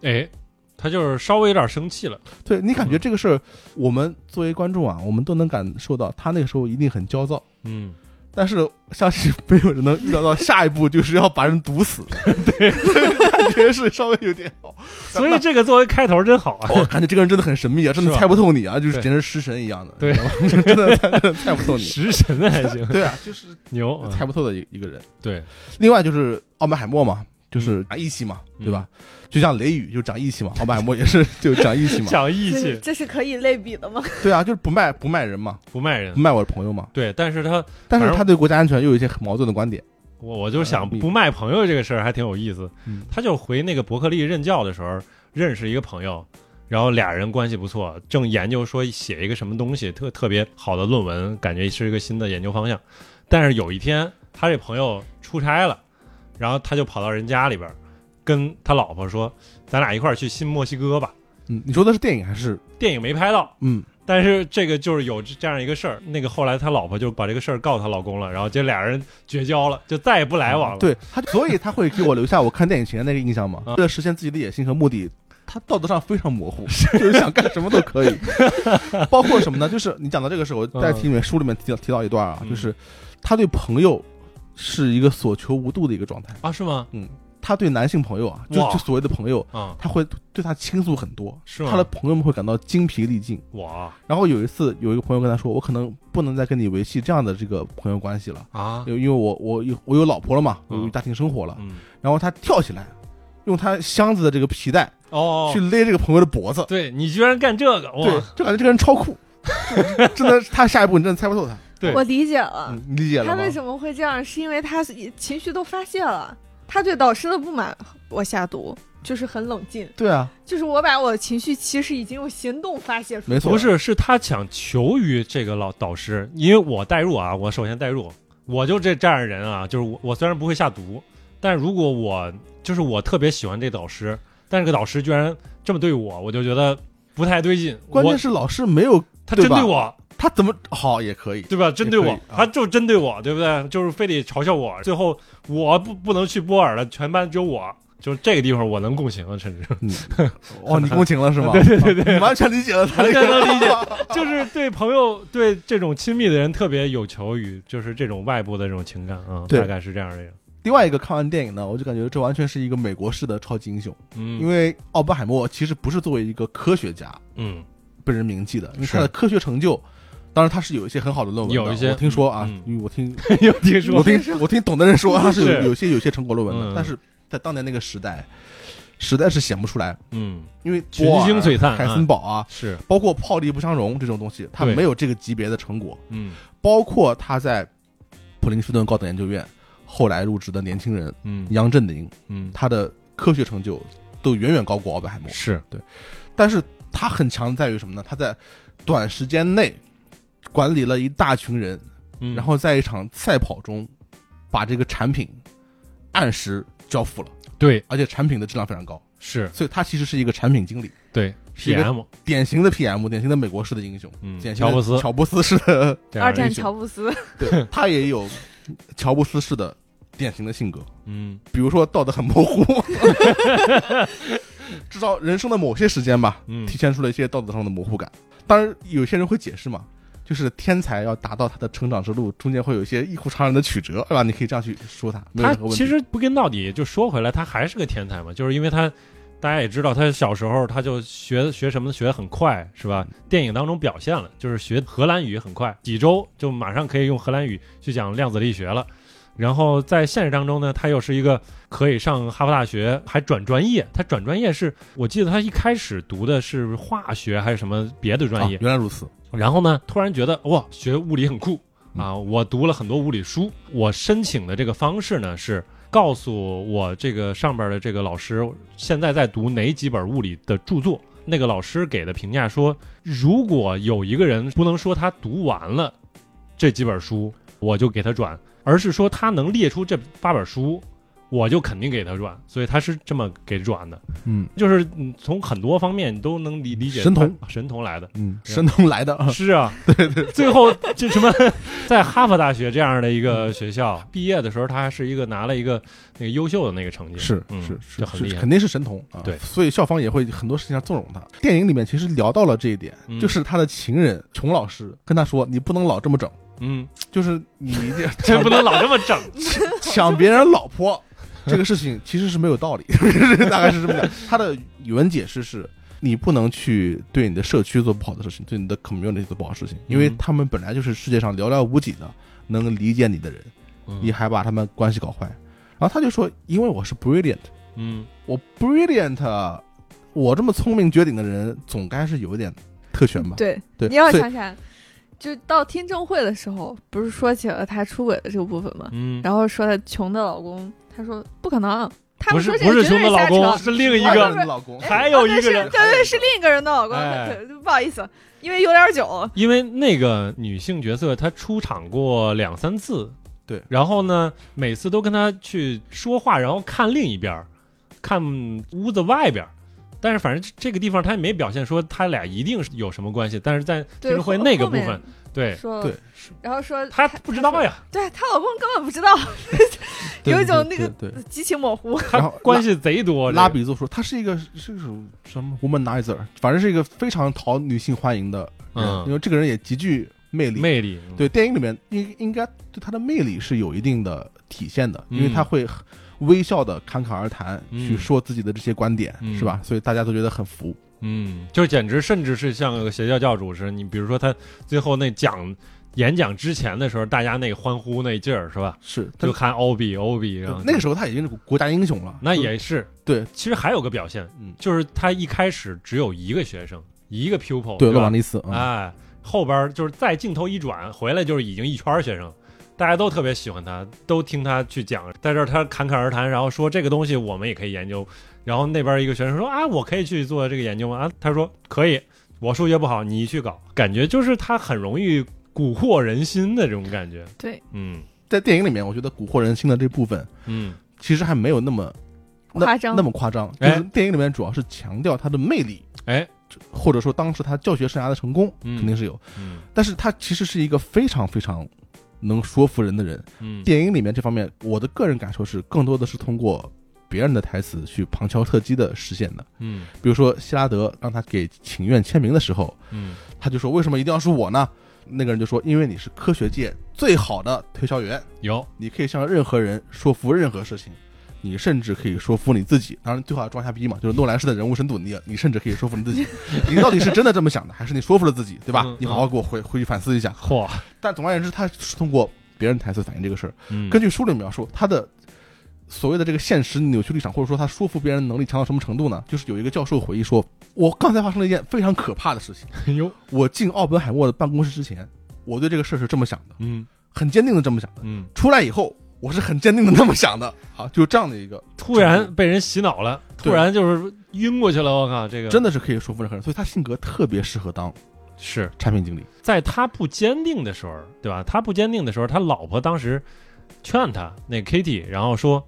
[SPEAKER 1] 哎，他就是稍微有点生气了，
[SPEAKER 2] 对你感觉
[SPEAKER 1] 嗯
[SPEAKER 2] 这个事儿，我们作为观众啊，我们都能感受到他那个时候一定很焦躁，
[SPEAKER 1] 嗯。
[SPEAKER 2] 但是相信没有人能预料到下一步就是要把人毒 死。对，感觉是稍微有点好。
[SPEAKER 1] 所以这个作为开头真好啊！
[SPEAKER 2] 我感觉这个人真的很神秘啊，真的
[SPEAKER 1] 是吧
[SPEAKER 2] 猜不透你啊，就是
[SPEAKER 1] 对
[SPEAKER 2] 简直食神一样的，
[SPEAKER 1] 对
[SPEAKER 2] 你知道吗， 真的真的猜不透 你。
[SPEAKER 1] 食神的还行，
[SPEAKER 2] 对啊，就是
[SPEAKER 1] 牛啊，
[SPEAKER 2] 猜不透的一一个人。
[SPEAKER 1] 对，
[SPEAKER 2] 另外就是奥本海默嘛，就是长义气嘛，
[SPEAKER 1] 嗯
[SPEAKER 2] 对吧？就像雷雨就长 义气嘛，奥本海默也是就长义气嘛。
[SPEAKER 1] 讲义
[SPEAKER 3] 这是
[SPEAKER 1] 气
[SPEAKER 3] 这是可以类比的吗？
[SPEAKER 2] 对啊，就是不卖不卖人嘛，
[SPEAKER 1] 不卖人
[SPEAKER 2] 不，卖我的朋友嘛。
[SPEAKER 1] 对，但是他
[SPEAKER 2] 但
[SPEAKER 1] 嗯
[SPEAKER 2] 是
[SPEAKER 1] 反正
[SPEAKER 2] 他对国家安全又有一些很矛盾的观点。
[SPEAKER 1] 我我就想
[SPEAKER 2] 嗯
[SPEAKER 1] 不卖朋友这个事儿还挺有意思
[SPEAKER 2] 嗯，
[SPEAKER 1] 他就回那个伯克利任教的时候认识一个朋友。然后俩人关系不错，正研究说写一个什么东西，特特别好的论文，感觉是一个新的研究方向。但是有一天，他这朋友出差了，然后他就跑到人家里边儿，跟他老婆说：“咱俩一块儿去新墨西哥吧。
[SPEAKER 2] 嗯，你说的是电影还是？”
[SPEAKER 1] 电影没拍到，
[SPEAKER 2] 嗯，
[SPEAKER 1] 但是这个就是有这样一个事儿，那个后来他老婆就把这个事儿告她老公了，然后这俩人绝交了，就再也不来往了。，
[SPEAKER 2] 对他，所以他会给我留下我看电影前的那个印象嘛。
[SPEAKER 1] 啊
[SPEAKER 2] 为了实现自己的野心和目的，他道德上非常 模糊，就是想干什么都可以，包括什么呢？就是你讲到这个时候，我在题里面书里面提到提到一段啊，
[SPEAKER 1] 嗯
[SPEAKER 2] 就是他对朋友是一个所求无度的一个状态。
[SPEAKER 1] 啊，是吗？
[SPEAKER 2] 他对男性朋友啊，就
[SPEAKER 1] 哇
[SPEAKER 2] 就所谓的朋友，
[SPEAKER 1] 啊，
[SPEAKER 2] 他会对他倾诉很多，
[SPEAKER 1] 是吗？
[SPEAKER 2] 他的朋友们会感到精疲力尽。
[SPEAKER 1] 我
[SPEAKER 2] 然后有一次，有一个朋友跟他说：“我可能不能再跟你维系这样的这个朋友关系了，
[SPEAKER 1] 啊，
[SPEAKER 2] 因为因为我我有我有老婆了嘛，我
[SPEAKER 1] 嗯
[SPEAKER 2] 有家庭生活了。
[SPEAKER 1] 嗯，”
[SPEAKER 2] 然后他跳起来，用他箱子的这个皮带
[SPEAKER 1] 哦，
[SPEAKER 2] 去勒这个朋友的脖子，
[SPEAKER 1] 对你居然干这个，
[SPEAKER 2] 对
[SPEAKER 1] 哇，，
[SPEAKER 2] 就感觉这个人超 酷，就真的，他下一步你真的猜不透他，
[SPEAKER 1] 对
[SPEAKER 3] 我理解了
[SPEAKER 1] 啊
[SPEAKER 2] 嗯，你理解
[SPEAKER 3] 他
[SPEAKER 2] 了吗
[SPEAKER 3] 为？什么会这样，是因为他是情绪都发泄了，他对导师的不满，我下毒，
[SPEAKER 4] 就是很冷静，
[SPEAKER 2] 对啊，
[SPEAKER 4] 就是我把我的情绪其实已经用行动发泄出来。
[SPEAKER 2] 没错，
[SPEAKER 1] 不是，是他想求于这个老导师，因为我代入啊，我首先代入，我就这这样的人啊，就是我我虽然不会下毒，但如果我就是我特别喜欢这导师，但是这个导师居然这么对我，我就觉得不太对劲。
[SPEAKER 2] 关键
[SPEAKER 1] 我
[SPEAKER 2] 是老师没有
[SPEAKER 1] 他针
[SPEAKER 2] 对吧
[SPEAKER 1] 对我，
[SPEAKER 2] 他怎么好也可以，
[SPEAKER 1] 对吧？针对我
[SPEAKER 2] 也可，以啊
[SPEAKER 1] 他就针对我，对不对？就是非得嘲笑我，最后我不不能去波尔了，全班只有我。就是这个地方我能共情啊，甚至
[SPEAKER 2] 哦，你共情了是吗？对对对 对，你完全理解了他
[SPEAKER 1] 完
[SPEAKER 2] 那
[SPEAKER 1] 全
[SPEAKER 2] 个，
[SPEAKER 1] 能理解，就是对朋友、对这种亲密的人特别有求于，就是这种外部的这种情感啊，
[SPEAKER 2] 对
[SPEAKER 1] 大概是这样的一个。
[SPEAKER 2] 另外一个看完电影呢，我就感觉这完全是一个美国式的超级英雄，
[SPEAKER 1] 嗯，
[SPEAKER 2] 因为奥本海默其实不是作为一个科学家
[SPEAKER 1] 嗯
[SPEAKER 2] 被人铭记的，因为
[SPEAKER 1] 是
[SPEAKER 2] 他的科学成就，当然他是有一些很好的论文的，
[SPEAKER 1] 有一些
[SPEAKER 2] 我听说啊
[SPEAKER 1] 嗯，
[SPEAKER 2] 因为我听
[SPEAKER 1] 有听说
[SPEAKER 2] 我听我听懂的 人说他是有
[SPEAKER 1] 是
[SPEAKER 2] 有些有些成果论文
[SPEAKER 1] 嗯，
[SPEAKER 2] 的但是在当年那个时代，实在是显不出来，
[SPEAKER 1] 嗯
[SPEAKER 2] 因为
[SPEAKER 1] 群
[SPEAKER 2] 波尔
[SPEAKER 1] 星璀璨
[SPEAKER 2] 海森堡啊，
[SPEAKER 1] 是
[SPEAKER 2] 包括泡利不相容这种东西，它
[SPEAKER 1] 对
[SPEAKER 2] 没有这个级别的成果。
[SPEAKER 1] 嗯
[SPEAKER 2] 包括他在普林斯顿高等研究院后来入职的年轻人
[SPEAKER 1] 嗯
[SPEAKER 2] 杨振宁，
[SPEAKER 1] 嗯
[SPEAKER 2] 他的科学成就都远远高过奥本海默。
[SPEAKER 1] 是
[SPEAKER 2] 但是他很强在于什么呢？他在短时间内管理了一大群人，
[SPEAKER 1] 嗯
[SPEAKER 2] 然后在一场赛跑中把这个产品按时交付了，
[SPEAKER 1] 对
[SPEAKER 2] 而且产品的质量非常高，
[SPEAKER 1] 是
[SPEAKER 2] 所以他其实是一个产品经理，
[SPEAKER 1] 对
[SPEAKER 2] 是一个
[SPEAKER 1] PM
[SPEAKER 2] 典型的 PM，典型的美国式的英雄，
[SPEAKER 1] 嗯
[SPEAKER 2] 典型
[SPEAKER 1] 乔
[SPEAKER 2] 的
[SPEAKER 1] 布斯
[SPEAKER 2] 乔布斯式的
[SPEAKER 1] 这样
[SPEAKER 3] 二
[SPEAKER 1] 的
[SPEAKER 3] 战
[SPEAKER 1] 啊一
[SPEAKER 3] 乔布斯，
[SPEAKER 2] 对他也有乔布斯式的典型的性格，
[SPEAKER 1] 嗯
[SPEAKER 2] 比如说道德很模糊， 至少人生的某些时间吧，
[SPEAKER 1] 嗯
[SPEAKER 2] 体现出了一些道德上的模糊感。当然，有些人会解释嘛，就是天才要达到他的成长之路，中间会有一些异乎常人的曲折，对吧？你可以这样去说他，没有
[SPEAKER 1] 他
[SPEAKER 2] 任何问题。啊
[SPEAKER 1] 其实不跟到底，就说回来，他还是个天才嘛，就是因为他。大家也知道，他小时候他就学学什么学得很快，是吧？
[SPEAKER 2] 嗯
[SPEAKER 1] 电影当中表现了，就是学荷兰语很快，几周就马上可以用荷兰语去讲量子力学了。然后在现实当中呢，他又是一个可以上哈佛大学，还转专业。他转专业是我记得他一开始读的是化学还是什么别的专业
[SPEAKER 2] 啊，原来如此，
[SPEAKER 1] 然后呢，突然觉得哇，学物理很酷
[SPEAKER 2] 嗯
[SPEAKER 1] 啊！我读了很多物理书。我申请的这个方式呢是告诉我这个上边的这个老师现在在读哪几本物理的著作。那个老师给的评价说，如果有一个人不能说他读完了这几本书，我就给他转，而是说他能列出这八本书，我就肯定给他转。所以他是这么给转的，
[SPEAKER 2] 嗯
[SPEAKER 1] 就是嗯从很多方面你都能理理解
[SPEAKER 2] 神童
[SPEAKER 1] 他神童来的。
[SPEAKER 2] 嗯，神童来的，
[SPEAKER 1] 是啊，对对，最后这什么， 在哈佛大学这样的一个学校 毕业的时候，他还是一个拿了一个那个优秀的那个成绩，
[SPEAKER 2] 是
[SPEAKER 1] 嗯
[SPEAKER 2] 是
[SPEAKER 1] 这
[SPEAKER 2] 是
[SPEAKER 1] 很厉
[SPEAKER 2] 是，
[SPEAKER 1] 害
[SPEAKER 2] 肯，定是神童啊。
[SPEAKER 1] 对
[SPEAKER 2] 所以校方也会很多事情上纵容他。电影里面其实聊到了这一点，
[SPEAKER 1] 嗯
[SPEAKER 2] 就是他的情人琼老师跟他说：“你不能老这么整，
[SPEAKER 1] 嗯，
[SPEAKER 2] 就是你 这
[SPEAKER 1] 这
[SPEAKER 2] 抢
[SPEAKER 1] 不能老这么整，
[SPEAKER 2] 抢别人 老婆，这个事情其实是没有道理。” 大概是这么讲。他的语文解释是。你不能去对你的社区做不好的事情，对你的 community 做不好的事情，因为
[SPEAKER 1] 嗯
[SPEAKER 2] 他们本来就是世界上寥寥无几的能理解你的人，你
[SPEAKER 1] 嗯
[SPEAKER 2] 还把他们关系搞坏。然后他就说：“因为我是 brilliant，
[SPEAKER 1] 嗯，
[SPEAKER 2] 我 brilliant，我这么聪明绝顶的人，总该是有一点特权吧？
[SPEAKER 3] 对，
[SPEAKER 2] 对，
[SPEAKER 3] 你要
[SPEAKER 2] 所以
[SPEAKER 3] 想想，就到听证会的时候，不是说起了他出轨的这个部分吗？
[SPEAKER 1] 嗯，
[SPEAKER 3] 然后说她穷的老公，她说不可能，他
[SPEAKER 1] 不
[SPEAKER 3] 们
[SPEAKER 1] 是
[SPEAKER 3] 说这
[SPEAKER 1] 不
[SPEAKER 3] 个
[SPEAKER 1] 是
[SPEAKER 3] 绝
[SPEAKER 1] 熊
[SPEAKER 3] 对
[SPEAKER 1] 的老
[SPEAKER 3] 瞎
[SPEAKER 1] 公，
[SPEAKER 3] 扯。
[SPEAKER 1] 是另一
[SPEAKER 3] 哎
[SPEAKER 1] 个，
[SPEAKER 3] 不是
[SPEAKER 2] 老公
[SPEAKER 1] 还有一
[SPEAKER 3] 对
[SPEAKER 1] 个
[SPEAKER 3] 哦是
[SPEAKER 1] 人
[SPEAKER 3] 对。对，是另一个人的老公，
[SPEAKER 1] 哎
[SPEAKER 3] 对不好意思，因为有点久，
[SPEAKER 1] 因为那个女性角色她出场过两三次，
[SPEAKER 2] 对，
[SPEAKER 1] 然后呢，每次都跟她去说话，然后看另一边儿，看屋子外边儿。但是反正这这个地方她也没表现说他俩一定是有什么关系，但是在听
[SPEAKER 3] 对
[SPEAKER 1] 证会
[SPEAKER 3] 后
[SPEAKER 1] 那个
[SPEAKER 3] 后
[SPEAKER 1] 部
[SPEAKER 3] 面
[SPEAKER 1] 分，哎对
[SPEAKER 3] 说
[SPEAKER 2] 对，
[SPEAKER 3] 然后说
[SPEAKER 1] 她不知道，呀，
[SPEAKER 3] 对她老公根本不知道，有一种那个
[SPEAKER 2] 对，对
[SPEAKER 3] 极其模 糊，
[SPEAKER 2] 然
[SPEAKER 1] 她
[SPEAKER 2] 后
[SPEAKER 1] 关系贼多。
[SPEAKER 2] 拉拉
[SPEAKER 1] 比
[SPEAKER 2] 比作说他是一个是什么什么 womanizer，反正是一个非常讨女性欢迎的人，
[SPEAKER 1] 嗯
[SPEAKER 2] 因为这个人也极具魅力。
[SPEAKER 1] 魅力，嗯
[SPEAKER 2] 对电影里面应应该对他的魅力是有一定的体现的，
[SPEAKER 1] 嗯
[SPEAKER 2] 因为他会微笑的侃侃而谈，
[SPEAKER 1] 嗯
[SPEAKER 2] 去说自己的这些观点，
[SPEAKER 1] 嗯
[SPEAKER 2] 是吧？所以大家都觉得很服。
[SPEAKER 1] 嗯，就简直甚至是像个邪教教主似的。你比如说他最后那讲演讲之前的时候，大家那个欢呼那劲儿是吧？
[SPEAKER 2] 是，
[SPEAKER 1] 就
[SPEAKER 2] 但
[SPEAKER 1] 看欧比欧比，然后
[SPEAKER 2] 那个时候他已经是国家英雄了，
[SPEAKER 1] 那
[SPEAKER 2] 就
[SPEAKER 1] 也是
[SPEAKER 2] 对，
[SPEAKER 1] 其实还有个表现，
[SPEAKER 2] 嗯
[SPEAKER 1] 就是他一开始只有一个学生，一个 pupil，
[SPEAKER 2] 对，
[SPEAKER 1] 吧
[SPEAKER 2] 洛瓦尼斯啊，
[SPEAKER 1] 哎，后边就是再镜头一转回来，就是已经一圈儿学生，大家都特别喜欢他，都听他去讲，在这儿他侃侃而谈，然后说这个东西我们也可以研究。然后那边一个学生说啊，我可以去做这个研究吗？啊，他说可以，我数学不好，你去搞。感觉就是他很容易蛊惑人心的这种感觉。
[SPEAKER 3] 对，
[SPEAKER 1] 嗯
[SPEAKER 2] 在电影里面，我觉得蛊惑人心的这部分
[SPEAKER 1] 嗯，
[SPEAKER 2] 其实还没有那么那
[SPEAKER 3] 夸张
[SPEAKER 2] 那么夸张。就
[SPEAKER 1] 哎
[SPEAKER 2] 是电影里面主要是强调他的魅力，
[SPEAKER 1] 哎，
[SPEAKER 2] 或者说当时他教学生涯的成功
[SPEAKER 1] 嗯
[SPEAKER 2] 肯定是有，
[SPEAKER 1] 嗯
[SPEAKER 2] 但是他其实是一个非常非常能说服人的人。
[SPEAKER 1] 嗯，
[SPEAKER 2] 电影里面这方面，我的个人感受是，更多的是通过别人的台词去旁敲侧击的实现的。
[SPEAKER 1] 嗯
[SPEAKER 2] 比如说希拉德让他给请愿签名的时候，
[SPEAKER 1] 嗯
[SPEAKER 2] 他就说：“为什么一定要是我呢？”那个人就说：“因为你是科学界最好的推销员，
[SPEAKER 1] 有
[SPEAKER 2] 你可以向任何人说服任何事情，你甚至可以说服你自己。当然，最好要装瞎逼嘛，就是诺兰式的人物深度，你你甚至可以说服你自己， 你到底是真的这么想的，还是你说服了自己，对吧
[SPEAKER 1] 嗯？
[SPEAKER 2] 你好好给我回回去反思一下。
[SPEAKER 1] 嚯，
[SPEAKER 2] 但总而言之，他是通过别人台词反映这个事儿。
[SPEAKER 1] 嗯
[SPEAKER 2] 根据书里描述，他的所谓的这个现实扭曲立场，或者说他说服别人的能力强到什么程度呢？就是有一个教授回忆说，我刚才发生了一件非常可怕的事情。
[SPEAKER 1] 有
[SPEAKER 2] 我进奥本海默的办公室之前，我对这个事儿是这么想的，
[SPEAKER 1] 嗯
[SPEAKER 2] 很坚定的这么想的。
[SPEAKER 1] 嗯，
[SPEAKER 2] 出来以后，我是很坚定的那么想的。好，就这样的一个，
[SPEAKER 1] 突然被人洗脑了，
[SPEAKER 2] 对
[SPEAKER 1] 突然就是晕过去了。我靠，这个
[SPEAKER 2] 真的是可以说服任何人，所以他性格特别适合当
[SPEAKER 1] 是
[SPEAKER 2] 产品经理。
[SPEAKER 1] 在他不坚定的时候，对吧？他不坚定的时候，他老婆当时劝他，那 Kitty，然后说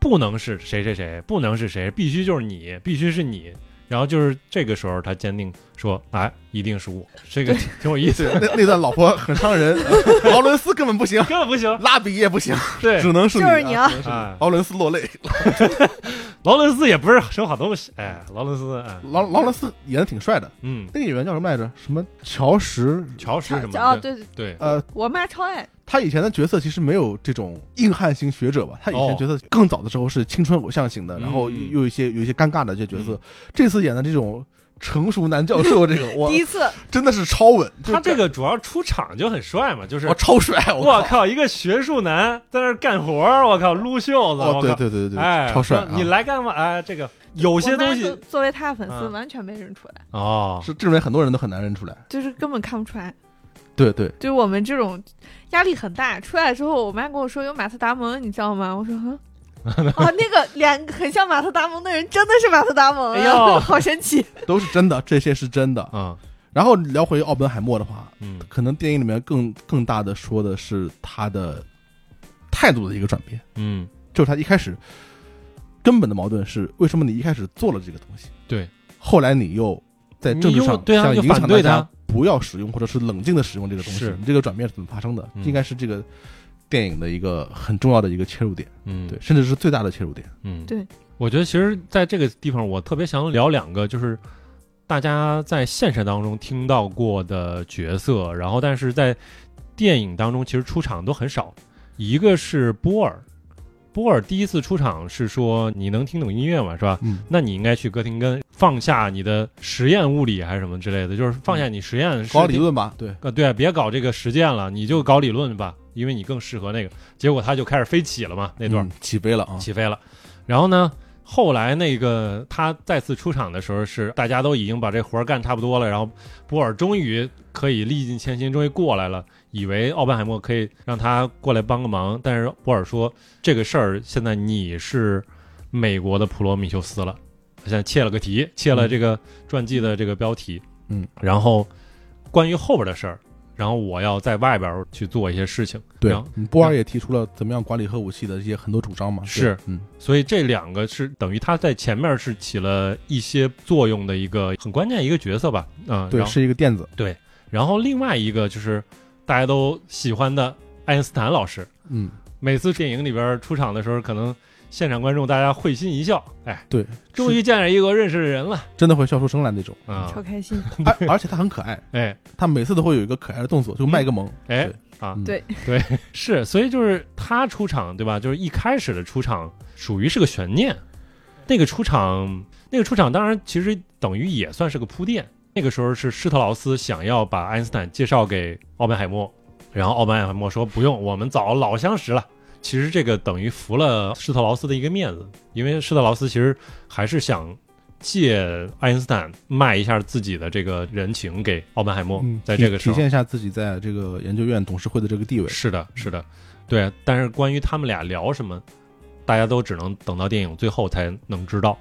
[SPEAKER 1] 不能是谁谁谁，不能是谁，必须就是你，必须是你。然后就是这个时候，他坚定说：“哎，一定是我。”这个挺有意 思
[SPEAKER 2] 对，
[SPEAKER 1] 的，
[SPEAKER 2] 那那段老婆很伤人，呃劳伦斯根本不行，
[SPEAKER 1] 根本不行。
[SPEAKER 2] 拉比也不行，
[SPEAKER 1] 对，
[SPEAKER 2] 只能是
[SPEAKER 3] 就是你
[SPEAKER 2] 啊！
[SPEAKER 3] 啊
[SPEAKER 2] 只能是
[SPEAKER 1] 哎
[SPEAKER 2] 劳伦斯落泪，
[SPEAKER 1] 劳伦斯也不是什么好东西。哎，劳伦斯，哎，
[SPEAKER 2] 劳劳伦斯演的挺帅的。
[SPEAKER 1] 嗯，
[SPEAKER 2] 那个演员叫什么来着？什么乔什？
[SPEAKER 1] 乔什什么
[SPEAKER 3] 哦，
[SPEAKER 1] 的，
[SPEAKER 3] 对，对
[SPEAKER 1] 对，
[SPEAKER 2] 呃，
[SPEAKER 3] 我妈超爱，
[SPEAKER 2] 他以前的角色其实没有这种硬汉型学者吧？他以
[SPEAKER 1] 哦
[SPEAKER 2] 前角色更早的时候是青春偶像型的，
[SPEAKER 1] 嗯
[SPEAKER 2] 然后又有一些有一些尴尬的这些角色。这次演的这种成熟男教授，这个我
[SPEAKER 3] 第一次
[SPEAKER 2] 真的是超稳，
[SPEAKER 1] 他这
[SPEAKER 2] 个
[SPEAKER 1] 个主要出场就很帅嘛，就是
[SPEAKER 2] 我超帅，
[SPEAKER 1] 我
[SPEAKER 2] 我！
[SPEAKER 1] 靠，一个学术男在那儿干活儿，我靠，撸袖子，
[SPEAKER 2] 哦，
[SPEAKER 1] 我
[SPEAKER 2] 对
[SPEAKER 1] 靠，
[SPEAKER 2] 对对对对，
[SPEAKER 1] 哎，
[SPEAKER 2] 超帅
[SPEAKER 1] 说
[SPEAKER 2] 啊！
[SPEAKER 1] 你来干嘛？哎，这个有些东
[SPEAKER 3] 我妈
[SPEAKER 1] 西
[SPEAKER 3] 作作为她的粉丝
[SPEAKER 1] 嗯
[SPEAKER 3] 完全没认出来，
[SPEAKER 1] 哦，
[SPEAKER 2] 是这种人很多人都很难认出来。
[SPEAKER 3] 就是根本看不出来。
[SPEAKER 2] 对对，
[SPEAKER 3] 就是我们这种压力很大，出来之后，我妈跟我说有马特达蒙，你知道吗？我说嗯。 哦，那个脸很像马特达蒙的人，真的是马特达蒙啊！
[SPEAKER 1] 哎呦
[SPEAKER 3] 好神奇！
[SPEAKER 2] 都是真的，这些是真的。
[SPEAKER 1] 嗯
[SPEAKER 2] 然后聊回奥本海默的话，
[SPEAKER 1] 嗯
[SPEAKER 2] 可能电影里面更更大的说的是他的态度的一个转变。
[SPEAKER 1] 嗯，
[SPEAKER 2] 就是他一开始根本的矛盾是为什么你一开始做了这个东西，
[SPEAKER 1] 对，
[SPEAKER 2] 后来你又在政治
[SPEAKER 1] 你又
[SPEAKER 2] 上
[SPEAKER 1] 对啊
[SPEAKER 2] 想
[SPEAKER 1] 就
[SPEAKER 2] 影响
[SPEAKER 1] 反
[SPEAKER 2] 大
[SPEAKER 1] 对
[SPEAKER 2] 家
[SPEAKER 1] 他
[SPEAKER 2] 不要使用或者是冷静的使用这个东西
[SPEAKER 1] 是，
[SPEAKER 2] 你这个转变是怎么发生的？
[SPEAKER 1] 嗯
[SPEAKER 2] 应该是这个电影的一个很重要的一个切入点，
[SPEAKER 1] 嗯
[SPEAKER 2] 对，，甚至是最大的切入点。
[SPEAKER 1] 嗯
[SPEAKER 3] 对。
[SPEAKER 1] 我觉得其实在这个地方，我特别想聊两个，就是大家在现实当中听到过的角色，然后但是在电影当中其实出场都很少。一个是波尔，波尔第一次出场是说你能听懂音乐吗？是吧？
[SPEAKER 2] 嗯，
[SPEAKER 1] 那你应该去哥廷根放下你的实验物理还是什么之类的，就是放下你实验
[SPEAKER 2] 搞理
[SPEAKER 1] 是
[SPEAKER 2] 论吧，对，
[SPEAKER 1] 呃，对啊，别搞这个实践了，你就搞理论吧，因为你更适合那个。结果他就开始飞起了嘛，那段、
[SPEAKER 2] 嗯起飞了啊，
[SPEAKER 1] 起飞了。然后呢，后来那个他再次出场的时候是大家都已经把这活儿干差不多了，然后波尔终于可以历尽千辛，终于过来了，以为奥本海默可以让他过来帮个忙，但是波尔说这个事儿现在你是美国的普罗米修斯了，他现在切了个题，切了这个传记的这个标题，
[SPEAKER 2] 嗯，
[SPEAKER 1] 然后关于后边的事儿。然后我要在外边儿去做一些事情，
[SPEAKER 2] 对
[SPEAKER 1] 然后，
[SPEAKER 2] 嗯波尔也提出了怎么样管理核武器的一些很多主张嘛，对
[SPEAKER 1] 是，
[SPEAKER 2] 嗯，
[SPEAKER 1] 所以这两个是等于他在前面是起了一些作用的一个很关键一个角色吧，啊、
[SPEAKER 2] 对，
[SPEAKER 1] 然后
[SPEAKER 2] 是一个垫子，
[SPEAKER 1] 然后另外一个就是大家都喜欢的爱因斯坦老师，
[SPEAKER 2] 嗯，
[SPEAKER 1] 每次电影里边出场的时候，可能现场观众大家会心一笑，哎，
[SPEAKER 2] 对，
[SPEAKER 1] 终于见着一个认识的人了
[SPEAKER 2] 是真的会笑出声 来那种，
[SPEAKER 1] 啊
[SPEAKER 4] 超，开心，
[SPEAKER 2] 而而且他很可爱，
[SPEAKER 1] 哎
[SPEAKER 2] 他每次都会有一个可爱的动作，就卖个萌，
[SPEAKER 1] 哎
[SPEAKER 2] 对
[SPEAKER 1] 啊，
[SPEAKER 2] 嗯
[SPEAKER 3] 对
[SPEAKER 1] 对，是，所以就是他出场，对吧？就是一开始的出场属于是个悬念，那个出场，那个出场，当然其实等于也算是个铺垫。那个时候是施特劳斯想要把爱因斯坦介绍给奥本海默，然后奥本海默说不用，我们早老相识了。其实这个等于服了施特劳斯的一个面子，因为施特劳斯其实还是想借爱因斯坦卖一下自己的这个人情给奥本海默，
[SPEAKER 2] 嗯
[SPEAKER 1] 在
[SPEAKER 2] 体
[SPEAKER 1] 这个时
[SPEAKER 2] 体
[SPEAKER 1] 候
[SPEAKER 2] 现一下自己在这个研究院董事会的这个地位。
[SPEAKER 1] 是的，是的，对。但是关于他们俩聊什么，大家都只能等到电影最后才能知道。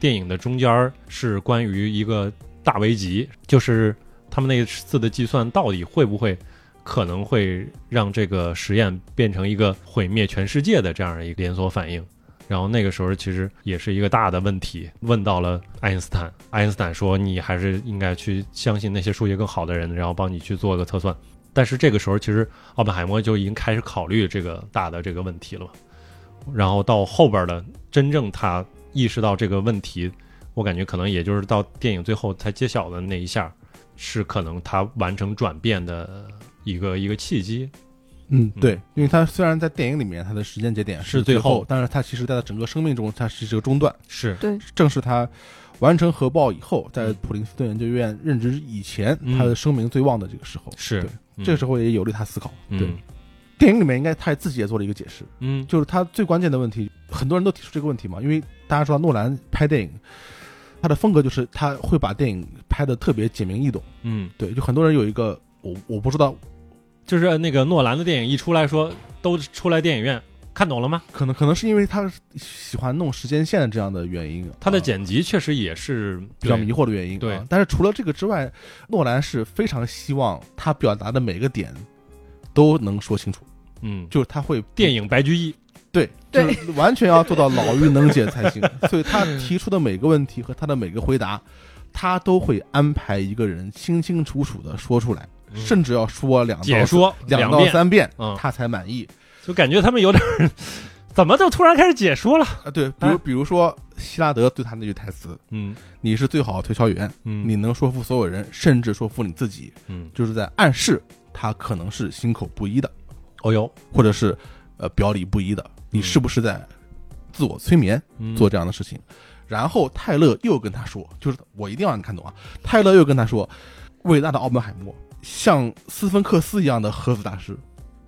[SPEAKER 1] 电影的中间儿是关于一个大危机，就是他们那次的计算到底会不会可能会让这个实验变成一个毁灭全世界的这样一个连锁反应。然后那个时候其实也是一个大的问题，问到了爱因斯坦。爱因斯坦说：“你还是应该去相信那些数学更好的人，然后帮你去做个测算。”但是这个时候其实奥本海默就已经开始考虑这个大的这个问题了嘛。然后到后边的真正他意识到这个问题，我感觉可能也就是到电影最后才揭晓的那一下，是可能他完成转变的一个一个契机。
[SPEAKER 2] 嗯
[SPEAKER 1] 嗯
[SPEAKER 2] 对，因为他虽然在电影里面他的时间节点
[SPEAKER 1] 是最
[SPEAKER 2] 最
[SPEAKER 1] 后
[SPEAKER 2] 但是他其实在他整个生命中，他是一个中断。
[SPEAKER 1] 是
[SPEAKER 2] 正是他完成核爆以后，在
[SPEAKER 1] 嗯
[SPEAKER 2] 普林斯顿研究院任职以前，
[SPEAKER 1] 嗯
[SPEAKER 2] 他的声名最旺的这个时候。
[SPEAKER 1] 是
[SPEAKER 2] 对，这个时
[SPEAKER 1] 候
[SPEAKER 2] 候也有利他思考。对
[SPEAKER 1] 嗯，
[SPEAKER 2] 电影里面应该他自己也做了一个解释，
[SPEAKER 1] 嗯
[SPEAKER 2] 就是他最关键的问题，很多人都提出这个问题嘛，因为大家知道诺兰拍电影，他的风格就是他会把电影拍的特别简明易懂。
[SPEAKER 1] 嗯，
[SPEAKER 2] 对，就很多人有一个我我不知道，
[SPEAKER 1] 就是那个诺兰的电影一出来说，都出来电影院看懂了吗？
[SPEAKER 2] 可能可能是因为他喜欢弄时间线的这样的原因，
[SPEAKER 1] 他的
[SPEAKER 2] 啊
[SPEAKER 1] 剪辑确实也是
[SPEAKER 2] 比较
[SPEAKER 1] 对
[SPEAKER 2] 迷惑的原因。
[SPEAKER 1] 对
[SPEAKER 2] 啊但是除了这个之外，诺兰是非常希望他表达的每个点都能说清楚，
[SPEAKER 1] 嗯，
[SPEAKER 2] 就是他会
[SPEAKER 1] 电影白居易，
[SPEAKER 2] 对，
[SPEAKER 3] 对
[SPEAKER 2] 就是完全要做到老妪能解才 行。所以他提出的每个问题和他的每个回答，他都会安排一个人清清楚楚的说出来，
[SPEAKER 1] 嗯
[SPEAKER 2] 甚至要说两到
[SPEAKER 1] 解说
[SPEAKER 2] 两
[SPEAKER 1] 两
[SPEAKER 2] 到
[SPEAKER 1] 遍，
[SPEAKER 2] 三遍，
[SPEAKER 1] 嗯，
[SPEAKER 2] 他才满意。
[SPEAKER 1] 就感觉他们有点儿怎么就突然开始解说了？
[SPEAKER 2] 啊，对，比如
[SPEAKER 1] 哎
[SPEAKER 2] 比如说希拉德对他那句台词
[SPEAKER 1] 嗯：“
[SPEAKER 2] 你是最好的推销员，
[SPEAKER 1] 嗯
[SPEAKER 2] 你能说服所有人，甚至说服你自己。
[SPEAKER 1] 嗯”，
[SPEAKER 2] 就是在暗示他可能是心口不一的，
[SPEAKER 1] 哦哟，
[SPEAKER 2] 或者是呃表里不一的。你
[SPEAKER 1] 嗯
[SPEAKER 2] 是不是在自我催眠？
[SPEAKER 1] 嗯
[SPEAKER 2] 做这样的事情。然后泰勒又跟他说，就是我一定要让你看懂啊！泰勒又跟他说，伟大的奥本海默像斯芬克斯一样的核子大师。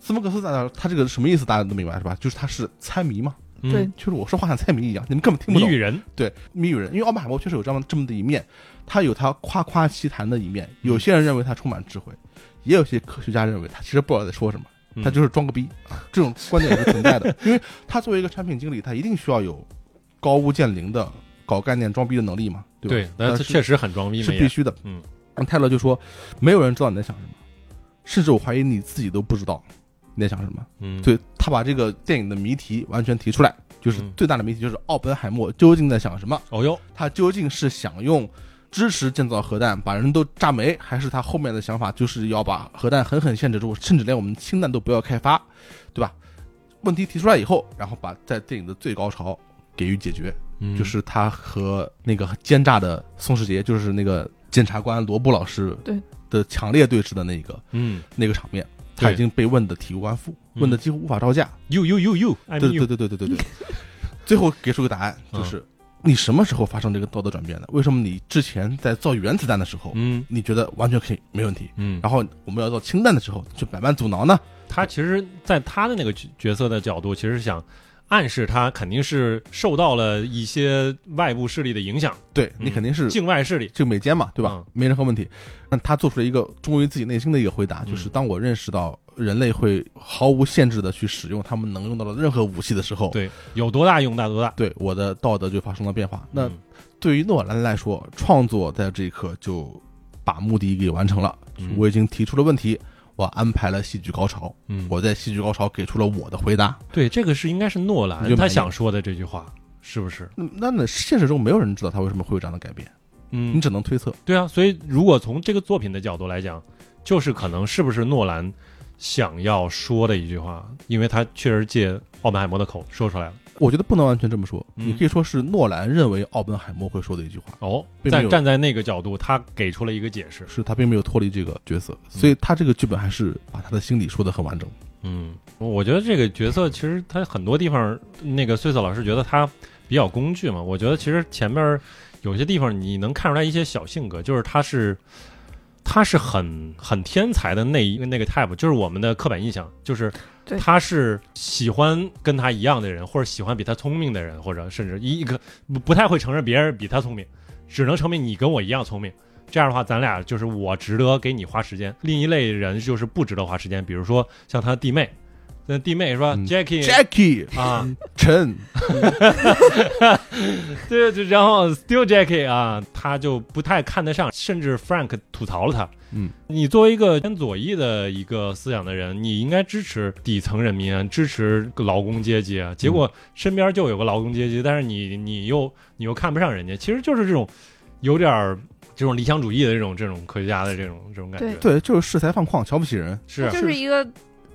[SPEAKER 2] 斯芬克斯大师他这个什么意思？大家都明白是吧？就是他是猜谜嘛，
[SPEAKER 3] 对
[SPEAKER 1] 嗯
[SPEAKER 2] 就是我说话像猜谜一样，你们根本听不
[SPEAKER 1] 谜
[SPEAKER 2] 懂
[SPEAKER 1] 语。人，
[SPEAKER 2] 对，谜语人，因为奥本海默确实有这么这么的一面，他有他夸夸其谈的一面。
[SPEAKER 1] 嗯
[SPEAKER 2] 有些人认为他充满智慧，也有些科学家认为他其实不知道在说什么。
[SPEAKER 1] 嗯
[SPEAKER 2] 他就是是装个逼，啊这种观点也是存在的。 因为他作为一个产品经理，他一定需要有高屋建瓴的搞概念装逼的能力嘛，对吧？
[SPEAKER 1] 对，但
[SPEAKER 2] 但
[SPEAKER 1] 是
[SPEAKER 2] 是
[SPEAKER 1] 确实很装逼
[SPEAKER 2] 是
[SPEAKER 1] 嘛，
[SPEAKER 2] 必
[SPEAKER 1] 也
[SPEAKER 2] 须的。
[SPEAKER 1] 嗯，
[SPEAKER 2] 泰勒就说，没有人知道你在想什么，甚至我怀疑你自己都不知道你在想什么。
[SPEAKER 1] 嗯，
[SPEAKER 2] 对他把这个电影的谜题完全提出来，就是
[SPEAKER 1] 嗯
[SPEAKER 2] 最大的谜题就是奥本海默究竟在想什么？
[SPEAKER 1] 哦哟，
[SPEAKER 2] 他究竟是想用支持建造核弹把人都炸没，还是他后面的想法就是要把核弹狠狠限制住，甚至连我们氢弹都不要开发，对吧？问题提出来以后，然后把在电影的最高潮给予解决，
[SPEAKER 1] 嗯
[SPEAKER 2] 就是他和那个奸诈的宋世杰，就是那个检察官罗布老师
[SPEAKER 3] 对
[SPEAKER 2] 的强烈对峙的那个
[SPEAKER 1] 嗯
[SPEAKER 2] 那个场面，他
[SPEAKER 1] 对
[SPEAKER 2] 已经被问的体无完肤，
[SPEAKER 1] 嗯
[SPEAKER 2] 问的几乎无法招架。
[SPEAKER 1] ，you you you you，
[SPEAKER 2] 对
[SPEAKER 1] I'm
[SPEAKER 2] 对
[SPEAKER 1] you，嗯
[SPEAKER 2] 对对对对对， 最后给出个答案，就是你什么时候发生这个道德转变的？为什么你之前在造原子弹的时候，
[SPEAKER 1] 嗯
[SPEAKER 2] 你觉得完全可以没问题，
[SPEAKER 1] 嗯，
[SPEAKER 2] 然后我们要造氢弹的时候就百般阻挠呢？
[SPEAKER 1] 他其实，在他的那个角角色的角度，其实是想暗示他肯定是受到了一些外部势力的影响，
[SPEAKER 2] 对你
[SPEAKER 1] 嗯
[SPEAKER 2] 肯定是
[SPEAKER 1] 境外势力，
[SPEAKER 2] 这个美奸嘛，对吧
[SPEAKER 1] 嗯？
[SPEAKER 2] 没任何问题。但他做出了一个忠于自己内心的一个回答，就是
[SPEAKER 1] 嗯
[SPEAKER 2] 当我认识到人类会毫无限制的去使用他们能用到的任何武器的时候，
[SPEAKER 1] 对，有多大用大多大。
[SPEAKER 2] 对我的道德就发生了变化。那
[SPEAKER 1] 嗯
[SPEAKER 2] 对于诺兰来说，创作在这一刻就把目的给完成了。
[SPEAKER 1] 嗯
[SPEAKER 2] 我已经提出了问题，我安排了戏剧高潮，
[SPEAKER 1] 嗯，
[SPEAKER 2] 我在戏剧高潮给出了我的回答。
[SPEAKER 1] 对这个是应该是诺
[SPEAKER 2] 你
[SPEAKER 1] 兰
[SPEAKER 2] 就满
[SPEAKER 1] 他
[SPEAKER 2] 意
[SPEAKER 1] 想说的这句话，是不是？
[SPEAKER 2] 那那那现实中没有人知道他为什么会有这样的改变，
[SPEAKER 1] 嗯
[SPEAKER 2] 你，只能推测。
[SPEAKER 1] 对啊，所以如果从这个作品的角度来讲，就是可能是不是诺兰想要说的一句话，因为他确实借奥本海默的口说出来了。
[SPEAKER 2] 我觉得不能完全这么说，
[SPEAKER 1] 嗯
[SPEAKER 2] 你可以说是诺兰认为奥本海默会说的一句话，
[SPEAKER 1] 哦，
[SPEAKER 2] 并没
[SPEAKER 1] 站
[SPEAKER 2] 有
[SPEAKER 1] 站在那个角度，他给出了一个解释。
[SPEAKER 2] 是他并没有脱离这个角色，所以他这个剧本还是把他的心理说的很完整。
[SPEAKER 1] 嗯，我觉得这个角色其实他很多地方，那个穗穗老师觉得他比较工具嘛。我觉得其实前面有些地方你能看出来一些小性格，就是他是他是很很天才的那一个那个 type，就是我们的刻板印象，就是
[SPEAKER 3] 对
[SPEAKER 1] 他是喜欢跟他一样的人，或者喜欢比他聪明的人，或者甚至一个不不太会承认别人比他聪明，只能证明你跟我一样聪明。这样的话，咱俩就是我值得给你花时间，另一类人就是不值得花时间。比如说像他弟妹，那弟妹说、
[SPEAKER 2] 嗯
[SPEAKER 1] Jackie
[SPEAKER 2] Jackie
[SPEAKER 1] 啊，
[SPEAKER 2] 陈，
[SPEAKER 1] 对，就然后 Still Jackie 啊，他就不太看得上，甚至 Frank 吐槽了他。
[SPEAKER 2] 嗯，
[SPEAKER 1] 你作为一个偏左翼的一个思想的人，你应该支持底层人民啊，支持劳工阶级啊。结果身边就有个劳工阶级，但是你你又你又看不上人家，其实就是这种有点儿这种理想主义的这种这种科学家的这种这种感觉。
[SPEAKER 3] 对
[SPEAKER 2] 对，就是恃才放旷，瞧不起人。
[SPEAKER 1] 是， 啊
[SPEAKER 3] 就是一个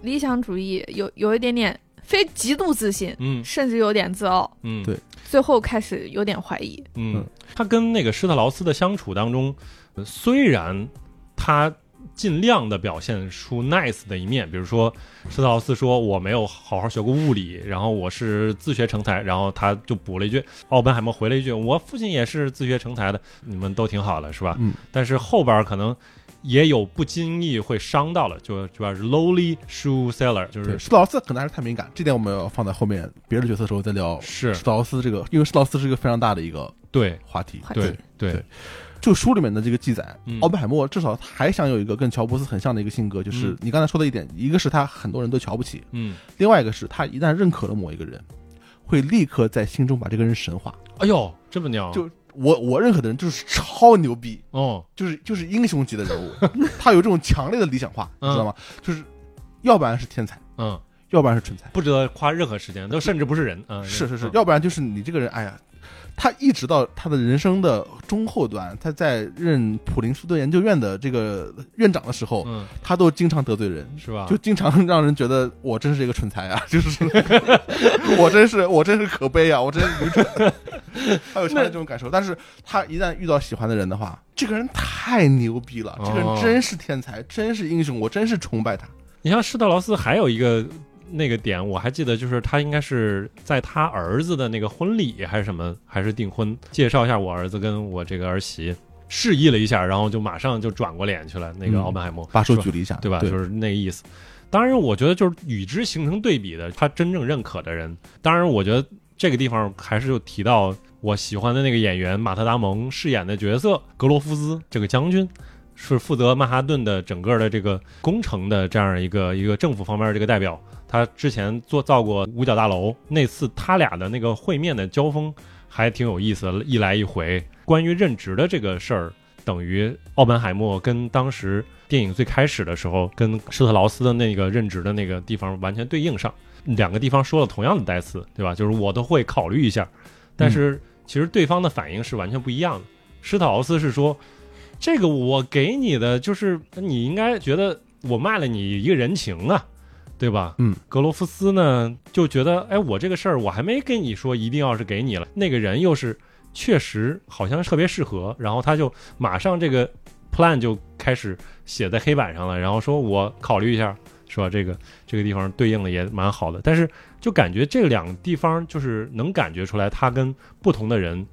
[SPEAKER 3] 理想主义，有有一点点非极度自信，
[SPEAKER 1] 嗯
[SPEAKER 3] 甚至有点自傲，
[SPEAKER 1] 嗯，
[SPEAKER 2] 对
[SPEAKER 3] 最后开始有点怀疑。
[SPEAKER 1] 嗯
[SPEAKER 2] 嗯，
[SPEAKER 1] 他跟那个施特劳斯的相处当中，呃虽然他尽量的表现出 nice 的一面，比如说施特劳斯说我没有好好学过物理，然后我是自学成才，然后他就补了一句，奥本海默回了一句，我父亲也是自学成才的，你们都挺好的是吧？
[SPEAKER 2] 嗯，
[SPEAKER 1] 但是后边可能。也有不经意会伤到了，就主要是 lowly shoe seller，就是
[SPEAKER 2] 对，施劳斯可能还是太敏感，这点我们要放在后面别的角色的时候再聊。
[SPEAKER 1] 是
[SPEAKER 2] 施劳斯这个，因为施劳斯是一个非常大的一个
[SPEAKER 1] 对
[SPEAKER 2] 话题。
[SPEAKER 3] 话题
[SPEAKER 1] 对对
[SPEAKER 2] 对，就书里面的这个记载，
[SPEAKER 1] 嗯
[SPEAKER 2] 奥本海默至少还想有一个跟乔布斯很像的一个性格，就是
[SPEAKER 1] 嗯
[SPEAKER 2] 你刚才说的一点，一个是他很多人都瞧不起，
[SPEAKER 1] 嗯，
[SPEAKER 2] 另外一个是他一旦认可了某一个人，会立刻在心中把这个人神化。
[SPEAKER 1] 哎呦，这么牛，
[SPEAKER 2] 就我我认可的人就是超牛逼，
[SPEAKER 1] 哦，
[SPEAKER 2] 就是就是英雄级的人物，他有这种强烈的理想化，你知道吗？就是要不然是天才，
[SPEAKER 1] 嗯，
[SPEAKER 2] 要不然是蠢材，
[SPEAKER 1] 不值得花任何时间，都甚至不是人啊！
[SPEAKER 2] 是是是
[SPEAKER 1] 嗯，
[SPEAKER 2] 要不然就是你这个人，哎呀。他一直到他的人生的中后段，他在任普林斯顿研究院的这个院长的时候，
[SPEAKER 1] 嗯，啊
[SPEAKER 2] 他都经常得罪人，
[SPEAKER 1] 是吧？
[SPEAKER 2] 就经常让人觉得我真是一个蠢材啊， 就是我真是我真是可悲啊，我 真是愚蠢。他有强烈这种感受，但是他一旦遇到喜欢的人的话，这个人太牛逼了，这个
[SPEAKER 1] 哦
[SPEAKER 2] 人真是天才，真是英雄，我真是崇拜他。
[SPEAKER 1] 你像施特劳斯还有一个那个点，我还记得，就是他应该是在他儿子的那个婚礼还是什么，还是订婚，介绍一下我儿子跟我这个儿媳，示意了一下，然后就马上就转过脸去了。那个
[SPEAKER 2] 嗯
[SPEAKER 1] 奥本海默
[SPEAKER 2] 把手
[SPEAKER 1] 是吧
[SPEAKER 2] 举了一下，
[SPEAKER 1] 对吧？就是那个意思。当然，我觉得就是与之形成对比的，他真正认可的人。当然，我觉得这个地方还是有提到我喜欢的那个演员马特·达蒙饰演的角色格罗夫斯这个将军，是负责曼哈顿的整个的这个工程的这样一个一个政府方面的这个代表。他之前做造过五角大楼，那次他俩的那个会面的交锋还挺有意思的，一来一回。关于任职的这个事儿，等于奥本海默跟当时电影最开始的时候跟施特劳斯的那个任职的那个地方完全对应上，两个地方说了同样的代词，对吧？就是我都会考虑一下，但是其实对方的反应是完全不一样的。施特劳斯是说，这个我给你的就是你应该觉得我卖了你一个人情啊。对吧？
[SPEAKER 2] 嗯，
[SPEAKER 1] 格罗夫斯呢就觉得，哎，我这个事儿我还没跟你说，一定要是给你了。那个人又是确实好像特别适合，然后他就马上这个 plan 就开始写在黑板上了，然后说我考虑一下，是吧？这个这个地方对应的也蛮好的，但是就感觉这两个地方就是能感觉出来，他跟不同的人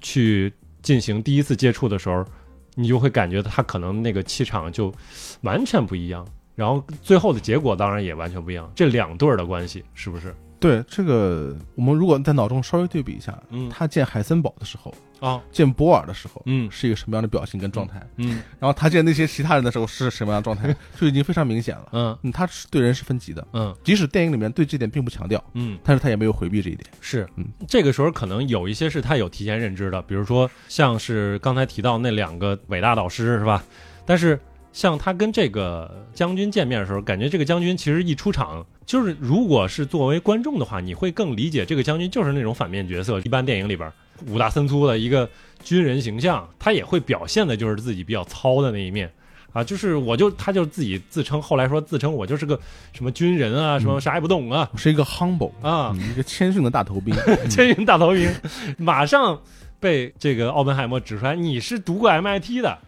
[SPEAKER 1] 去进行第一次接触的时候，你就会感觉他可能那个气场就完全不一样，然后最后的结果当然也完全不一样。这两对儿的关系是不是？
[SPEAKER 2] 对这个，我们如果在脑中稍微对比一下，
[SPEAKER 1] 嗯
[SPEAKER 2] 他见海森堡的时候，
[SPEAKER 1] 啊，
[SPEAKER 2] 见博尔的时候，
[SPEAKER 1] 嗯
[SPEAKER 2] 是一个什么样的表情跟状态，
[SPEAKER 1] 嗯
[SPEAKER 2] 然后他见那些其他人的时候是什么样的 状态，就已经非常明显了。
[SPEAKER 1] 嗯
[SPEAKER 2] 嗯，他是对人是分级的，
[SPEAKER 1] 嗯
[SPEAKER 2] 即使电影里面对这点并不强调，
[SPEAKER 1] 嗯，
[SPEAKER 2] 但是他也没有回避这一点。
[SPEAKER 1] 是
[SPEAKER 2] 嗯，
[SPEAKER 1] 这个时候可能有一些是他有提前认知的，比如说像是刚才提到那两个伟大导师是吧？但是像他跟这个将军见面的时候，感觉这个将军其实一出场，就是如果是作为观众的话，你会更理解这个将军就是那种反面角色，一般电影里边五大三粗的一个军人形象，他也会表现的就是自己比较糙的那一面。啊，就是我就他就自己自称，后来说自称我就是个什么军人啊，什么啥也不懂啊、
[SPEAKER 2] 我是一个 humble，、
[SPEAKER 1] 啊，
[SPEAKER 2] 嗯、一个谦逊的大头兵。
[SPEAKER 1] 千云大头兵，马上被这个奥本海默指出来，你是读过 MIT 的，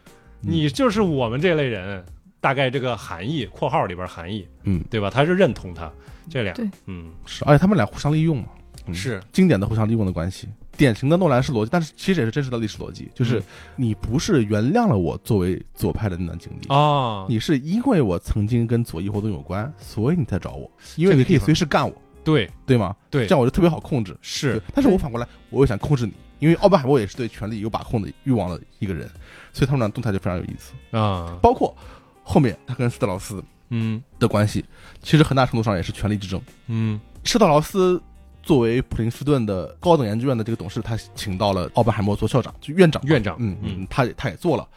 [SPEAKER 2] 嗯
[SPEAKER 1] 你就是我们这类人，大概这个含义（括号里边含义），
[SPEAKER 2] 嗯，
[SPEAKER 1] 对吧？他是认同他这俩
[SPEAKER 3] 对，
[SPEAKER 1] 嗯，
[SPEAKER 2] 是，而且他们俩互相利用嘛，嗯
[SPEAKER 1] 是，
[SPEAKER 2] 经典的互相利用的关系。典型的诺兰式逻辑，但是其实也是真实的历史逻辑，就是
[SPEAKER 1] 嗯
[SPEAKER 2] 你不是原谅了我作为左派的那段经历，
[SPEAKER 1] 哦，
[SPEAKER 2] 你是因为我曾经跟左翼活动有关，所以你才找我，因为
[SPEAKER 1] 这个
[SPEAKER 2] 你可以
[SPEAKER 1] 地方
[SPEAKER 2] 随时干我。
[SPEAKER 1] 对
[SPEAKER 2] 对吗？
[SPEAKER 1] 对
[SPEAKER 2] 这样我就特别好控制。
[SPEAKER 1] 是
[SPEAKER 2] 对，但是我反过来，我又想控制你，因为奥本海默也是对权力有把控的欲望的一个人，所以他们俩动态就非常有意思。
[SPEAKER 1] 啊，
[SPEAKER 2] 包括后面他跟斯特劳斯
[SPEAKER 1] 嗯
[SPEAKER 2] 的关系，其实很大程度上也是权力之争。
[SPEAKER 1] 嗯
[SPEAKER 2] 施特劳斯作为普林斯顿的高等研究院的这个董事，他请到了奥本海默做校长，就院长。
[SPEAKER 1] 院长
[SPEAKER 2] 嗯
[SPEAKER 1] 嗯
[SPEAKER 2] 嗯，他也他也做了。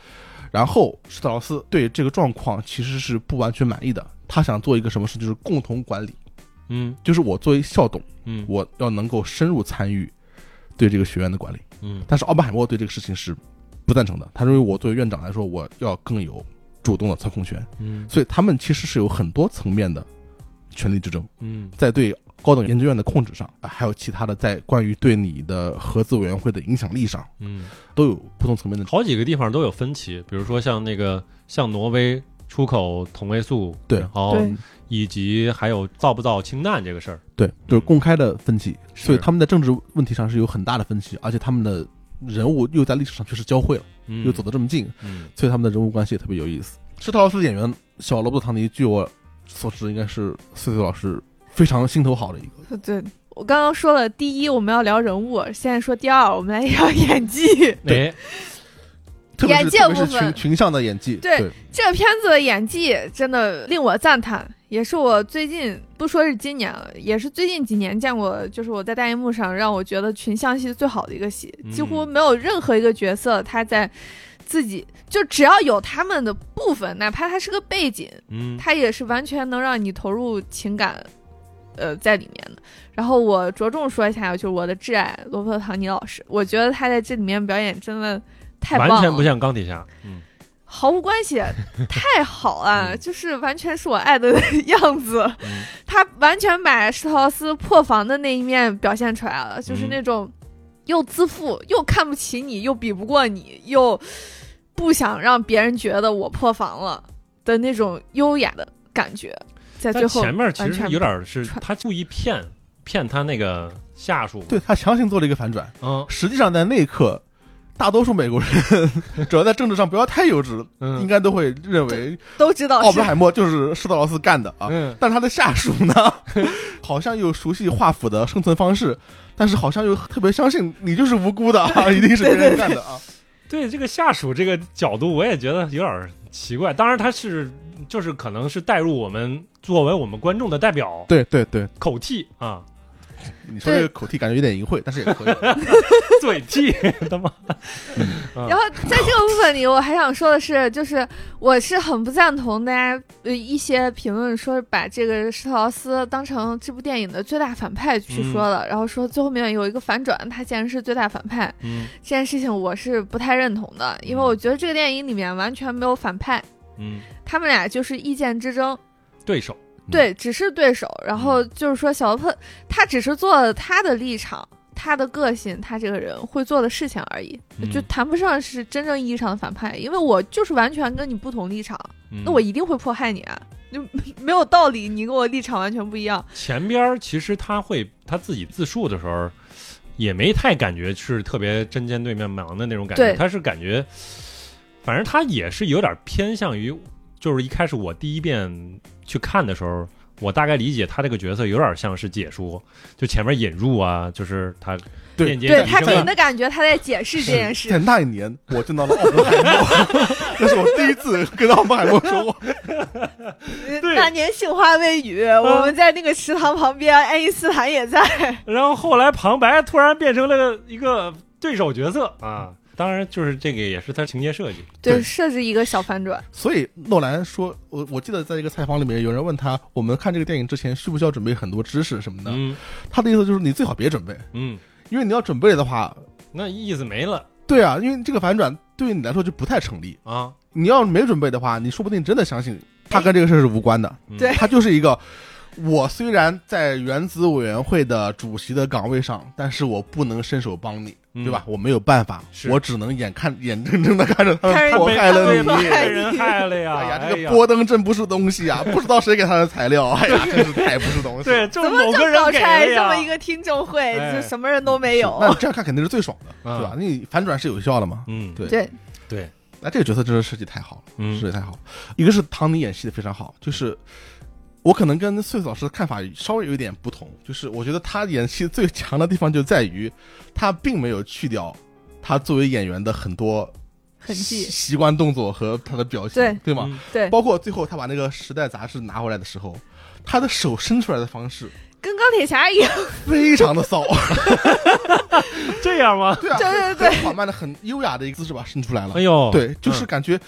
[SPEAKER 2] 然后施特劳斯对这个状况其实是不完全满意的，他想做一个什么事，就是共同管理，
[SPEAKER 1] 嗯
[SPEAKER 2] 就是我作为校董，
[SPEAKER 1] 嗯
[SPEAKER 2] 我要能够深入参与对这个学院的管理。
[SPEAKER 1] 嗯
[SPEAKER 2] 但是奥本海默对这个事情是不赞成的，他认为我作为院长来说，我要更有主动的操控权。
[SPEAKER 1] 嗯
[SPEAKER 2] 所以他们其实是有很多层面的权力之争。
[SPEAKER 1] 嗯
[SPEAKER 2] 在对高等研究院的控制上，啊还有其他的在关于对你的合资委员会的影响力上，
[SPEAKER 1] 嗯，
[SPEAKER 2] 都有不同层面的。
[SPEAKER 1] 好几个地方都有分歧，比如说像那个像挪威出口同位素，
[SPEAKER 2] 对嗯
[SPEAKER 1] 然后
[SPEAKER 3] 对
[SPEAKER 1] 以及还有造不造氢弹这个事儿，
[SPEAKER 2] 对，就是公开的分歧，
[SPEAKER 1] 是
[SPEAKER 2] 所以他们在政治问题上是有很大的分歧，而且他们的人物又在历史上确实交汇了，
[SPEAKER 1] 嗯
[SPEAKER 2] 又走得这么近，
[SPEAKER 1] 嗯
[SPEAKER 2] 所以他们的人物关系也特别有意思。施特劳斯的演员小罗伯特·唐尼，据我所知，应该是岁岁老师非常心头好的一个。
[SPEAKER 1] 嗯
[SPEAKER 3] 对，我刚刚说了，第一我们要聊人物，现在说第二，我们来聊 演技。
[SPEAKER 2] 对
[SPEAKER 1] 哎
[SPEAKER 2] 特别
[SPEAKER 3] 眼
[SPEAKER 2] 是
[SPEAKER 3] 界
[SPEAKER 2] 特别是
[SPEAKER 3] 部分
[SPEAKER 2] 群群像的演技，
[SPEAKER 3] 对
[SPEAKER 2] 对
[SPEAKER 3] 这个片子的演技真的令我赞叹，也是我最近不说是今年了，也是最近几年见过，就是我在大荧幕上让我觉得群像戏最好的一个戏，
[SPEAKER 1] 嗯
[SPEAKER 3] 几乎没有任何一个角色他在自己就只要有他们的部分，哪怕他是个背景，
[SPEAKER 1] 嗯
[SPEAKER 3] 它也是完全能让你投入情感，呃，在里面的。然后我着重说一下，就是我的挚爱罗伯特·唐尼老师，我觉得他在这里面表演真的太棒了，
[SPEAKER 1] 完全不像钢铁侠，嗯
[SPEAKER 3] 毫无关 系，太好了，
[SPEAKER 1] 嗯
[SPEAKER 3] 就是完全是我爱的样子。
[SPEAKER 1] 嗯
[SPEAKER 3] 他完全把施特劳斯破防的那一面表现出来了，就是
[SPEAKER 1] 嗯
[SPEAKER 3] 那种又自负，又看不起你，又比不过你，又不想让别人觉得我破防了的那种优雅的感觉，在最
[SPEAKER 1] 但
[SPEAKER 3] 后
[SPEAKER 1] 前面其
[SPEAKER 3] 完
[SPEAKER 1] 实
[SPEAKER 3] 全
[SPEAKER 1] 是有点儿是
[SPEAKER 3] 传
[SPEAKER 1] 他故意骗骗他那个下属，
[SPEAKER 2] 对，他强行做了一个反转。
[SPEAKER 1] 嗯
[SPEAKER 2] 实际上在那一刻，大多数美国人 只要在政治上不要太幼稚，应
[SPEAKER 1] 嗯
[SPEAKER 2] 该都会认为
[SPEAKER 3] 都知道
[SPEAKER 2] 奥
[SPEAKER 3] 是
[SPEAKER 2] 本海默就是施特劳斯干的啊。
[SPEAKER 1] 嗯
[SPEAKER 2] 但是他的下属呢， 好像又熟悉华府的生存方式，但是好像又特别相信你就是无辜的 啊，一定是别人干的啊。
[SPEAKER 1] 对这个下属这个角度，我也觉得有点儿奇怪。当然，他是就是可能是带入我们作为我们观众的代表
[SPEAKER 2] 对对对，
[SPEAKER 1] 口气 啊，
[SPEAKER 2] 你说这个口气感觉有点淫秽，但是也可以。
[SPEAKER 1] 嘴替， 他妈
[SPEAKER 3] 然后在这个部分里，我还想说的是，就是我是很不赞同大家呃一些评论说把这个施特劳斯当成这部电影的最大反派去说的，然后说最后面有一个反转，他竟然是最大反派
[SPEAKER 1] 嗯
[SPEAKER 3] 这件事情，我是不太认同的，因为我觉得这个电影里面完全没有反派，
[SPEAKER 1] 嗯，
[SPEAKER 3] 他们俩就是意见之争，
[SPEAKER 1] 对手，
[SPEAKER 3] 对，只是对手。然后
[SPEAKER 1] 嗯
[SPEAKER 3] 就是说，小罗伯特他只是做了他的立场、他的个性、他这个人会做的事情而已，
[SPEAKER 1] 嗯
[SPEAKER 3] 就谈不上是真正意义上的反派。因为我就是完全跟你不同立场，
[SPEAKER 1] 嗯
[SPEAKER 3] 那我一定会迫害你啊！就 没有道理，你跟我立场完全不一样。
[SPEAKER 1] 前边儿其实他会他自己自述的时候，也没太感觉是特别针尖对面芒的那种感觉，
[SPEAKER 3] 对
[SPEAKER 1] 他是感觉，反正他也是有点偏向于，就是一开始我第一遍去看的时候。我大概理解他这个角色有点像是解说，就前面引入啊，就是他
[SPEAKER 2] 对
[SPEAKER 1] 链接
[SPEAKER 3] 对
[SPEAKER 1] 提
[SPEAKER 3] 他
[SPEAKER 1] 升
[SPEAKER 3] 给
[SPEAKER 1] 啊
[SPEAKER 3] 人的感觉，他在解释这件
[SPEAKER 2] 在
[SPEAKER 3] 事。
[SPEAKER 2] 那一年，我见到了奥本海默，那是我第一次跟奥本海默说话。
[SPEAKER 1] 对
[SPEAKER 3] 呃那年杏花微雨，我
[SPEAKER 1] 嗯
[SPEAKER 3] 们在那个池塘旁边，爱因斯坦也 在。
[SPEAKER 1] 然后后来旁白突然变成了一个对手角色啊，当然就是这个也是他情节设计，
[SPEAKER 2] 对
[SPEAKER 3] 对，设置一个小反转。
[SPEAKER 2] 所以诺兰说，我我记得在一个采访里面，有人问他，我们看这个电影之前需不需要准备很多知识什么的？
[SPEAKER 1] 嗯
[SPEAKER 2] 他的意思就是你最好别准备，
[SPEAKER 1] 嗯，
[SPEAKER 2] 因为你要准备的话，
[SPEAKER 1] 那意思没了
[SPEAKER 2] 对啊，因为这个反转对于你来说就不太成立。
[SPEAKER 1] 啊，
[SPEAKER 2] 你要是没准备的话，你说不定真的相信他跟这个事儿是无关的，
[SPEAKER 1] 嗯
[SPEAKER 3] 对
[SPEAKER 2] 他就是一个。我虽然在原子委员会的主席的岗位上，但是我不能伸手帮你，
[SPEAKER 1] 嗯
[SPEAKER 2] 对吧？我没有办法，
[SPEAKER 1] 是
[SPEAKER 2] 我只能眼看眼睁睁的看着他
[SPEAKER 3] 看
[SPEAKER 2] 们
[SPEAKER 3] 着
[SPEAKER 2] 迫
[SPEAKER 1] 被
[SPEAKER 2] 害了
[SPEAKER 1] 被
[SPEAKER 2] 你，
[SPEAKER 1] 被人害了呀，
[SPEAKER 2] 哎呀，
[SPEAKER 1] 哎
[SPEAKER 2] 这个波登真不是东西 啊！不知道谁给他的材料，哎呀，真是太不是东西。
[SPEAKER 1] 对，，
[SPEAKER 3] 怎
[SPEAKER 1] 就是
[SPEAKER 3] 么
[SPEAKER 1] 某个
[SPEAKER 3] 就搞
[SPEAKER 1] 人
[SPEAKER 3] 出
[SPEAKER 1] 给
[SPEAKER 3] 来
[SPEAKER 1] 的
[SPEAKER 3] 这么一
[SPEAKER 1] 呀，
[SPEAKER 3] 个听证会，
[SPEAKER 1] 哎
[SPEAKER 3] 就什么人都没有？
[SPEAKER 2] 那这样看肯定是最爽的，
[SPEAKER 1] 嗯
[SPEAKER 2] 对吧？你反转是有效的嘛？
[SPEAKER 1] 嗯，
[SPEAKER 2] 对
[SPEAKER 3] 对，
[SPEAKER 1] 对，
[SPEAKER 2] 那这个角色真是设计太好了，
[SPEAKER 1] 嗯
[SPEAKER 2] 设计太好了。一个是唐尼演戏的非常好，就是我可能跟穗子老师的看法稍微有一点不同，就是我觉得他演戏最强的地方就在于，他并没有去掉他作为演员的很多
[SPEAKER 3] 痕迹
[SPEAKER 2] 习习惯动作和他的表情，
[SPEAKER 3] 对
[SPEAKER 2] 对吗？
[SPEAKER 1] 嗯
[SPEAKER 3] 对，
[SPEAKER 2] 包括最后他把那个《时代》杂志拿回来的时候，他的手伸出来的方式
[SPEAKER 3] 跟钢铁侠一样，
[SPEAKER 2] 非常的 骚，
[SPEAKER 1] 嗯这样吗？
[SPEAKER 2] 对啊，
[SPEAKER 3] 对对
[SPEAKER 2] 很
[SPEAKER 3] 对
[SPEAKER 2] 很缓慢的、很优雅的一个姿势把它伸出来了
[SPEAKER 1] 哎。呦，
[SPEAKER 2] 对，就
[SPEAKER 1] 嗯
[SPEAKER 2] 是感觉，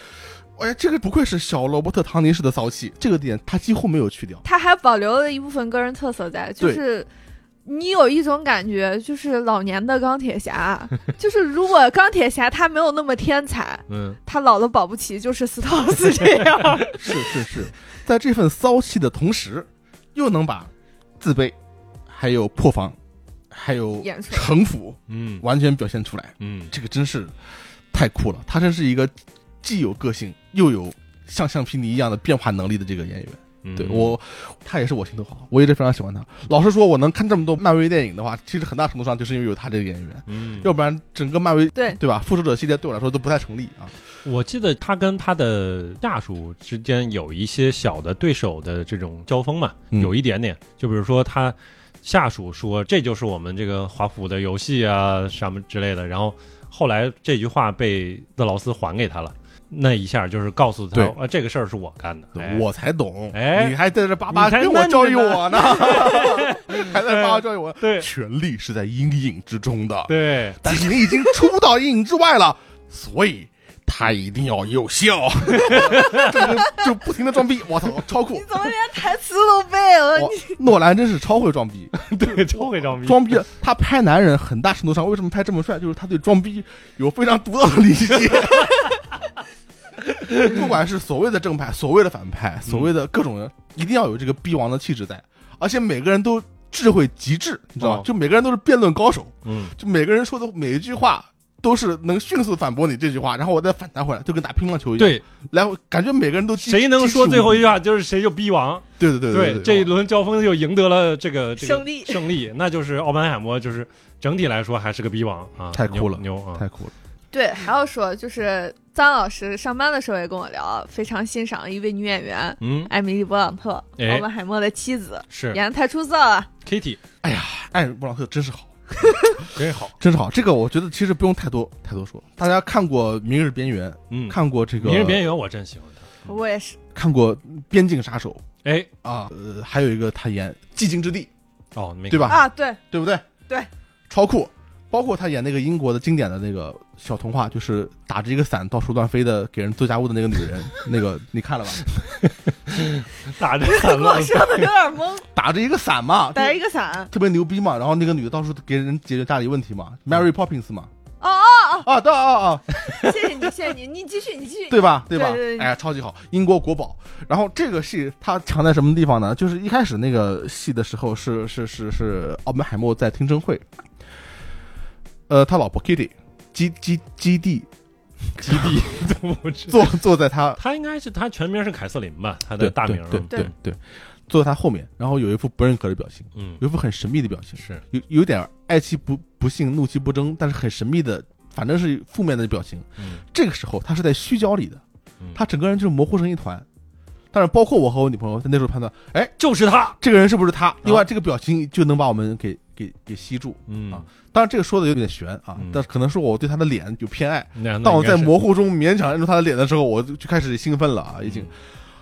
[SPEAKER 2] 哎呀，这个不愧是小罗伯特·唐尼式的骚气，这个点他几乎没有去掉。
[SPEAKER 3] 他还保留了一部分个人特色在，就
[SPEAKER 2] 对
[SPEAKER 3] 是。你有一种感觉，就是老年的钢铁侠，就是如果钢铁侠他没有那么天才，
[SPEAKER 1] 嗯，
[SPEAKER 3] 他老了保不齐就是斯汤斯这样。
[SPEAKER 2] 是是是，在这份骚气的同时，又能把自卑、还有破防、还有
[SPEAKER 3] 演出来
[SPEAKER 2] 城府
[SPEAKER 1] 嗯
[SPEAKER 2] 完全表现出来，
[SPEAKER 1] 嗯，
[SPEAKER 2] 这个真是太酷了。他真是一个既有个性又有像橡皮泥一样的变化能力的这个演员。
[SPEAKER 1] 嗯
[SPEAKER 2] 对我，他也是我心头好，我一直非常喜欢他。老实说，我能看这么多漫威电影的话，其实很大程度上就是因为有他这个演员，
[SPEAKER 1] 嗯，
[SPEAKER 2] 要不然整个漫威
[SPEAKER 3] 对
[SPEAKER 2] 对吧？复仇者系列对我来说都不太成立啊。
[SPEAKER 1] 我记得他跟他的下属之间有一些小的对手的这种交锋嘛，
[SPEAKER 2] 嗯
[SPEAKER 1] 有一点点，就比如说他下属说这就是我们这个华府的游戏啊什么之类的，然后后来这句话被特劳斯还给他了，那一下就是告诉他
[SPEAKER 2] 对
[SPEAKER 1] 啊这个事儿是我干的，哎
[SPEAKER 2] 我才懂，
[SPEAKER 1] 哎
[SPEAKER 2] 你还在这巴巴
[SPEAKER 1] 你才
[SPEAKER 2] 跟我
[SPEAKER 1] 嫩
[SPEAKER 2] 教
[SPEAKER 1] 着
[SPEAKER 2] 育
[SPEAKER 1] 呢
[SPEAKER 2] 我呢， 还在巴巴教育我，
[SPEAKER 1] 对
[SPEAKER 2] 权力是在阴影之中的，
[SPEAKER 1] 对，
[SPEAKER 2] 但是你已经出到阴影之外了，所以他一定要有 效，这就 就不停的装逼，我操，超酷
[SPEAKER 3] 你！怎么连台词都背了？
[SPEAKER 2] 我
[SPEAKER 3] 你
[SPEAKER 2] 诺兰真是超会装逼，
[SPEAKER 1] 对，超会装逼，
[SPEAKER 2] 装逼，他拍男人很大程度上为什么拍这么帅，就是他对装逼有非常独到的理解。 不管是所谓的正派、所谓的反派、所谓
[SPEAKER 1] 嗯
[SPEAKER 2] 的各种人，一定要有这个逼王的气质在，而且每个人都智慧极致，你知道
[SPEAKER 1] 哦？
[SPEAKER 2] 吧就每个人都是辩论高手，
[SPEAKER 1] 嗯，
[SPEAKER 2] 就每个人说的每一句话都是能迅速反驳你这句话，然后我再反弹回来，就跟打乒乓球一样。
[SPEAKER 1] 对，
[SPEAKER 2] 来，感觉每个人都
[SPEAKER 1] 谁能说最后一
[SPEAKER 2] 句？
[SPEAKER 1] 句话就是谁就逼王，
[SPEAKER 2] 对对对对，哦
[SPEAKER 1] 这一轮交锋就赢得了这个这个
[SPEAKER 4] 胜利
[SPEAKER 1] 胜利，那就是奥本海默，就是整体来说还是个逼王啊，
[SPEAKER 2] 太酷了
[SPEAKER 1] 牛牛啊！
[SPEAKER 2] 哦太酷了，
[SPEAKER 3] 对，还要说就是张老师上班的时候也跟我聊，非常欣赏一位女演员
[SPEAKER 1] 嗯，
[SPEAKER 3] 艾米丽·勃朗特，
[SPEAKER 1] 哎
[SPEAKER 3] 奥本海默的妻子，
[SPEAKER 1] 是
[SPEAKER 3] 演的太出色啊了。
[SPEAKER 1] Kitty
[SPEAKER 2] 哎艾布朗特真是好。
[SPEAKER 1] 真好，
[SPEAKER 2] 真是好，这个我觉得其实不用太多太多说。大家看过《明日边缘》，
[SPEAKER 1] 嗯，
[SPEAKER 2] 看过这个《
[SPEAKER 1] 明日边缘》我真喜欢他，
[SPEAKER 3] 我也是，
[SPEAKER 2] 看过《边境杀手
[SPEAKER 1] 哎，》
[SPEAKER 2] 啊，呃，还有一个他演《寂静之地
[SPEAKER 1] 哦，没》，
[SPEAKER 2] 对吧？
[SPEAKER 3] 啊，对，
[SPEAKER 2] 对不对？
[SPEAKER 3] 对，
[SPEAKER 2] 超酷。包括他演那个英国的经典的那个小童话，就是打着一个伞到处乱飞的，给人做家务的那个女 人，那个你看了吧？
[SPEAKER 1] 打着伞
[SPEAKER 3] 我
[SPEAKER 1] 乱
[SPEAKER 3] 说的有点懵，
[SPEAKER 2] 打着一个伞嘛，
[SPEAKER 3] 打一个伞。
[SPEAKER 2] 特别牛逼嘛。然后那个女的到处给人解决家里问题嘛，Mary Poppins 嘛。
[SPEAKER 3] 哦哦
[SPEAKER 2] 啊，对啊啊啊，
[SPEAKER 3] 哦，谢谢你，谢谢你，你继续，你继 续。
[SPEAKER 2] 对吧？吧？
[SPEAKER 3] 对对对
[SPEAKER 2] 哎呀，超级好，英国国宝。然后这个戏它强在什么地方呢？就是一开始那个戏的时候是是是是奥本海默在听证会，呃，他老婆 Kitty 基基基地
[SPEAKER 1] 基 地都不知。
[SPEAKER 2] 坐坐在他
[SPEAKER 1] 他应该是他全名是凯瑟琳吧，他
[SPEAKER 2] 对
[SPEAKER 1] 的大名啊
[SPEAKER 2] 对对
[SPEAKER 1] 对
[SPEAKER 2] 对，对，坐在他后面，然后有一副不认可的表情，
[SPEAKER 1] 嗯，
[SPEAKER 2] 有一副很神秘的表情，
[SPEAKER 1] 是
[SPEAKER 2] 有有点爱其不不幸，怒其不争，但是很神秘的，反正是负面的表情。
[SPEAKER 1] 嗯
[SPEAKER 2] 这个时候他是在虚焦里的
[SPEAKER 1] 嗯，
[SPEAKER 2] 他整个人就是模糊成一团。但是包括我和我女朋友在那时候判断，哎，
[SPEAKER 1] 就是他，
[SPEAKER 2] 这个人是不是
[SPEAKER 1] 啊
[SPEAKER 2] 他？另外，这个表情就能把我们给给给吸住。
[SPEAKER 1] 嗯
[SPEAKER 2] 啊，当然，这个说的有点悬啊
[SPEAKER 1] 嗯，
[SPEAKER 2] 但可能是我对他的脸有偏爱。
[SPEAKER 1] 那
[SPEAKER 2] 当我在模糊中勉强认出他的脸的时候，我就就开始兴奋了啊！已经，
[SPEAKER 1] 嗯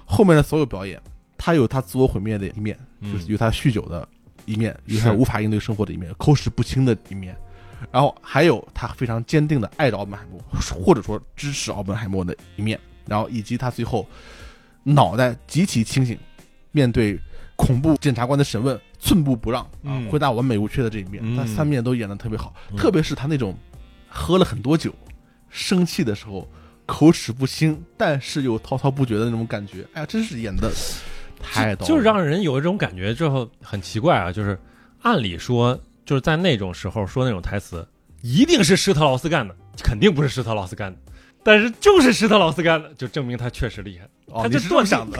[SPEAKER 2] 后面的所有表演，他有他自我毁灭的一面，
[SPEAKER 1] 嗯
[SPEAKER 2] 就是有他酗酒的一面，有
[SPEAKER 1] 是
[SPEAKER 2] 他无法应对生活的一面，口齿不清的一面，然后还有他非常坚定的爱着奥本海默，或者说支持奥本海默的一面，然后以及他最后脑袋极其清醒，面对恐怖检察官的审问寸步不让啊
[SPEAKER 1] 嗯，
[SPEAKER 2] 回答完美无缺的这一面，
[SPEAKER 1] 嗯
[SPEAKER 2] 他三面都演得特别好，
[SPEAKER 1] 嗯
[SPEAKER 2] 特别是他那种喝了很多酒，生气的时候口齿不清，但是又滔滔不绝的那种感觉，哎呀，真是演的太到
[SPEAKER 1] 就就
[SPEAKER 2] 位
[SPEAKER 1] 是让人有一种感觉，之后很奇怪啊，就是按理说就是在那种时候说那种台词，一定是施特劳斯干的，肯定不是施特劳斯干的，但是就是施特劳斯干的，就证明他确实厉害。
[SPEAKER 2] 哦
[SPEAKER 1] 他
[SPEAKER 2] 你
[SPEAKER 1] 就是
[SPEAKER 2] 这
[SPEAKER 1] 断
[SPEAKER 2] 么想的，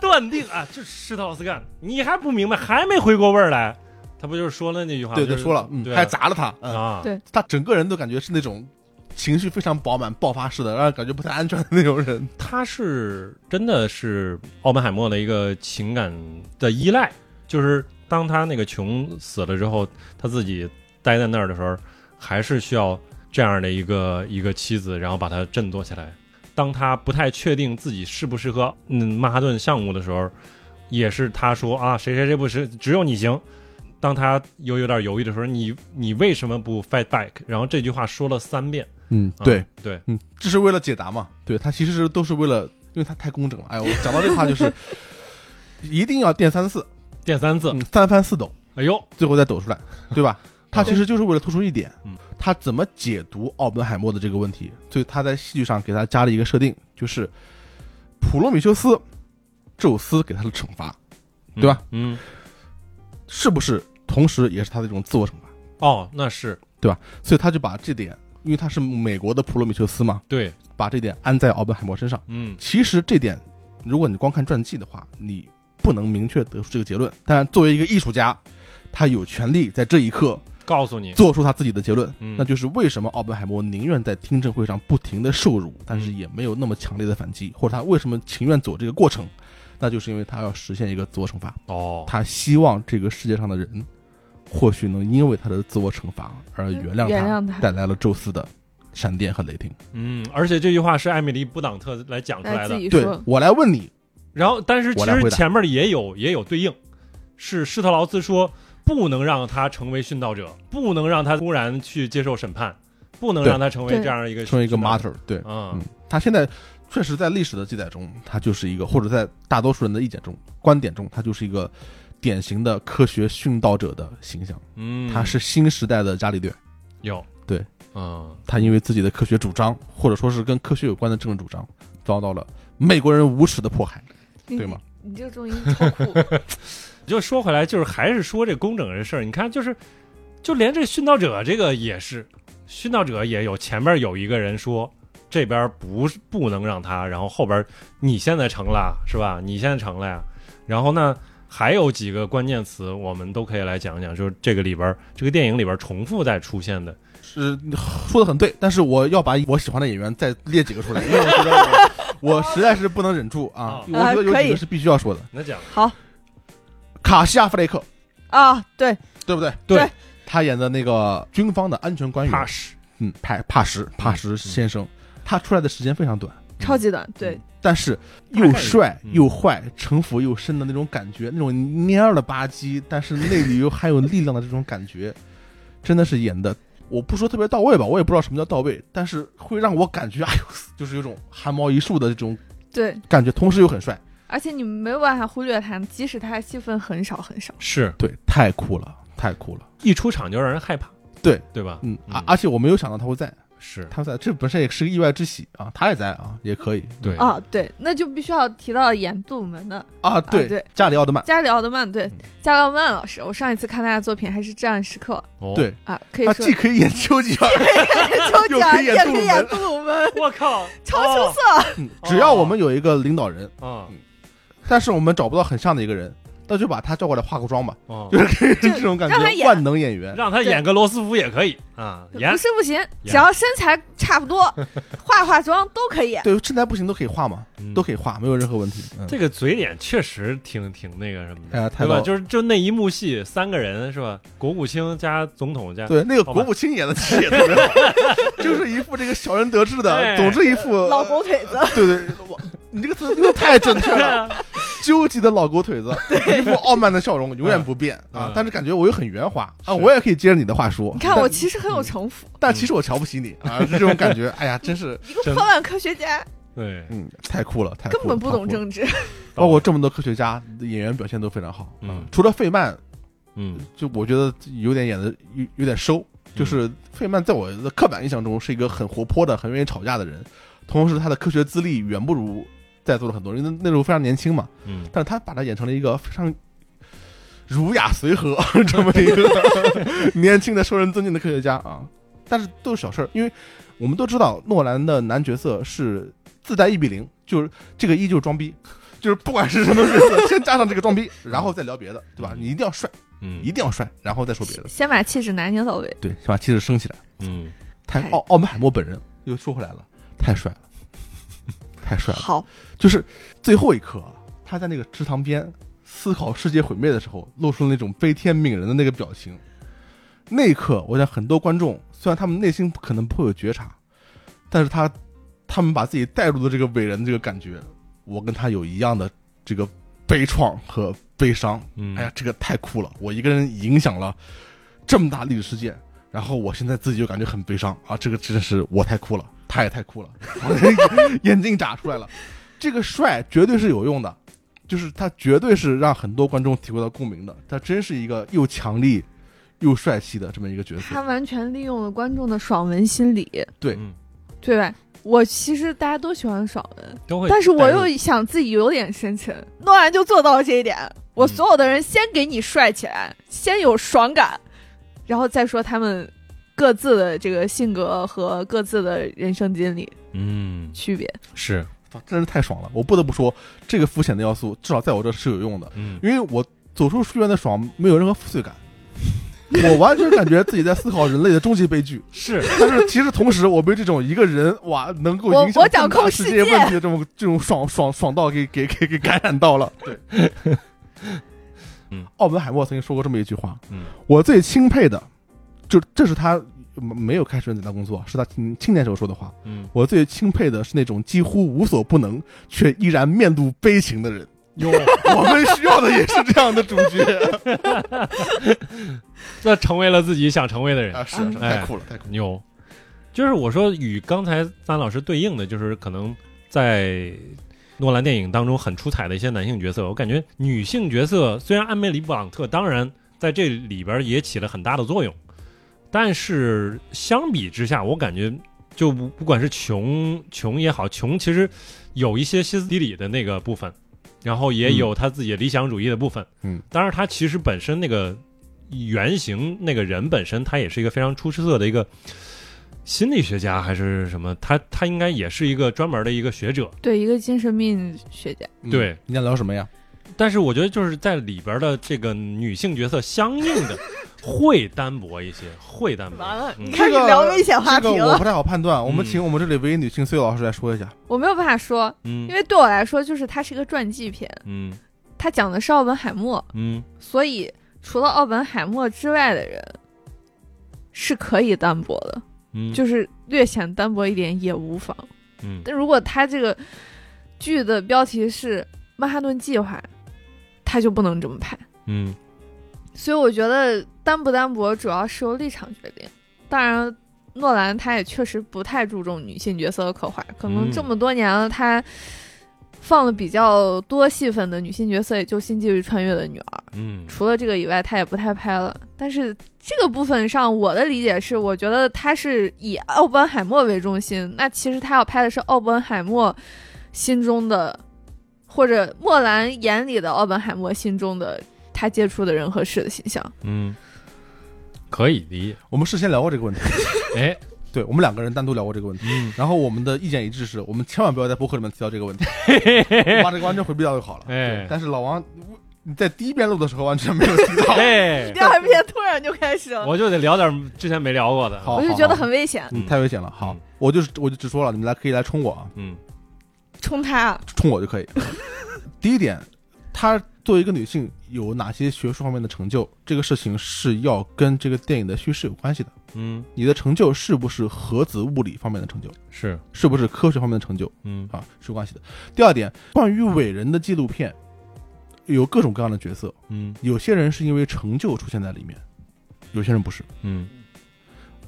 [SPEAKER 1] 断定啊，这是施特劳斯干的，你还不明白，还没回过味儿来，他不就是说了那句话？
[SPEAKER 2] 对
[SPEAKER 1] 就
[SPEAKER 2] 对，
[SPEAKER 1] 是
[SPEAKER 2] 说了，嗯
[SPEAKER 1] 对，啊
[SPEAKER 2] 还砸了他，嗯，
[SPEAKER 1] 啊，
[SPEAKER 3] 对
[SPEAKER 2] 他整个人都感觉是那种情绪非常饱满、爆发式的，让人感觉不太安全的那种人。
[SPEAKER 1] 他是真的是奥本海默的一个情感的依赖，就是当他那个穷死了之后，他自己待在那儿的时候，还是需要这样的一个一个妻子，然后把他振作起来。当他不太确定自己适不适合嗯曼哈顿项目的时候，也是他说啊谁谁谁不是只有你行。当他又有点犹豫的时候，你你为什么不 fight back？然后这句话说了三遍。
[SPEAKER 2] 嗯
[SPEAKER 1] 啊
[SPEAKER 2] 对
[SPEAKER 1] 对，
[SPEAKER 2] 嗯，这是为了解答嘛？对他其实是都是为了，因为他太工整了。哎呦，我讲到这话就是一定要垫三次，
[SPEAKER 1] 第三次，
[SPEAKER 2] 嗯，三翻四抖，
[SPEAKER 1] 哎呦，
[SPEAKER 2] 最后再抖出来，对吧？他
[SPEAKER 1] 嗯
[SPEAKER 2] 其实就是为了突出一点
[SPEAKER 1] 嗯，
[SPEAKER 2] 他怎么解读奥本海默的这个问题，所以他在戏剧上给他加了一个设定，就是普罗米修斯、宙斯给他的惩罚，
[SPEAKER 1] 嗯
[SPEAKER 2] 对吧？
[SPEAKER 1] 嗯，
[SPEAKER 2] 是不是同时也是他的一种自我惩罚？
[SPEAKER 1] 哦，那是
[SPEAKER 2] 所以他就把这点，因为他是美国的普罗米修斯嘛，
[SPEAKER 1] 对，
[SPEAKER 2] 把这点安在奥本海默身上。
[SPEAKER 1] 嗯
[SPEAKER 2] 其实这点，如果你光看传记的话，你不能明确得出这个结论。但作为一个艺术家，他有权利在这一刻，
[SPEAKER 1] 告诉你，
[SPEAKER 2] 做出他自己的结论。
[SPEAKER 1] 嗯，
[SPEAKER 2] 那就是为什么奥本海默宁愿在听证会上不停的受辱，但是也没有那么强烈的反击，或者他为什么情愿走这个过程，那就是因为他要实现一个自我惩罚，
[SPEAKER 1] 哦，
[SPEAKER 2] 他希望这个世界上的人，或许能因为他的自我惩罚而原谅他，
[SPEAKER 3] 原谅他
[SPEAKER 2] 带来了宙斯的闪电和雷霆。
[SPEAKER 1] 嗯，而且这句话是艾米丽·布朗特来讲出来
[SPEAKER 3] 来自
[SPEAKER 1] 的。
[SPEAKER 3] 己
[SPEAKER 2] 对
[SPEAKER 3] 说，
[SPEAKER 2] 我来问你，
[SPEAKER 1] 然后，但是其
[SPEAKER 2] 我来回
[SPEAKER 1] 实
[SPEAKER 2] 答
[SPEAKER 1] 前面也有也有对应，是施特劳斯说不能让他成为殉道者，不能让他突然去接受审判，不能
[SPEAKER 2] 对
[SPEAKER 1] 让他成为
[SPEAKER 3] 对
[SPEAKER 1] 这样一个
[SPEAKER 2] 成为一个
[SPEAKER 1] 殉道者
[SPEAKER 2] martyr，对，
[SPEAKER 1] 嗯
[SPEAKER 2] 嗯，他现在确实在历史的记载中，他就是一个，或者在大多数人的意见中、观点中，他就是一个典型的科学殉道者的形象。
[SPEAKER 1] 嗯，
[SPEAKER 2] 他是新时代的伽利略，
[SPEAKER 1] 有
[SPEAKER 2] 对，
[SPEAKER 1] 嗯，
[SPEAKER 2] 他因为自己的科学主张，或者说是跟科学有关的政治主张，遭到了美国人无耻的迫害，
[SPEAKER 4] 你
[SPEAKER 2] 对吗？？
[SPEAKER 4] 你这种音超 酷，
[SPEAKER 1] 就说回来，就是还是说这工整这事儿，你看，就是就连这殉道者这个也是，殉道者也有前面有一个人说这边不是不能让他，然后后边你现在成了是吧？你现在成了呀，然后呢？还有几个关键词，我们都可以来讲讲，就是这个里边儿，这个电影里边儿重复再出现的，
[SPEAKER 2] 是呃说的很对，但是我要把我喜欢的演员再列几个出来，因为我觉得我我实在是不能忍住啊
[SPEAKER 1] 啊！
[SPEAKER 2] 我觉得有
[SPEAKER 4] 可
[SPEAKER 2] 几
[SPEAKER 4] 以
[SPEAKER 2] 个是必须要说的，
[SPEAKER 1] 那讲
[SPEAKER 4] 好
[SPEAKER 2] 卡西亚·弗雷克，
[SPEAKER 4] 啊，对，
[SPEAKER 2] 对不对？
[SPEAKER 1] 对
[SPEAKER 2] 他演的那个军方的安全官员，
[SPEAKER 1] 踏实，
[SPEAKER 2] 嗯，帕帕什帕什先生，他出来的时间非常短，嗯
[SPEAKER 3] 超级短，对，
[SPEAKER 2] 但是
[SPEAKER 1] 大
[SPEAKER 2] 又
[SPEAKER 1] 概
[SPEAKER 2] 帅
[SPEAKER 1] 嗯
[SPEAKER 2] 又坏，城府又深的那种感觉，那种蔫了吧唧，但是内里又还有力量的这种感觉，真的是演的，我不说特别到位吧，我也不知道什么叫到位，但是会让我感觉，哎呦，就是有种汗毛一竖的这种
[SPEAKER 3] 对，
[SPEAKER 2] 感觉，同时又很帅，
[SPEAKER 3] 而且你没有办法忽略他，即使他戏份很少很少，
[SPEAKER 1] 是
[SPEAKER 2] 对，太酷了，太酷了，
[SPEAKER 1] 一出场就让人害怕，
[SPEAKER 2] 对
[SPEAKER 1] 对吧？
[SPEAKER 2] 嗯，而、而且我没有想到他会在，
[SPEAKER 1] 是
[SPEAKER 2] 他在，这本身也是个意外之喜啊，他也在啊，也可以
[SPEAKER 1] 对
[SPEAKER 3] 啊，对，那就必须要提到演杜鲁门的
[SPEAKER 2] 啊，对，
[SPEAKER 3] 对
[SPEAKER 2] 加里奥德曼，
[SPEAKER 3] 加里奥德曼，对
[SPEAKER 1] 嗯，
[SPEAKER 3] 加里奥德曼老师，我上一次看他的作品还是《至暗时刻
[SPEAKER 1] 哦》
[SPEAKER 2] 对，
[SPEAKER 3] 啊，可以
[SPEAKER 2] 他
[SPEAKER 3] 说
[SPEAKER 2] 既可以演丘吉 尔，
[SPEAKER 3] 抽
[SPEAKER 2] 又可
[SPEAKER 3] 奖
[SPEAKER 2] 以
[SPEAKER 3] 也
[SPEAKER 2] 演
[SPEAKER 3] 可
[SPEAKER 2] 杜鲁门
[SPEAKER 3] 以演杜鲁门，
[SPEAKER 1] 我靠，
[SPEAKER 3] 超出
[SPEAKER 1] 色
[SPEAKER 2] 嗯只要我们有一个领导人，
[SPEAKER 1] 啊
[SPEAKER 2] 但是我们找不到很像的一个人，那就把他叫过来化个 妆吧，
[SPEAKER 1] 哦
[SPEAKER 2] 就，是可以这种感
[SPEAKER 3] 让他
[SPEAKER 2] 觉，
[SPEAKER 3] 演
[SPEAKER 2] 万能演员。
[SPEAKER 1] 让他演个罗斯福也可以啊，演
[SPEAKER 3] 不是不行，只要身材差不多，化化妆都可以。
[SPEAKER 2] 对，身材不行都可以化嘛，都
[SPEAKER 1] 以。
[SPEAKER 2] 可以化，没有任何问题。嗯
[SPEAKER 1] 这个嘴脸确实挺挺那个什么
[SPEAKER 2] 哎呀
[SPEAKER 1] 的，
[SPEAKER 2] 太
[SPEAKER 1] 对吧？
[SPEAKER 2] 棒了
[SPEAKER 1] 就是就那一幕戏，三个人是吧？国务卿加总统加，
[SPEAKER 2] 对，那个
[SPEAKER 1] 好吧
[SPEAKER 2] 国务卿演的其实也特别 好，就是一副这个小人得志的，
[SPEAKER 1] 哎
[SPEAKER 2] 总之一副
[SPEAKER 4] 老狗腿子，
[SPEAKER 2] 对对，我你这个词用得太准确
[SPEAKER 1] 对
[SPEAKER 2] 了，
[SPEAKER 1] 啊，
[SPEAKER 2] 纠结的老狗腿子，一副傲慢的笑容，永远不变
[SPEAKER 1] 嗯
[SPEAKER 2] 啊！但是感觉我又很圆滑
[SPEAKER 1] 是
[SPEAKER 2] 啊，我也可以接着你的话说。
[SPEAKER 3] 你看
[SPEAKER 2] 但
[SPEAKER 3] 我，其实很有城府，
[SPEAKER 2] 但其实我瞧不起你啊，这种感觉，哎呀，真是，
[SPEAKER 3] 一个
[SPEAKER 1] 真
[SPEAKER 3] 破烂科学家，
[SPEAKER 1] 对，
[SPEAKER 2] 嗯，哦太酷了，太酷了
[SPEAKER 3] 根本不
[SPEAKER 2] 太酷
[SPEAKER 3] 懂
[SPEAKER 2] 了
[SPEAKER 3] 政治。
[SPEAKER 2] 包括这么多科学家演员表现都非常好，
[SPEAKER 1] 嗯
[SPEAKER 2] 除了费曼，
[SPEAKER 1] 嗯，
[SPEAKER 2] 就我觉得有点演的有有点收，就是费曼在我的刻板印象中是一个很活泼的、很愿意吵架的人，同时他的科学资历远不如在座的很多人，因为那时候非常年轻嘛，
[SPEAKER 1] 嗯，
[SPEAKER 2] 但是他把他演成了一个非常。儒雅随和 这么一 个年轻的、受人尊敬的科学家啊，但是都是小事儿，因为我们都知道诺兰的男角色是自带一比零，就是这个一就是装逼，就是不管是什么角色，先加上这个装 逼，然后再聊别的，对吧？你一定要帅，
[SPEAKER 1] 嗯
[SPEAKER 2] 一定要帅，然后再说别的。
[SPEAKER 3] 先把气质拿捏到位，
[SPEAKER 2] 对，先把气势升起来。
[SPEAKER 1] 嗯，
[SPEAKER 2] 太哦
[SPEAKER 3] 太
[SPEAKER 2] 奥奥本海默本人又说回来了，太帅了，太帅了。
[SPEAKER 3] 好，
[SPEAKER 2] 就是最后一刻，他在那个池塘边思考世界毁灭的时候，露出了那种悲天悯人的那个表情。那一刻，我想很多观众虽然他们内心可能不会有觉察，但是他他们把自己带入的这个伟人的这个感觉，我跟他有一样的这个悲怆和悲伤。
[SPEAKER 1] 嗯，
[SPEAKER 2] 哎呀，这个太酷了！我一个人影响了这么大历史事件，然后我现在自己就感觉很悲伤啊！这个真的是我太酷了，他也太酷了，我的 眼睛眨出来了。这个帅绝对是有用的，就是他绝对是让很多观众体会到共鸣的。他真是一个又强力又帅气的这么一个角
[SPEAKER 3] 他
[SPEAKER 2] 色。
[SPEAKER 3] 完全利用了观众的爽文心理，
[SPEAKER 2] 对
[SPEAKER 1] 嗯
[SPEAKER 3] 对吧？我其实大家都喜欢爽文，
[SPEAKER 1] 都会带入，
[SPEAKER 3] 但是我又想自己有点深沉，诺兰就做到了这一点。
[SPEAKER 1] 嗯
[SPEAKER 3] 我所有的人先给你帅起来，先有爽感，然后再说他们各自的这个性格和各自的人生经历
[SPEAKER 1] 嗯
[SPEAKER 3] 区别。
[SPEAKER 1] 是
[SPEAKER 2] 操真是太爽了！我不得不说，这个肤浅的要素至少在我这是有用的。
[SPEAKER 1] 嗯
[SPEAKER 2] 因为我走出书院的爽没有任何负罪感，我完全感觉自己在思考人类的终极悲剧。
[SPEAKER 1] 是
[SPEAKER 2] 但是其实同时，我被这种一个人哇能够影响
[SPEAKER 3] 我我掌控
[SPEAKER 2] 这么大世
[SPEAKER 3] 世界
[SPEAKER 2] 问题的这种这种爽爽爽到给给给给感染到了。对，
[SPEAKER 1] 嗯，
[SPEAKER 2] 奥本海默曾经说过这么一句话，
[SPEAKER 1] 嗯，
[SPEAKER 2] 我最钦佩的，就这是他没有开始认真的工作，是他青青年时候说的话。
[SPEAKER 1] 嗯
[SPEAKER 2] 我最钦佩的是那种几乎无所不能却依然面露悲情的人。
[SPEAKER 1] 哟，
[SPEAKER 2] 我们需要的也是这样的主角
[SPEAKER 1] 那成为了自己想成为的人，
[SPEAKER 2] 啊！是啊是啊
[SPEAKER 1] 哎
[SPEAKER 2] 太酷了，太酷了！
[SPEAKER 1] 牛。就是我说与刚才三老师对应的，就是可能在诺兰电影当中很出彩的一些男性角色，我感觉女性角色虽然安梅里布朗特当然在这里边也起了很大的作用，但是相比之下，我感觉就不不管是穷穷也好，穷其实有一些歇斯底里的那个部分，然后也有他自己理想主义的部分。
[SPEAKER 2] 嗯，
[SPEAKER 1] 当然他其实本身那个原型那个人本身，他也是一个非常出色的一个心理学家还是什么，他他应该也是一个专门的一个学者。
[SPEAKER 3] 对，一个精神病学家，
[SPEAKER 2] 嗯
[SPEAKER 1] 对，
[SPEAKER 2] 你想聊什么呀？
[SPEAKER 1] 但是我觉得就是在里边的这个女性角色相应的会单薄一些，会单薄。
[SPEAKER 4] 完了，
[SPEAKER 1] 嗯
[SPEAKER 4] 你开始聊危险话
[SPEAKER 2] 这
[SPEAKER 4] 题
[SPEAKER 2] 个我
[SPEAKER 4] 了。
[SPEAKER 2] 不太好判断，我们
[SPEAKER 1] 嗯
[SPEAKER 2] 请我们这里唯一女性崔老师来说一下。
[SPEAKER 3] 我没有办法说，
[SPEAKER 1] 嗯
[SPEAKER 3] 因为对我来说，就是它是一个传记片，
[SPEAKER 1] 嗯
[SPEAKER 3] 它讲的是奥本海默，
[SPEAKER 1] 嗯
[SPEAKER 3] 所以除了奥本海默之外的人是可以单薄的，
[SPEAKER 1] 嗯，
[SPEAKER 3] 就是略显单薄一点也无妨。
[SPEAKER 1] 嗯
[SPEAKER 3] 但如果他这个剧的标题是《曼哈顿计划》，他就不能这么拍。
[SPEAKER 1] 嗯
[SPEAKER 3] 所以我觉得单不单薄主要是由立场决定。当然，诺兰他也确实不太注重女性角色的刻画，可能
[SPEAKER 1] 嗯
[SPEAKER 3] 这么多年了，他放了比较多戏份的女性角色，也就《星际穿越》的女儿。
[SPEAKER 1] 嗯
[SPEAKER 3] 除了这个以外，他也不太拍了。但是这个部分上，我的理解是，我觉得他是以奥本海默为中心，那其实他要拍的是奥本海默心中的，或者莫兰眼里的奥本海默心中的他接触的人和事的形象。
[SPEAKER 1] 嗯，可以理解。
[SPEAKER 2] 我们事先聊过这个问题，
[SPEAKER 1] 哎，
[SPEAKER 2] 对我们两个人单独聊过这个问题。
[SPEAKER 1] 嗯，
[SPEAKER 2] 然后我们的意见一致是我们千万不要在博客里面提到这个问题，把这个完全回避掉就好了。
[SPEAKER 1] 哎
[SPEAKER 2] 但是老王，你在第一遍录的时候完全没有提 到，
[SPEAKER 1] 哎，
[SPEAKER 4] 第二遍突然就开始了，
[SPEAKER 1] 我就得聊点之前没聊过的。
[SPEAKER 2] 好
[SPEAKER 3] 我就觉得很危险，
[SPEAKER 2] 嗯，太危险了。好，我就是我就直说了，你们来可以来冲我啊，
[SPEAKER 1] 嗯
[SPEAKER 4] 冲
[SPEAKER 3] 啊
[SPEAKER 4] 他
[SPEAKER 2] 冲我就可以。第一点，她作为一个女性有哪些学术方面的成就，这个事情是要跟这个电影的叙事有关系的。
[SPEAKER 1] 嗯
[SPEAKER 2] 你的成就是不是核子物理方面的成就，
[SPEAKER 1] 是
[SPEAKER 2] 是不是科学方面的成就
[SPEAKER 1] 嗯
[SPEAKER 2] 啊，是有关系的。第二点，关于伟人的纪录片，有各种各样的角色，
[SPEAKER 1] 嗯
[SPEAKER 2] 有些人是因为成就出现在里面，有些人不是。
[SPEAKER 1] 嗯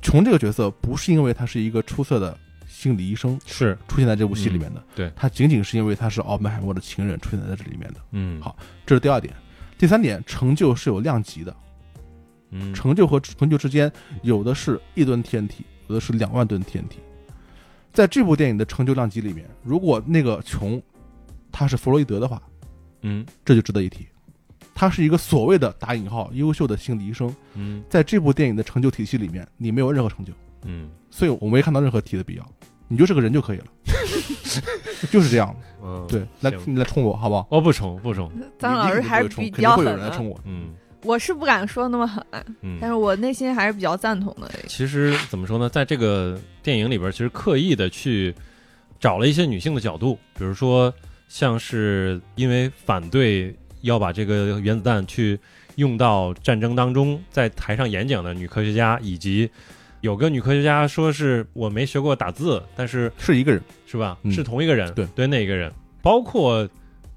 [SPEAKER 2] 琼这个角色不是因为他是一个出色的心理医生
[SPEAKER 1] 是
[SPEAKER 2] 出现在这部戏里面的，
[SPEAKER 1] 对
[SPEAKER 2] 他仅仅是因为他是奥本海默的情人出现在这里面的，
[SPEAKER 1] 嗯
[SPEAKER 2] 好这是第二点。第三点，成就是有量级的，
[SPEAKER 1] 嗯
[SPEAKER 2] 成就和成就之间，有的是一吨 TNT，有的是两万吨 TNT。在这部电影的成就量级里面，如果那个琼他是弗洛伊德的话，
[SPEAKER 1] 嗯
[SPEAKER 2] 这就值得一提。他是一个所谓的打引号优秀的心理医生，
[SPEAKER 1] 嗯
[SPEAKER 2] 在这部电影的成就体系里面，你没有任何成就，
[SPEAKER 1] 嗯
[SPEAKER 2] 所以我没看到任何提的必要，你就是个人就可以了， 就是这样。
[SPEAKER 1] 嗯，
[SPEAKER 2] 对，来
[SPEAKER 1] 行
[SPEAKER 2] 你来冲我好不好？
[SPEAKER 1] 哦我不冲不冲，
[SPEAKER 4] 张老师还是
[SPEAKER 2] 你
[SPEAKER 4] 比
[SPEAKER 2] 肯定
[SPEAKER 4] 较
[SPEAKER 2] 会
[SPEAKER 4] 狠
[SPEAKER 2] 有人来冲
[SPEAKER 4] 的。
[SPEAKER 2] 我。
[SPEAKER 1] 嗯
[SPEAKER 3] 我是不敢说那么狠，啊
[SPEAKER 1] 嗯
[SPEAKER 3] 但是我内心还是比较赞同的。
[SPEAKER 1] 其实怎么说呢，在这个电影里边，其实刻意的去找了一些女性的角度，比如说像是因为反对要把这个原子弹去用到战争当中，在台上演讲的女科学家，以及有个女科学家说是我没学过打字，但是
[SPEAKER 2] 是一个人，
[SPEAKER 1] 是吧？
[SPEAKER 2] 嗯
[SPEAKER 1] 是同一个人，
[SPEAKER 2] 对
[SPEAKER 1] 对，那一个人，包括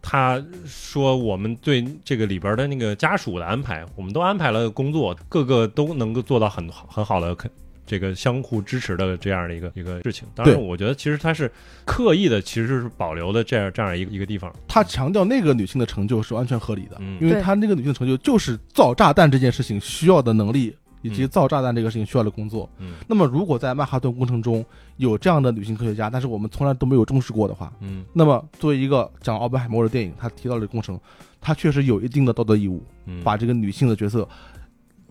[SPEAKER 1] 他说我们对这个里边的那个家属的安排，我们都安排了工作，各个都能够做到很很好的肯这个相互支持的这样的一个一个事情。当然，
[SPEAKER 2] 对
[SPEAKER 1] 我觉得其实他是刻意的，其实是保留的这样这样一个一个地方。
[SPEAKER 2] 他强调那个女性的成就是完全合理的，
[SPEAKER 1] 嗯
[SPEAKER 2] 因为
[SPEAKER 3] 对
[SPEAKER 2] 他那个女性的成就就是造炸弹这件事情需要的能力，以及
[SPEAKER 1] 嗯
[SPEAKER 2] 造炸弹这个事情需要的工作。
[SPEAKER 1] 嗯
[SPEAKER 2] 那么，如果在曼哈顿工程中有这样的女性科学家，但是我们从来都没有重视过的话，
[SPEAKER 1] 嗯
[SPEAKER 2] 那么作为一个讲奥本海默的电影，他提到了工程，他确实有一定的道德义务，
[SPEAKER 1] 嗯，
[SPEAKER 2] 把这个女性的角色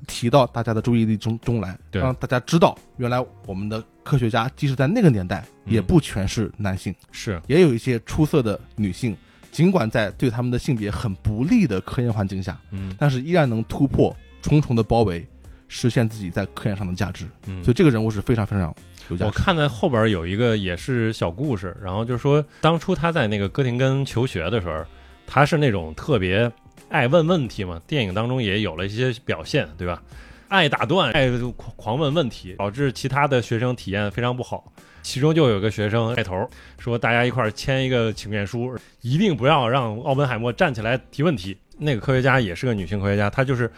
[SPEAKER 2] 提到大家的注意力中中来，
[SPEAKER 1] 对
[SPEAKER 2] 让大家知道原来我们的科学家即使在那个年代
[SPEAKER 1] 嗯
[SPEAKER 2] 也不全是男性，
[SPEAKER 1] 是
[SPEAKER 2] 也有一些出色的女性，尽管在对他们的性别很不利的科研环境下，
[SPEAKER 1] 嗯
[SPEAKER 2] 但是依然能突破重重的包围，实现自己在科研上的价值。
[SPEAKER 1] 嗯
[SPEAKER 2] 所以这个人物是非常非常有价
[SPEAKER 1] 我
[SPEAKER 2] 值。
[SPEAKER 1] 看到后边有一个也是小故事，然后就是说，当初他在那个哥廷根求学的时候，他是那种特别爱问问题嘛，电影当中也有了一些表现，对吧？爱打断，爱狂狂问问题，导致其他的学生体验非常不好。其中就有个学生带头说：“大家一块儿签一个请愿书，一定不要让奥本海默站起来提问题。”那个科学家也是个女性科学家，她就是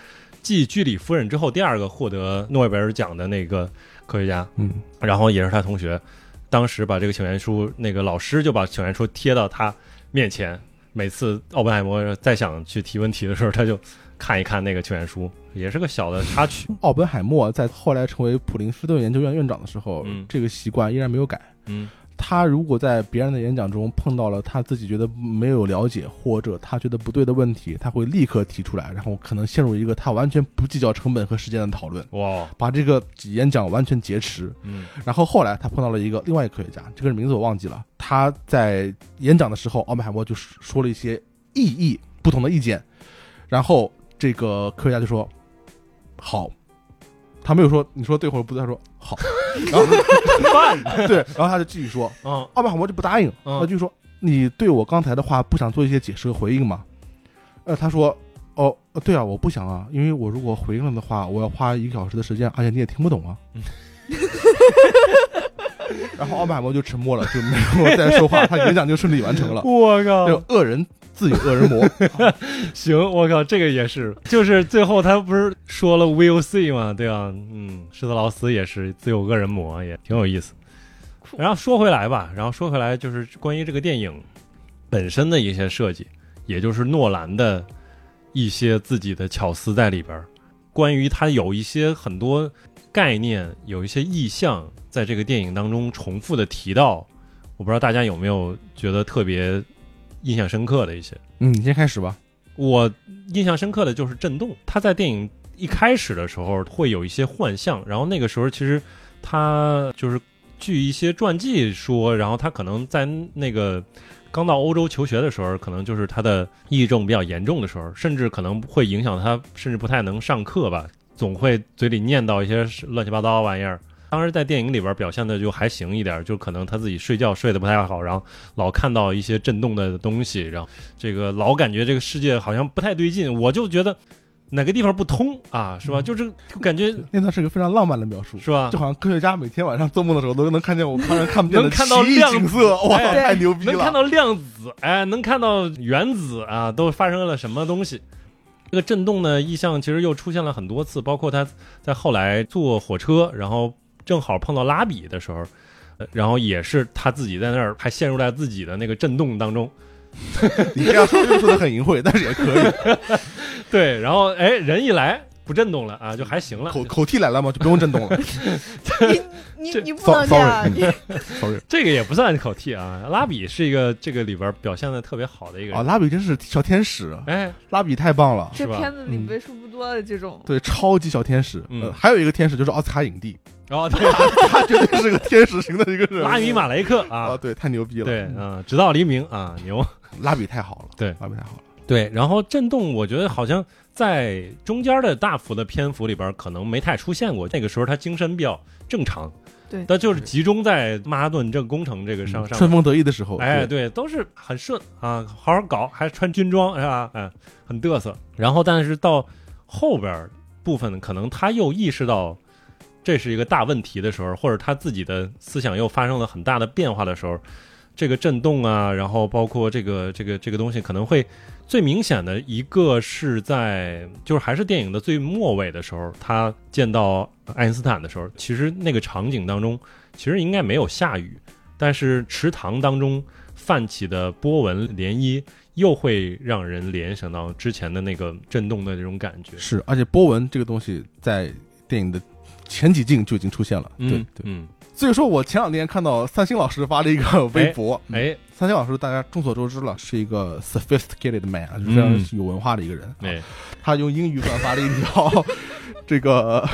[SPEAKER 1] 继居里夫人之后第二个获得诺贝尔奖的那个科学家。
[SPEAKER 2] 嗯，
[SPEAKER 1] 然后也是他同学，当时把这个请愿书，那个老师就把请愿书贴到他面前。每次奥本海默再想去提问题的时候，他就看一看那个请愿书，也是个小的插曲。
[SPEAKER 2] 奥本海默在后来成为普林斯顿研究院院长的时候，
[SPEAKER 1] 嗯
[SPEAKER 2] 这个习惯依然没有改。
[SPEAKER 1] 嗯
[SPEAKER 2] 他如果在别人的演讲中碰到了他自己觉得没有了解或者他觉得不对的问题，他会立刻提出来，然后可能陷入一个他完全不计较成本和时间的讨论，
[SPEAKER 1] 哇，
[SPEAKER 2] 把这个演讲完全劫持。
[SPEAKER 1] 嗯
[SPEAKER 2] 然后后来他碰到了一个另外一个科学家，这个人名字我忘记了。他在演讲的时候，奥本海默就说了一些异议、不同的意见，然后这个科学家就说：“好。”他没有说你说对或者不对，他说好，然后对，然后他就继续说，
[SPEAKER 1] 嗯
[SPEAKER 2] 奥本海默就不答应，
[SPEAKER 1] 嗯
[SPEAKER 2] 他就说：“你对我刚才的话不想做一些解释和回应吗？”呃，他说：“哦，呃对啊，我不想啊，因为我如果回应了的话，我要花一个小时的时间，而且你也听不懂啊。
[SPEAKER 1] 嗯”
[SPEAKER 2] 然后奥本海默就沉默了，就没有再说话，他演讲就顺利完成 了。
[SPEAKER 1] 我靠
[SPEAKER 2] 这种恶人自有恶人 磨，
[SPEAKER 1] 行，我靠，这个也是，就是最后他不是说了 VOC 嘛，对吧、嗯，施特劳斯也是自有恶人磨，也挺有意思。然后说回来吧，然后说回来就是关于这个电影本身的一些设计，也就是诺兰的一些自己的巧思在里边儿。关于他有一些很多概念，有一些意象，在这个电影当中重复的提到，我不知道大家有没有觉得特别印象深刻的一些。
[SPEAKER 2] 嗯，你先开始吧。
[SPEAKER 1] 我印象深刻的就是震动，他在电影一开始的时候会有一些幻象，然后那个时候其实他就是据一些传记说，然后他可能在那个呃刚到欧洲求学的时候，可能就是他的抑郁症比较严重的时候，甚至可能会影响他，甚至不太能上课吧，总会嘴里念叨一些乱七八糟的玩意儿。当时在电影里边表现的就还行一点，就可能他自己睡觉睡得不太好，然后老看到一些震动的东西，然后这个老感觉这个世界好像不太对劲，我就觉得哪个地方不通啊，是吧？
[SPEAKER 2] 嗯
[SPEAKER 1] 就是就感觉
[SPEAKER 2] 那段是一个非常浪漫的描述，
[SPEAKER 1] 是吧？啊
[SPEAKER 2] 就好像科学家每天晚上做梦的时候都能看见我旁人看不见的
[SPEAKER 1] 能看到
[SPEAKER 2] 奇异
[SPEAKER 1] 亮
[SPEAKER 2] 景色，哇，
[SPEAKER 1] 哎
[SPEAKER 2] 太牛逼了！
[SPEAKER 1] 能看到量子，哎，能看到原子啊，都发生了什么东西？这个震动的意象其实又出现了很多次，包括他在后来坐火车，然后正好碰到拉比的时候，呃然后也是他自己在那儿还陷入在自己的那个震动当中。
[SPEAKER 2] 你这样说就说的很淫秽，但是也可以。
[SPEAKER 1] 对，然后哎，人一来不震动了啊，就还行了。
[SPEAKER 2] 口口替来了吗？就不用震动了。
[SPEAKER 4] 你
[SPEAKER 1] 这
[SPEAKER 4] 你不能
[SPEAKER 2] So-
[SPEAKER 4] 这样
[SPEAKER 2] Sorry，，嗯 sorry。
[SPEAKER 1] 这个也不算口替啊，拉比是一个这个里边表现的特别好的一个人。
[SPEAKER 2] 啊，拉比真是小天使，
[SPEAKER 1] 哎，
[SPEAKER 2] 拉比太棒了，
[SPEAKER 1] 是
[SPEAKER 3] 这
[SPEAKER 1] 吧
[SPEAKER 3] 片子里
[SPEAKER 2] 嗯
[SPEAKER 3] 为数不多的这种，
[SPEAKER 2] 对，超级小天使。
[SPEAKER 1] 嗯
[SPEAKER 2] 呃还有一个天使就是奥斯卡影帝，
[SPEAKER 1] 然后对
[SPEAKER 2] 他绝对是个天使型的一个人物。
[SPEAKER 1] 拉比马雷克
[SPEAKER 2] 啊，
[SPEAKER 1] 啊，
[SPEAKER 2] 对，太牛逼了。
[SPEAKER 1] 对
[SPEAKER 2] 嗯
[SPEAKER 1] 啊，直到黎明啊，牛。
[SPEAKER 2] 拉比太好了，
[SPEAKER 1] 对
[SPEAKER 2] 拉比太好了。
[SPEAKER 1] 对，然后震动，我觉得好像在中间的大幅的篇幅里边，可能没太出现过。那个时候他精神比较正常，
[SPEAKER 4] 对
[SPEAKER 1] 但就是集中在曼哈顿这个工程这个上上
[SPEAKER 2] 嗯春风得意的时候，
[SPEAKER 1] 哎，
[SPEAKER 2] 对，
[SPEAKER 1] 对，都是很顺啊，好好搞，还穿军装是吧？哎，很嘚瑟。然后，但是到后边儿部分，可能他又意识到这是一个大问题的时候，或者他自己的思想又发生了很大的变化的时候，这个震动啊，然后包括这个这个这个东西，可能会最明显的一个是在就是还是电影的最末尾的时候，他见到爱因斯坦的时候，其实那个场景当中其实应该没有下雨，但是池塘当中泛起的波纹涟漪又会让人联想到之前的那个震动的这种感觉。
[SPEAKER 2] 是，而且波纹这个东西在电影的前几镜就已经出现了，对
[SPEAKER 1] 嗯
[SPEAKER 2] 对。
[SPEAKER 1] 嗯，
[SPEAKER 2] 所以说我前两天看到三星老师发了一个微博，嗯，
[SPEAKER 1] 哎
[SPEAKER 2] 三星老师大家众所周知了，是一个 sophisticated man，啊就是非
[SPEAKER 1] 嗯
[SPEAKER 2] 常有文化的一个人。
[SPEAKER 1] 哎，
[SPEAKER 2] 他用英语转发了一 条这个呃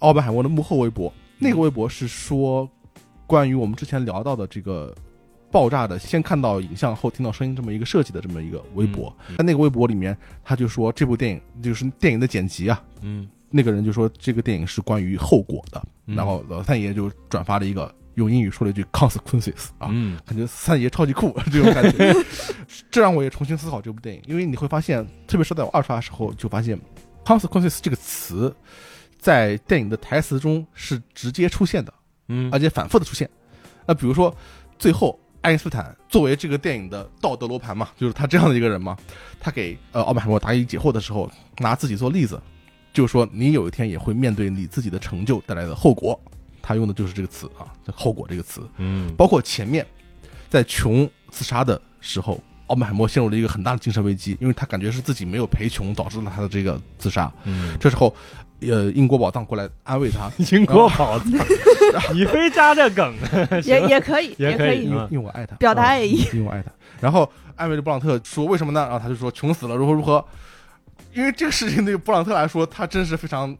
[SPEAKER 2] 奥本海默的幕后微博，那个微博是说关于我们之前聊到的这个爆炸的先看到影像后听到声音这么一个设计的这么一个微博。
[SPEAKER 1] 嗯嗯
[SPEAKER 2] 在那个微博里面，他就说这部电影就是电影的剪辑啊，
[SPEAKER 1] 嗯，
[SPEAKER 2] 那个人就说这个电影是关于后果的，
[SPEAKER 1] 嗯
[SPEAKER 2] 然后老三爷就转发了一个用英语说了一句 consequences 啊，
[SPEAKER 1] 嗯
[SPEAKER 2] 感觉三爷超级酷这种感觉，这让我也重新思考这部电影，因为你会发现，特别是在我二刷的时候，就发现 consequences 这个词在电影的台词中是直接出现的，
[SPEAKER 1] 嗯
[SPEAKER 2] 而且反复的出现。那比如说，最后爱因斯坦作为这个电影的道德罗盘嘛，就是他这样的一个人嘛，他给呃奥本海默答疑解惑的时候，拿自己做例子，就是说你有一天也会面对你自己的成就带来的后果。他用的就是这个词啊，这后果这个词。
[SPEAKER 1] 嗯，
[SPEAKER 2] 包括前面在穷自杀的时候，奥本海默陷入了一个很大的精神危机，因为他感觉是自己没有赔穷导致了他的这个自杀。
[SPEAKER 1] 嗯，
[SPEAKER 2] 这时候，呃，英国宝藏过来安慰他，
[SPEAKER 1] 英国宝 藏，你非加这梗，啊
[SPEAKER 4] 也也可以，
[SPEAKER 1] 也可
[SPEAKER 4] 可
[SPEAKER 1] 以
[SPEAKER 2] 因
[SPEAKER 1] 嗯
[SPEAKER 2] 为因为我爱他，
[SPEAKER 4] 表达爱意
[SPEAKER 2] 嗯，因为我爱他。然后艾米丽·布朗特说为什么呢？然啊后他就说穷死了，如何如何。因为这个事情对于布朗特来说，他真是非常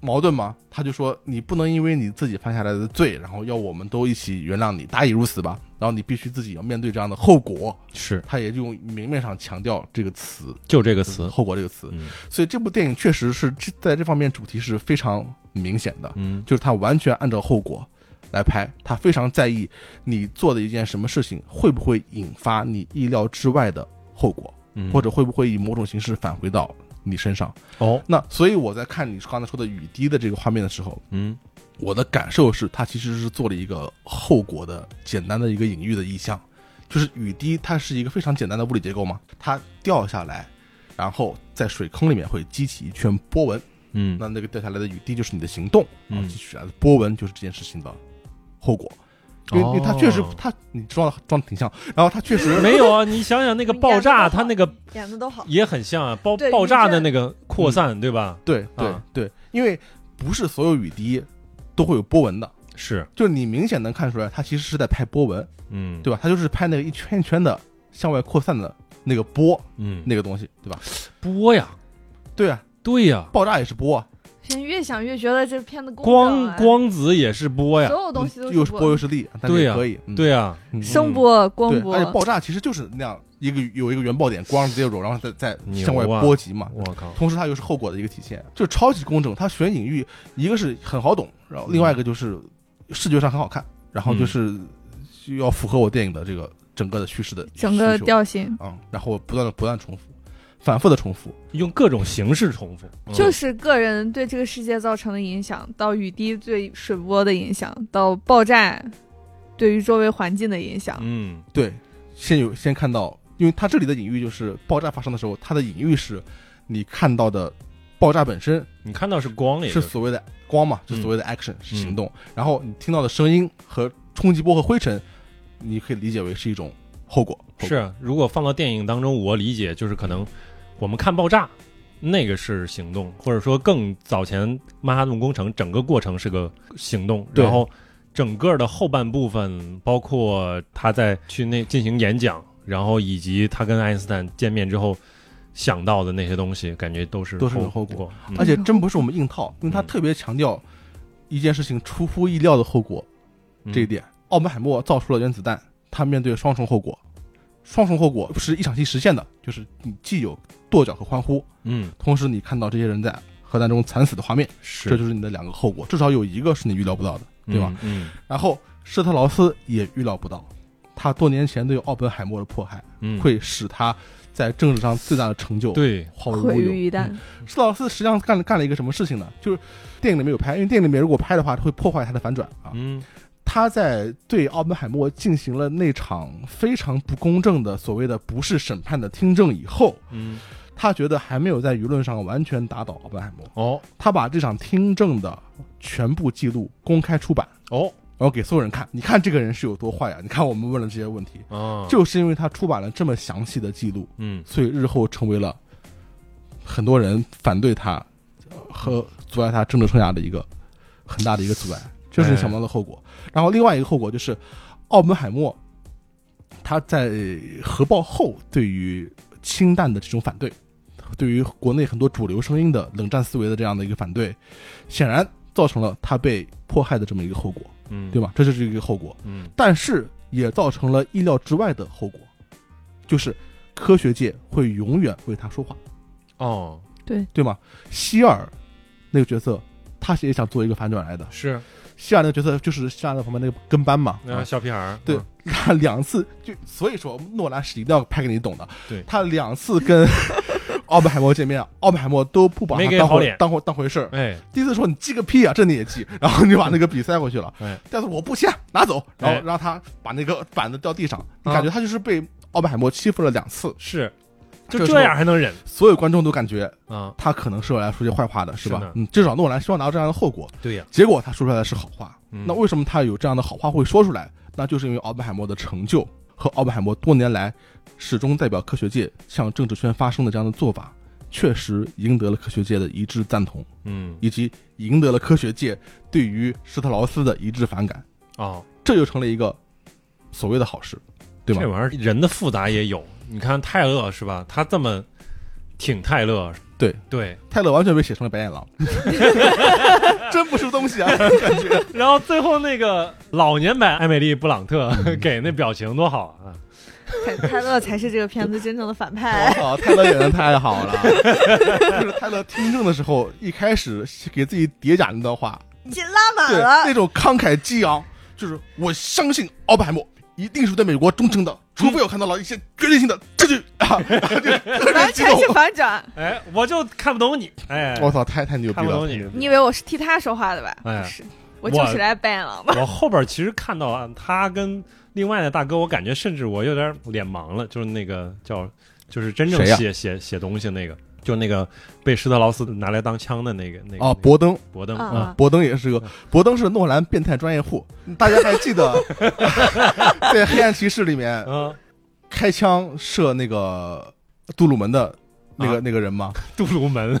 [SPEAKER 2] 矛盾嘛。他就说你不能因为你自己犯下来的罪，然后要我们都一起原谅你，大义如此吧。然后你必须自己要面对这样的后果。
[SPEAKER 1] 是
[SPEAKER 2] 他也用明面上强调这个词
[SPEAKER 1] 就这个
[SPEAKER 2] “
[SPEAKER 1] 词，
[SPEAKER 2] 后果”这个词，
[SPEAKER 1] 嗯
[SPEAKER 2] 所以这部电影确实是这在这方面主题是非常明显的，
[SPEAKER 1] 嗯
[SPEAKER 2] 就是他完全按照后果来拍，他非常在意你做的一件什么事情会不会引发你意料之外的后果，
[SPEAKER 1] 嗯，
[SPEAKER 2] 或者会不会以某种形式返回到你身上。
[SPEAKER 1] 哦，
[SPEAKER 2] 那所以我在看你刚才说的雨滴的这个画面的时候，
[SPEAKER 1] 嗯
[SPEAKER 2] 我的感受是，它其实是做了一个后果的简单的一个隐喻的意象，就是雨滴，它是一个非常简单的物理结构嘛，它掉下来，然后在水坑里面会激起一圈波纹，
[SPEAKER 1] 嗯
[SPEAKER 2] 那那个掉下来的雨滴就是你的行动，然后
[SPEAKER 1] 嗯
[SPEAKER 2] 激起来的波纹就是这件事情的后果，因为因为它确实
[SPEAKER 1] 哦
[SPEAKER 2] 它你装的装的挺像，然后它确实
[SPEAKER 1] 没有啊，你想想那个爆炸，它那个
[SPEAKER 4] 演的都好，
[SPEAKER 1] 也很像啊，爆
[SPEAKER 4] 对
[SPEAKER 1] 爆炸的那个扩散，对吧？
[SPEAKER 2] 对对
[SPEAKER 1] 啊
[SPEAKER 2] 对，因为不是所有雨滴都会有波纹的，
[SPEAKER 1] 是，
[SPEAKER 2] 就是你明显能看出来，它其实是在拍波纹。
[SPEAKER 1] 嗯，
[SPEAKER 2] 对吧？它就是拍那个一圈一圈的向外扩散的那个波，
[SPEAKER 1] 嗯，
[SPEAKER 2] 那个东西，对吧？
[SPEAKER 1] 波呀，
[SPEAKER 2] 对啊，
[SPEAKER 1] 对呀，
[SPEAKER 2] 爆炸也是波啊，
[SPEAKER 3] 现在越想越觉得这片子工整
[SPEAKER 1] 光
[SPEAKER 3] 啊
[SPEAKER 1] 光子也是波呀，
[SPEAKER 3] 所有东西都
[SPEAKER 2] 又
[SPEAKER 3] 是
[SPEAKER 2] 是波又是力，但是
[SPEAKER 1] 对
[SPEAKER 2] 也
[SPEAKER 1] 啊
[SPEAKER 2] 可以，嗯
[SPEAKER 1] 对呀，
[SPEAKER 2] 嗯
[SPEAKER 3] 声波、光
[SPEAKER 2] 对，
[SPEAKER 3] 波
[SPEAKER 2] 而且，爆炸其实就是那样一个有一个原爆点，光直接揉，然后再再
[SPEAKER 1] 牛
[SPEAKER 2] 向外
[SPEAKER 1] 啊
[SPEAKER 2] 波及嘛。
[SPEAKER 1] 我靠，
[SPEAKER 2] 同时，它又是后果的一个体现，就是超级工整。它选隐喻，一个是很好懂，然后另外一个就是视觉上很好看，然
[SPEAKER 1] 嗯
[SPEAKER 2] 后就是就要符合我电影的这个整个的叙事的
[SPEAKER 3] 整个
[SPEAKER 2] 需求
[SPEAKER 3] 调性
[SPEAKER 2] 嗯，然后不断的不断重复，反复的重复，
[SPEAKER 1] 用各种形式重复，
[SPEAKER 2] 嗯
[SPEAKER 3] 就是是个人对这个世界造成的影响，到雨滴对水波的影响，到爆炸对于周围环境的影响。
[SPEAKER 1] 嗯
[SPEAKER 2] 对，先有先看到，因为它这里的隐喻就是爆炸发生的时候，它的隐喻是你看到的爆炸本身
[SPEAKER 1] 你看到是光也
[SPEAKER 2] 是
[SPEAKER 1] 就是
[SPEAKER 2] 所谓的光嘛，就
[SPEAKER 1] 嗯
[SPEAKER 2] 所谓的 action、是行动，然后你听到的声音和冲击波和灰尘，你可以理解为是一种后果。后
[SPEAKER 1] 是
[SPEAKER 2] 果，
[SPEAKER 1] 啊，如果放到电影当中，我理解就是可能我们看爆炸，那个是行动，或者说更早前曼哈顿工程整个过程是个行动，
[SPEAKER 2] 对
[SPEAKER 1] 然后整个的后半部分，包括他在去那进行演讲，然后以及他跟爱因斯坦见面之后想到的那些东西，感觉都是
[SPEAKER 2] 都是有
[SPEAKER 1] 后
[SPEAKER 2] 后果，
[SPEAKER 1] 嗯
[SPEAKER 2] 而且真不是我们硬套，因为它
[SPEAKER 1] 嗯
[SPEAKER 2] 特别强调一件事情出乎意料的后果、
[SPEAKER 1] 嗯
[SPEAKER 2] 这一点。奥本海默造出了原子弹，他面对双重后果，双重后果是一场戏实现的，就是你既有跺脚和欢呼，
[SPEAKER 1] 嗯，
[SPEAKER 2] 同时你看到这些人在核弹中惨死的画面，
[SPEAKER 1] 是
[SPEAKER 2] 这就是你的两个后果，至少有一个是你预料不到的。对吧？
[SPEAKER 1] 嗯
[SPEAKER 2] 然后施特劳斯也预料不到，他多年前对奥本海默的迫害，
[SPEAKER 1] 嗯，
[SPEAKER 2] 会使他在政治上最大的成就
[SPEAKER 1] 对，
[SPEAKER 2] 化为
[SPEAKER 3] 毁
[SPEAKER 2] 乌有。
[SPEAKER 3] 于一旦。
[SPEAKER 2] 施特劳斯实际上干了干了一个什么事情呢？就是电影里没有拍，因为电影里面如果拍的话，会破坏他的反转啊。
[SPEAKER 1] 嗯
[SPEAKER 2] 他在对奥本海默进行了那场非常不公正的所谓的不是审判的听证以后，
[SPEAKER 1] 嗯，
[SPEAKER 2] 他觉得还没有在舆论上完全打倒奥本海默，
[SPEAKER 1] 哦
[SPEAKER 2] 他把这场听证的全部记录公开出版，
[SPEAKER 1] 哦
[SPEAKER 2] 然后给所有人看。你看这个人是有多坏啊呀、你看我们问了这些问题，
[SPEAKER 1] 啊，
[SPEAKER 2] 就是因为他出版了这么详细的记录，
[SPEAKER 1] 嗯
[SPEAKER 2] 所以日后成为了很多人反对他呃和阻碍他政治生涯的一个很大的一个阻碍，这是你想不到的后果。然后另外一个后果就是，奥本海默他在核爆后对于氢弹的这种反对，对于国内很多主流声音的冷战思维的这样的一个反对，显然造成了他被迫害的这么一个后果，
[SPEAKER 1] 嗯，
[SPEAKER 2] 对
[SPEAKER 1] 吧？
[SPEAKER 2] 吧？这就是一个后果。
[SPEAKER 1] 嗯
[SPEAKER 2] 但是也造成了意料之外的后果，就是科学界会永远为他说话，
[SPEAKER 1] 哦
[SPEAKER 2] 对吗？希尔那个角色，他也想做一个反转来的。
[SPEAKER 1] 是
[SPEAKER 2] 希尔那个角色就是希尔在旁边那个跟班嘛，
[SPEAKER 1] 那小屁孩儿
[SPEAKER 2] 对，他两次就所以说诺兰是一定要拍给你懂的。
[SPEAKER 1] 对
[SPEAKER 2] 他两次跟 奥本海默见面啊，奥本海默都不把
[SPEAKER 1] 没
[SPEAKER 2] 他
[SPEAKER 1] 给
[SPEAKER 2] 当
[SPEAKER 1] 好
[SPEAKER 2] 回
[SPEAKER 1] 脸
[SPEAKER 2] 当回当回事儿。
[SPEAKER 1] 哎
[SPEAKER 2] 第一次说你记个屁啊，这你也记，然后你就把那个笔塞回去了。
[SPEAKER 1] 哎
[SPEAKER 2] 但是我不签，拿走，然
[SPEAKER 1] 哎
[SPEAKER 2] 后让他把那个板子掉地上。你
[SPEAKER 1] 啊
[SPEAKER 2] 感觉他就是被奥本海默欺负了两次，
[SPEAKER 1] 是，
[SPEAKER 2] 这
[SPEAKER 1] 就
[SPEAKER 2] 时
[SPEAKER 1] 这
[SPEAKER 2] 候
[SPEAKER 1] 样还能忍
[SPEAKER 2] 所有观众都感觉
[SPEAKER 1] 啊？
[SPEAKER 2] 他可能是用来说些坏话的，是吧？
[SPEAKER 1] 是的
[SPEAKER 2] 嗯，至少诺兰希望达到这样的后果。
[SPEAKER 1] 对呀，
[SPEAKER 2] 结果他说出来的是好话，
[SPEAKER 1] 嗯
[SPEAKER 2] 那为什么他有这样的好话会说出来？那就是因为奥本海默的成就和奥本海默多年来始终代表科学界向政治圈发声的这样的做法，确实赢得了科学界的一致赞同。
[SPEAKER 1] 嗯
[SPEAKER 2] 以及赢得了科学界对于施特劳斯的一致反感，
[SPEAKER 1] 哦，
[SPEAKER 2] 这就成了一个所谓的好事，对
[SPEAKER 1] 这
[SPEAKER 2] 吧
[SPEAKER 1] 玩？意儿人的复杂也有，你看泰勒是吧？他这么挺泰勒，
[SPEAKER 2] 对
[SPEAKER 1] 对，
[SPEAKER 2] 泰勒完全被写成了白眼狼， 真不是东西啊！感觉
[SPEAKER 1] 然后最后那个老年版艾美丽布朗特
[SPEAKER 2] 嗯
[SPEAKER 1] 给那表情多好啊！
[SPEAKER 4] 泰泰勒才是这个片子真正的反
[SPEAKER 3] 哎
[SPEAKER 4] 派。
[SPEAKER 2] 好，哦泰勒演的太好了。就是泰勒听证的时候，一开始给自己叠假那段话，
[SPEAKER 4] 你拉
[SPEAKER 2] 对
[SPEAKER 4] 满
[SPEAKER 2] 那
[SPEAKER 4] 了，
[SPEAKER 2] 种慷慨激昂，就是我相信奥本海默一定是对美国忠诚的，除非我看到了一些决定性的证据啊！就是特别
[SPEAKER 4] 完
[SPEAKER 2] 激
[SPEAKER 4] 全
[SPEAKER 2] 动
[SPEAKER 4] 是反转。
[SPEAKER 1] 哎，我就看不懂你，哎，
[SPEAKER 2] 我操，太太牛逼
[SPEAKER 1] 看不
[SPEAKER 2] 了
[SPEAKER 1] 懂！你。
[SPEAKER 3] 你以为我是替他说话的吧？
[SPEAKER 1] 哎
[SPEAKER 3] 不是，我就是来扮演 狼的。
[SPEAKER 1] 我后边其实看到啊，他跟另外的大哥，我感觉甚至我有点脸盲了，就是那个叫，就是真正
[SPEAKER 2] 谁呀
[SPEAKER 1] 写、写写东西那个，就那个被施特劳斯拿来当枪的那个那个
[SPEAKER 2] 啊，博登，
[SPEAKER 1] 博登
[SPEAKER 3] 啊
[SPEAKER 1] 啊，
[SPEAKER 2] 博登也是个，博登是诺兰变态专业户。大家还记得， 在《黑暗骑士》里面
[SPEAKER 1] 嗯，
[SPEAKER 2] 开枪射那个杜鲁门的那个、
[SPEAKER 1] 啊
[SPEAKER 2] 那个人吗？
[SPEAKER 1] 杜鲁 门，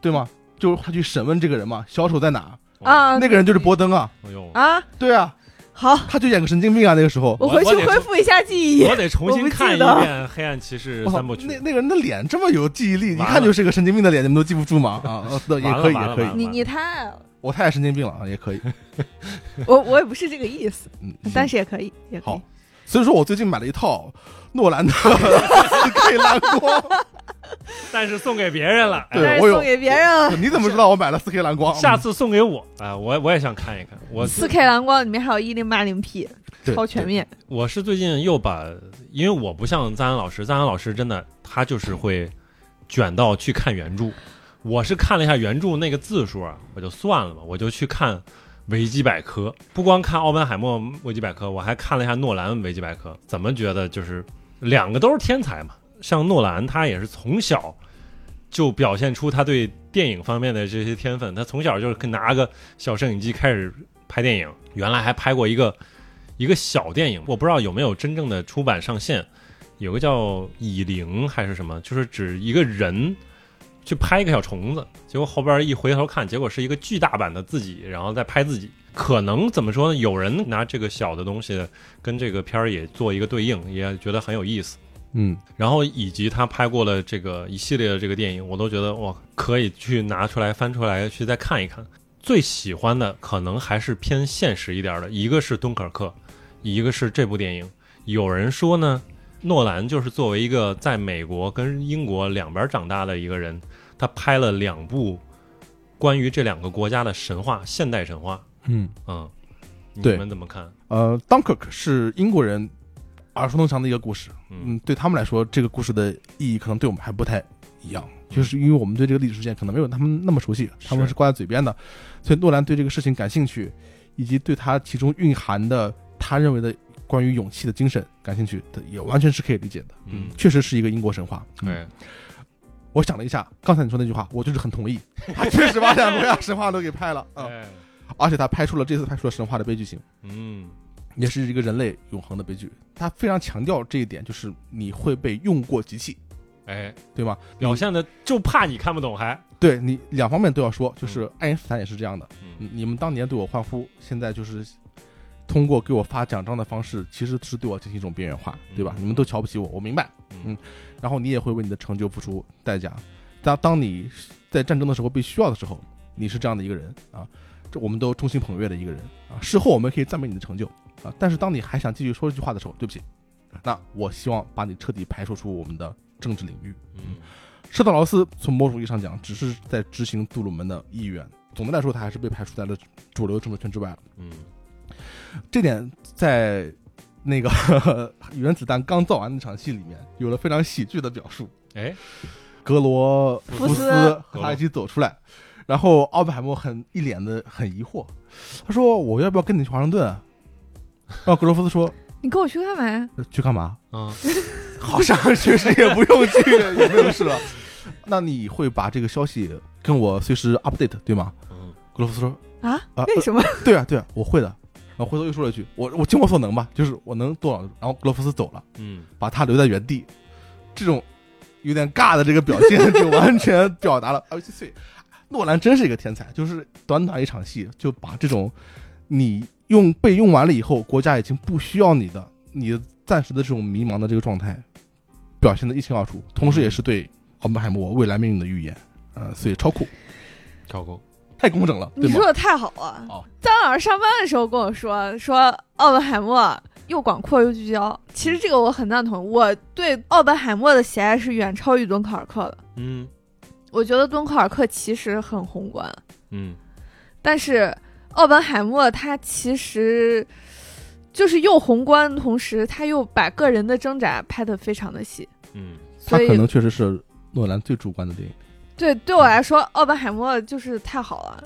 [SPEAKER 2] 对吗？就是他去审问这个人嘛，小丑在哪？
[SPEAKER 3] 啊，
[SPEAKER 2] 那个人就是博登啊。
[SPEAKER 1] 哎呦，
[SPEAKER 3] 啊，
[SPEAKER 2] 对啊，
[SPEAKER 3] 好，
[SPEAKER 2] 他就演个神经病啊。那个时候，
[SPEAKER 1] 我
[SPEAKER 3] 我回
[SPEAKER 1] 我
[SPEAKER 3] 去
[SPEAKER 1] 得
[SPEAKER 3] 恢复一下记忆。
[SPEAKER 1] 我得重新
[SPEAKER 3] 我不记
[SPEAKER 1] 看一遍
[SPEAKER 3] 得
[SPEAKER 1] 《黑暗骑士
[SPEAKER 2] 我》操，
[SPEAKER 1] 三部曲
[SPEAKER 2] 哦那。那个人的脸这么有记忆力，一
[SPEAKER 1] 完了
[SPEAKER 2] 看就是个神经病的脸，你们都记不住吗？ 啊，呃对也
[SPEAKER 1] 完了
[SPEAKER 2] 可以，
[SPEAKER 1] 完
[SPEAKER 2] 也
[SPEAKER 1] 了
[SPEAKER 2] 可
[SPEAKER 1] 完
[SPEAKER 2] 以
[SPEAKER 1] 了。
[SPEAKER 3] 你你太爱了，
[SPEAKER 2] 我太爱神经病了啊，也可以。
[SPEAKER 3] 我我也不是这个意 思，
[SPEAKER 2] 嗯，
[SPEAKER 3] 但是也可以，也可以
[SPEAKER 2] 好。所以说我最近买了一套诺兰的 斯克兰光。
[SPEAKER 1] 但是送给别人了，哎
[SPEAKER 2] 对
[SPEAKER 3] 但是
[SPEAKER 2] 我有
[SPEAKER 3] 送给别人啊了。
[SPEAKER 2] 你怎么知道我买了四 K 蓝光？
[SPEAKER 1] 下次送给我啊、我我也想看一看。我
[SPEAKER 3] 四 K 蓝光里面还有一零八零 P，
[SPEAKER 2] 对
[SPEAKER 3] 超全面。
[SPEAKER 1] 我是最近又把，因为我不像赞恩老师，赞恩老师真的他就是会卷到去看原著。我是看了一下原著那个字数啊，我就算了吧，我就去看维基百科。不光看奥本海默维基百科，我还看了一下诺兰维基百科。怎么觉得就是两个都是天才嘛？像诺兰，他也是从小就表现出他对电影方面的这些天分。他从小就是拿个小摄影机开始拍电影，原来还拍过一个一个小电影，我不知道有没有真正的出版上线，有个叫《蚁灵》还是什么，就是指一个人去拍一个小虫子，结果后边一回头看，结果是一个巨大版的自己，然后再拍自己。可能怎么说呢？有人拿这个小的东西跟这个片儿也做一个对应，也觉得很有意思。
[SPEAKER 2] 嗯，
[SPEAKER 1] 然后以及他拍过了这个一系列的这个电影，我都觉得哇，可以去拿出来翻出来去再看一看。最喜欢的可能还是偏现实一点的，一个是《敦刻尔克》，一个是这部电影。有人说呢，诺兰就是作为一个在美国跟英国两边长大的一个人，他拍了两部关于这两个国家的神话，现代神话。
[SPEAKER 5] 嗯，
[SPEAKER 1] 嗯，你
[SPEAKER 2] 对
[SPEAKER 1] 们怎么看？
[SPEAKER 2] 呃，Dunkirk 是英国人耳熟能详的一个故事，
[SPEAKER 1] 嗯
[SPEAKER 2] 嗯，对他们来说，这个故事的意义可能对我们还不太一样，就是因为我们对这个历史事件可能没有他们那么熟悉，他们
[SPEAKER 1] 是
[SPEAKER 2] 是挂在嘴边的，所以诺兰对这个事情感兴趣，以及对它其中蕴含的他认为的关于勇气的精神感兴趣的，也完全是可以理解的，
[SPEAKER 1] 嗯，
[SPEAKER 2] 确实是一个英国神话。
[SPEAKER 1] 对，
[SPEAKER 2] 我想了一下，刚才你说那句话，我就是很同意， 他确实把两个国家神话都给拍了啊、
[SPEAKER 1] 哎
[SPEAKER 2] 而且他拍出了这次拍出了神话的悲剧性。
[SPEAKER 1] 嗯，
[SPEAKER 2] 也是一个人类永恒的悲剧。他非常强调这一点，就是你会被用过即弃，
[SPEAKER 1] 哎，
[SPEAKER 2] 对吗？
[SPEAKER 1] 表现的就怕你看不懂，还，
[SPEAKER 2] 对你两方面都要说，就是爱因斯坦也是这样的。
[SPEAKER 1] 嗯
[SPEAKER 2] 你你们当年对我欢呼，现在就是通过给我发奖章的方式，其实是对我进行一种边缘化，对吧？
[SPEAKER 1] 嗯
[SPEAKER 2] 你们都瞧不起我，我明白。
[SPEAKER 1] 嗯
[SPEAKER 2] 嗯，然后你也会为你的成就付出代价。当当你在战争的时候被需要的时候，你是这样的一个人啊，这我们都衷心捧月的一个人啊。事后我们可以赞美你的成就啊，但是当你还想继续说这句话的时候，对不起，那我希望把你彻底排除出我们的政治领域。
[SPEAKER 1] 嗯
[SPEAKER 2] 施特劳斯从某种意义上讲，只是在执行杜鲁门的意愿。总的来说，他还是被排除在了主流政治圈之外了。
[SPEAKER 1] 嗯
[SPEAKER 2] 这点在那个 原子弹刚造完那场戏里面有了非常喜剧的表述。
[SPEAKER 1] 哎，
[SPEAKER 2] 格罗
[SPEAKER 3] 福
[SPEAKER 2] 福
[SPEAKER 3] 斯
[SPEAKER 2] 和他一起走出来，然后奥本海默很一脸的很疑惑，他说：“我要不要跟你去华盛顿啊？”然后格罗福斯说
[SPEAKER 3] 你跟我去干嘛呀？：“
[SPEAKER 2] 呃去干嘛？
[SPEAKER 1] 啊，
[SPEAKER 2] 好像确实也不用去，也没有事了。 那你会把这个消息跟我随时 update 对吗
[SPEAKER 1] 嗯？”
[SPEAKER 2] 格罗福斯说
[SPEAKER 3] 啊？
[SPEAKER 2] 啊
[SPEAKER 3] 为什么？：“
[SPEAKER 2] 对啊，对啊，我会的。”然后回头又说了一句：“我我尽我所能吧，就是我能多少。”然后格罗福斯走了。
[SPEAKER 1] 嗯
[SPEAKER 2] 把他留在原地，这种有点尬的这个表现就完全表达了。而且所以诺兰真是一个天才，就是短短一场戏就把这种你用被用完了以后，国家已经不需要你的，你暂时的这种迷茫的这个状态，表现的一清二楚，同时也是对奥本海默未来命运的预言。呃，所以超酷，
[SPEAKER 1] 跳过，
[SPEAKER 2] 太工整了，
[SPEAKER 3] 你
[SPEAKER 2] 对吗
[SPEAKER 3] 说？的太好了。
[SPEAKER 2] 哦
[SPEAKER 3] 张老师上班的时候跟我说，说奥本海默又广阔又聚焦。其实这个我很赞同，我对奥本海默的喜爱是远超于敦刻尔克的。
[SPEAKER 1] 嗯
[SPEAKER 3] 我觉得敦刻尔克其实很宏观，
[SPEAKER 1] 嗯
[SPEAKER 3] 但是奥本海默他其实就是又宏观，同时他又把个人的挣扎拍得非常的细。
[SPEAKER 1] 嗯
[SPEAKER 2] 他
[SPEAKER 3] 所
[SPEAKER 2] 可
[SPEAKER 3] 以
[SPEAKER 2] 能确实是诺兰最主观的电影。
[SPEAKER 3] 对对我来说，奥本海默就是太好了。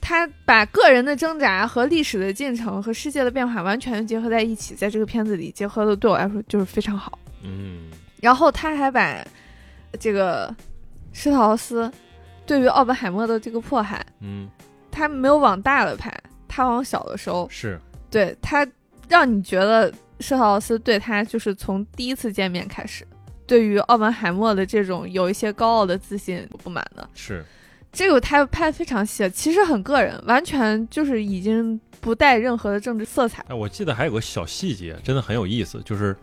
[SPEAKER 3] 他把个人的挣扎和历史的进程和世界的变化完全结合在一起，在这个片子里结合的对我来说就是非常好。
[SPEAKER 1] 嗯
[SPEAKER 3] 然后他还把这个施特劳斯对于奥本海默的这个迫害，
[SPEAKER 1] 嗯，
[SPEAKER 3] 他没有往大了拍，他往小的收，
[SPEAKER 1] 是，
[SPEAKER 3] 对他让你觉得施特劳斯对他就是从第一次见面开始，对于奥本海默的这种有一些高傲的自信不满的，
[SPEAKER 1] 是，
[SPEAKER 3] 这个他拍的非常细，其实很个人，完全就是已经不带任何的政治色彩。
[SPEAKER 1] 哎，我记得还有个小细节，真的很有意思，就是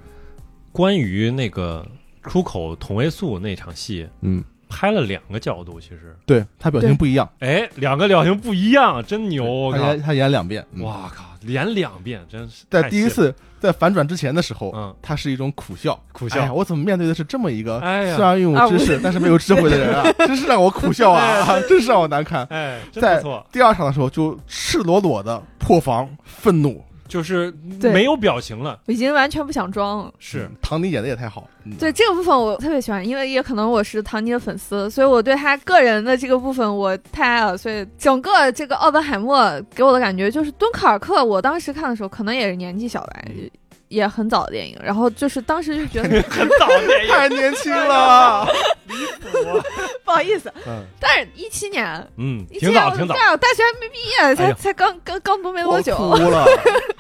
[SPEAKER 1] 关于那个出口同位素那场戏，
[SPEAKER 2] 嗯，
[SPEAKER 1] 拍了两个角度，其实，
[SPEAKER 2] 对他表情
[SPEAKER 3] 对
[SPEAKER 2] 不一样，
[SPEAKER 1] 哎，两个表情不一样，真牛！我
[SPEAKER 2] 他
[SPEAKER 1] 靠
[SPEAKER 2] 演他演两遍。哎嗯，
[SPEAKER 1] 哇靠，连两遍，真是
[SPEAKER 2] 在
[SPEAKER 1] 太
[SPEAKER 2] 第一
[SPEAKER 1] 气了，
[SPEAKER 2] 次在反转之前的时候，
[SPEAKER 1] 嗯，
[SPEAKER 2] 他是一种苦笑，
[SPEAKER 1] 苦
[SPEAKER 2] 哎呀
[SPEAKER 1] 笑，
[SPEAKER 2] 我怎么面对的是这么一个
[SPEAKER 1] 哎呀
[SPEAKER 2] 虽然拥
[SPEAKER 3] 啊
[SPEAKER 2] 有知识，但是没有智慧的人 啊，真是让我苦笑啊， 真是让我难堪。
[SPEAKER 1] 哎，真
[SPEAKER 2] 在
[SPEAKER 1] 不错，
[SPEAKER 2] 第二场的时候就赤裸裸的破防、愤怒，
[SPEAKER 1] 就是
[SPEAKER 3] 对
[SPEAKER 1] 没有表情了，
[SPEAKER 3] 我已经完全不想装了。
[SPEAKER 1] 是，
[SPEAKER 2] 唐尼演的也太好，嗯
[SPEAKER 3] 对这个部分我特别喜欢，因为也可能我是唐尼的粉丝，所以我对他个人的这个部分我太爱了。所以整个这个奥本海默给我的感觉就是《敦刻尔克》，我当时看的时候可能也是年纪小吧，
[SPEAKER 1] 嗯
[SPEAKER 3] 也很早的电影，然后就是当时就觉 得
[SPEAKER 1] 很早电影，
[SPEAKER 2] 太年轻了，
[SPEAKER 1] 哎啊
[SPEAKER 3] 不好意思，
[SPEAKER 2] 嗯，
[SPEAKER 3] 但是一七年。
[SPEAKER 1] 嗯，
[SPEAKER 3] 一
[SPEAKER 1] 挺早，挺早
[SPEAKER 3] 对，我大学还没毕业，
[SPEAKER 1] 哎
[SPEAKER 3] 才
[SPEAKER 1] 呀
[SPEAKER 3] 才刚刚刚读没哎多久。啊
[SPEAKER 2] 我哭了，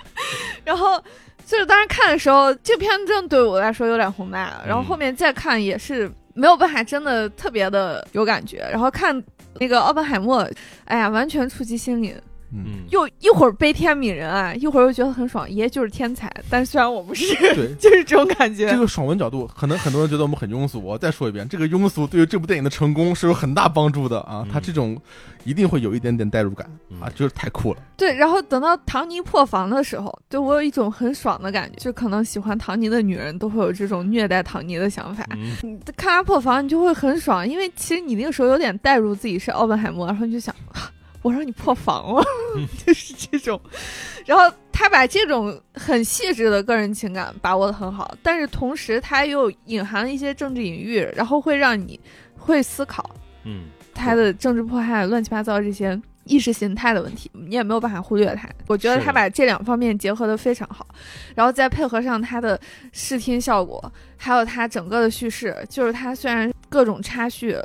[SPEAKER 3] 然后就是当时看的时候，这片真的对我来说有点宏大，然后
[SPEAKER 1] 嗯
[SPEAKER 3] 后面再看也是没有办法真的特别的有感觉，然后看那个奥本海默，哎呀，完全触及心灵。
[SPEAKER 1] 嗯，
[SPEAKER 3] 又一会儿悲天悯人啊，一会儿又觉得很爽，爷就是天才。但虽然我不是，
[SPEAKER 2] 对啊
[SPEAKER 3] 就是这种感觉。
[SPEAKER 2] 这个爽文角度，可能很多人觉得我们很庸俗。我再说一遍，这个庸俗对于这部电影的成功是有很大帮助的啊！
[SPEAKER 1] 嗯
[SPEAKER 2] 他这种一定会有一点点代入感
[SPEAKER 1] 嗯
[SPEAKER 2] 啊，就是太酷了。
[SPEAKER 3] 对，然后等到唐尼破防的时候，对我有一种很爽的感觉，就可能喜欢唐尼的女人都会有这种虐待唐尼的想法。
[SPEAKER 1] 嗯
[SPEAKER 3] 你看他破防，你就会很爽，因为其实你那个时候有点代入自己是奥本海默，然后你就想，啊我让你破防了， 就是这种。然后他把这种很细致的个人情感把握的很好，但是同时他又隐含了一些政治隐喻，然后会让你会思考
[SPEAKER 1] 嗯
[SPEAKER 3] 他的政治迫害、啊乱七八糟这些意识形态的问题，你也没有办法忽略它。我觉得
[SPEAKER 1] 是
[SPEAKER 3] 他把这两方面结合的非常好，然后再配合上他的视听效果，还有他整个的叙事，就是他虽然各种插叙、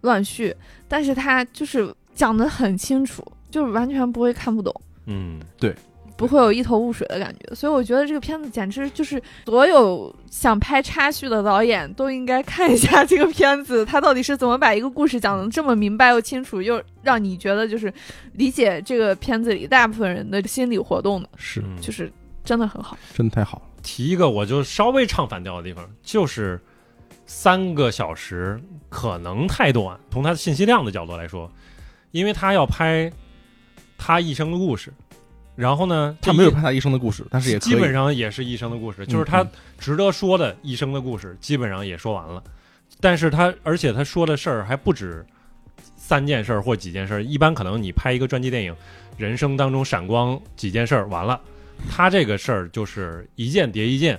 [SPEAKER 3] 乱叙，但是他就是讲得很清楚，就是完全不会看不懂。
[SPEAKER 1] 嗯，
[SPEAKER 3] 不会有一头雾水的感觉，所以我觉得这个片子简直就是所有想拍插叙的导演都应该看一下这个片子，他到底是怎么把一个故事讲得这么明白又清楚，又让你觉得就是理解这个片子里大部分人的心理活动的，
[SPEAKER 2] 是
[SPEAKER 1] 嗯
[SPEAKER 3] 就是真的很好。
[SPEAKER 2] 真的太好了。
[SPEAKER 1] 提一个我就稍微唱反调的地方，就是三个小时可能太短，从它的信息量的角度来说，因为他要拍他一生的故事，然后呢，
[SPEAKER 2] 他
[SPEAKER 1] 这
[SPEAKER 2] 没有
[SPEAKER 1] 一
[SPEAKER 2] 拍他一生的故事，但是也可以
[SPEAKER 1] 基本上也是一生的故事，就是他
[SPEAKER 2] 嗯
[SPEAKER 1] 值得说的一生的故事，基本上也说完了。但是他，而且他说的事儿还不止三件事儿或几件事儿。一般可能你拍一个传记电影，人生当中闪光几件事儿完了，他这个事儿就是一件叠一件，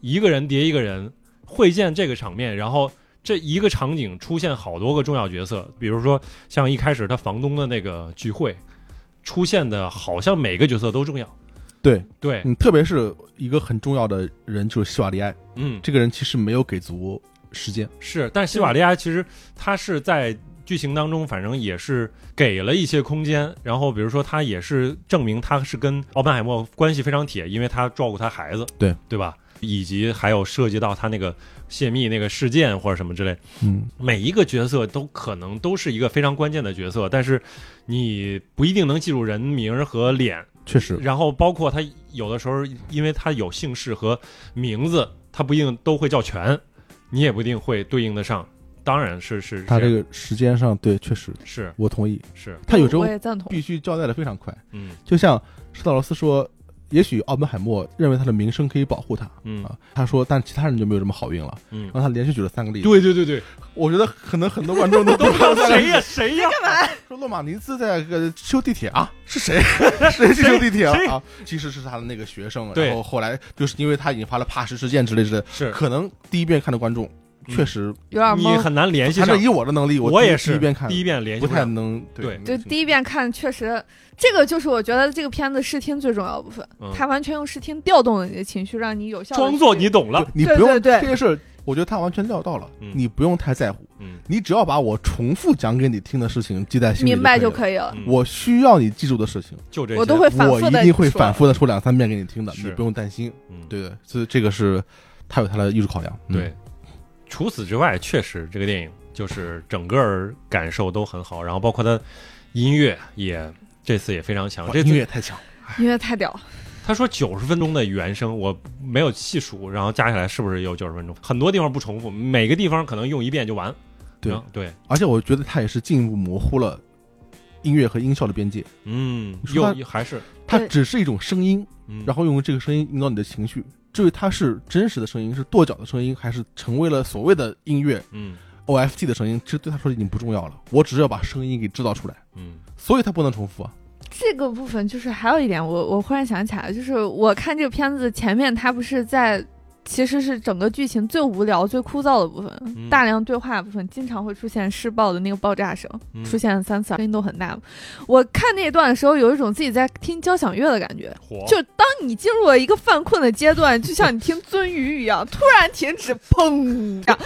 [SPEAKER 1] 一个人叠一个人，会见这个场面，然后这一个场景出现好多个重要角色，比如说像一开始他房东的那个聚会，出现的好像每个角色都重要。
[SPEAKER 2] 对，
[SPEAKER 1] 对，
[SPEAKER 2] 嗯，特别是一个很重要的人就是希瓦利埃，
[SPEAKER 1] 嗯，
[SPEAKER 2] 这个人其实没有给足时间，
[SPEAKER 1] 是，但是西瓦利亚其实他是在剧情当中，反正也是给了一些空间。然后比如说，他也是证明他是跟奥本海默关系非常铁，因为他照顾他孩子，
[SPEAKER 2] 对
[SPEAKER 1] 对吧？以及还有涉及到他那个泄密那个事件或者什么之类，
[SPEAKER 2] 嗯，
[SPEAKER 1] 每一个角色都可能都是一个非常关键的角色，但是你不一定能记住人名儿和脸，
[SPEAKER 2] 确实，
[SPEAKER 1] 然后包括他有的时候，因为他有姓氏和名字，他不一定都会叫全，你也不一定会对应得上。当然是是
[SPEAKER 2] 他这
[SPEAKER 1] 样
[SPEAKER 2] 个时间上对，确实
[SPEAKER 1] 是
[SPEAKER 2] 我同意，
[SPEAKER 1] 是
[SPEAKER 2] 他有时候
[SPEAKER 3] 我也赞同，
[SPEAKER 2] 必须交代的非常快，
[SPEAKER 1] 嗯
[SPEAKER 2] 就像施道罗斯说，也许奥本海默认为他的名声可以保护他。
[SPEAKER 1] 嗯
[SPEAKER 2] 啊，他说，但其他人就没有这么好运了。
[SPEAKER 1] 嗯
[SPEAKER 2] 然，后他连续举了三个例子，
[SPEAKER 1] 对对对 对，
[SPEAKER 2] 我觉得可能很多观 众都
[SPEAKER 1] 都不知道谁呀谁呀，
[SPEAKER 2] 说洛马尼兹在呃修地铁啊，是谁？ 谁去修地铁了啊？其实是他的那个学生，
[SPEAKER 1] 对
[SPEAKER 2] 然后后来就是因为他引发了帕什事件之类之类的，
[SPEAKER 1] 是
[SPEAKER 2] 可能第一遍看的观众
[SPEAKER 1] 嗯
[SPEAKER 2] 确实，
[SPEAKER 3] 有点
[SPEAKER 1] 你
[SPEAKER 3] 懵。
[SPEAKER 1] 很难联系
[SPEAKER 2] 反
[SPEAKER 1] 上
[SPEAKER 2] 正。以我的能力，
[SPEAKER 1] 我
[SPEAKER 2] 第
[SPEAKER 1] 也
[SPEAKER 2] 第
[SPEAKER 1] 是
[SPEAKER 2] 一遍看
[SPEAKER 1] 第一遍联系
[SPEAKER 2] 不
[SPEAKER 1] 不
[SPEAKER 2] 太
[SPEAKER 1] 上，
[SPEAKER 2] 能
[SPEAKER 1] 对
[SPEAKER 2] 能
[SPEAKER 3] 对，
[SPEAKER 2] 行
[SPEAKER 3] 第一遍看确实，这个就是我觉得这个片子视听最重要的部分，
[SPEAKER 1] 嗯
[SPEAKER 3] 他完全用视听调动了你的情绪，让你有效地
[SPEAKER 1] 装作
[SPEAKER 3] 去
[SPEAKER 1] 你懂了。
[SPEAKER 2] 你
[SPEAKER 3] 对
[SPEAKER 2] 不用
[SPEAKER 3] 对对
[SPEAKER 2] 这些事儿，我觉得他完全料到了，
[SPEAKER 1] 嗯
[SPEAKER 2] 你不用太在乎，
[SPEAKER 1] 嗯，
[SPEAKER 2] 你只要把我重复讲给你听的事情记在心里，
[SPEAKER 3] 明白就
[SPEAKER 2] 以了。嗯
[SPEAKER 3] 可以了。
[SPEAKER 1] 嗯
[SPEAKER 2] 我需要你记住的事情，
[SPEAKER 1] 就这些，
[SPEAKER 3] 我都会 反
[SPEAKER 2] 我
[SPEAKER 3] 复
[SPEAKER 2] 一
[SPEAKER 3] 的
[SPEAKER 2] 定会反复的说两三遍给你听的，
[SPEAKER 1] 是
[SPEAKER 2] 你不用担心。
[SPEAKER 1] 嗯
[SPEAKER 2] 对对，所以这个是他有他的艺术考量。嗯
[SPEAKER 1] 对，。除此之外，确实这个电影就是整个儿感受都很好，然后包括它音乐也这次也非常强。
[SPEAKER 2] 哇
[SPEAKER 1] 这次
[SPEAKER 2] 音乐太强了。
[SPEAKER 3] 音乐太屌了。
[SPEAKER 1] 他说九十分钟的原声，我没有细数，然后加起来是不是也有九十分钟？很多地方不重复，每个地方可能用一遍就完。
[SPEAKER 2] 对
[SPEAKER 1] 然后对，
[SPEAKER 2] 而且我觉得他也是进一步模糊了音乐和音效的边界，
[SPEAKER 1] 嗯，
[SPEAKER 2] 你说
[SPEAKER 1] 又
[SPEAKER 2] 他
[SPEAKER 1] 又还是，
[SPEAKER 2] 它
[SPEAKER 3] 对
[SPEAKER 2] 只是一种声音，
[SPEAKER 1] 嗯，
[SPEAKER 2] 然后用这个声音引导你的情绪。至于它是真实的声音，是跺脚的声音，还是成为了所谓的音乐
[SPEAKER 1] 嗯
[SPEAKER 2] OFT 的声音，其实对他说已经不重要了。我只是要把声音给制造出来，
[SPEAKER 1] 嗯
[SPEAKER 2] 所以它不能重复啊。
[SPEAKER 3] 这个部分就是还有一点我，我忽然想起来，就是我看这个片子前面，它不是在其实是整个剧情最无聊、最枯燥的部分，
[SPEAKER 1] 嗯
[SPEAKER 3] 大量对话的部分，经常会出现施暴的那个爆炸声，
[SPEAKER 1] 嗯，
[SPEAKER 3] 出现了三次，啊声音都很大。我看那段的时候，有一种自己在听交响乐的感觉。
[SPEAKER 1] 火，
[SPEAKER 3] 就当你进入了一个犯困的阶段，就像你听鳟鱼一样，突然停止，砰！这样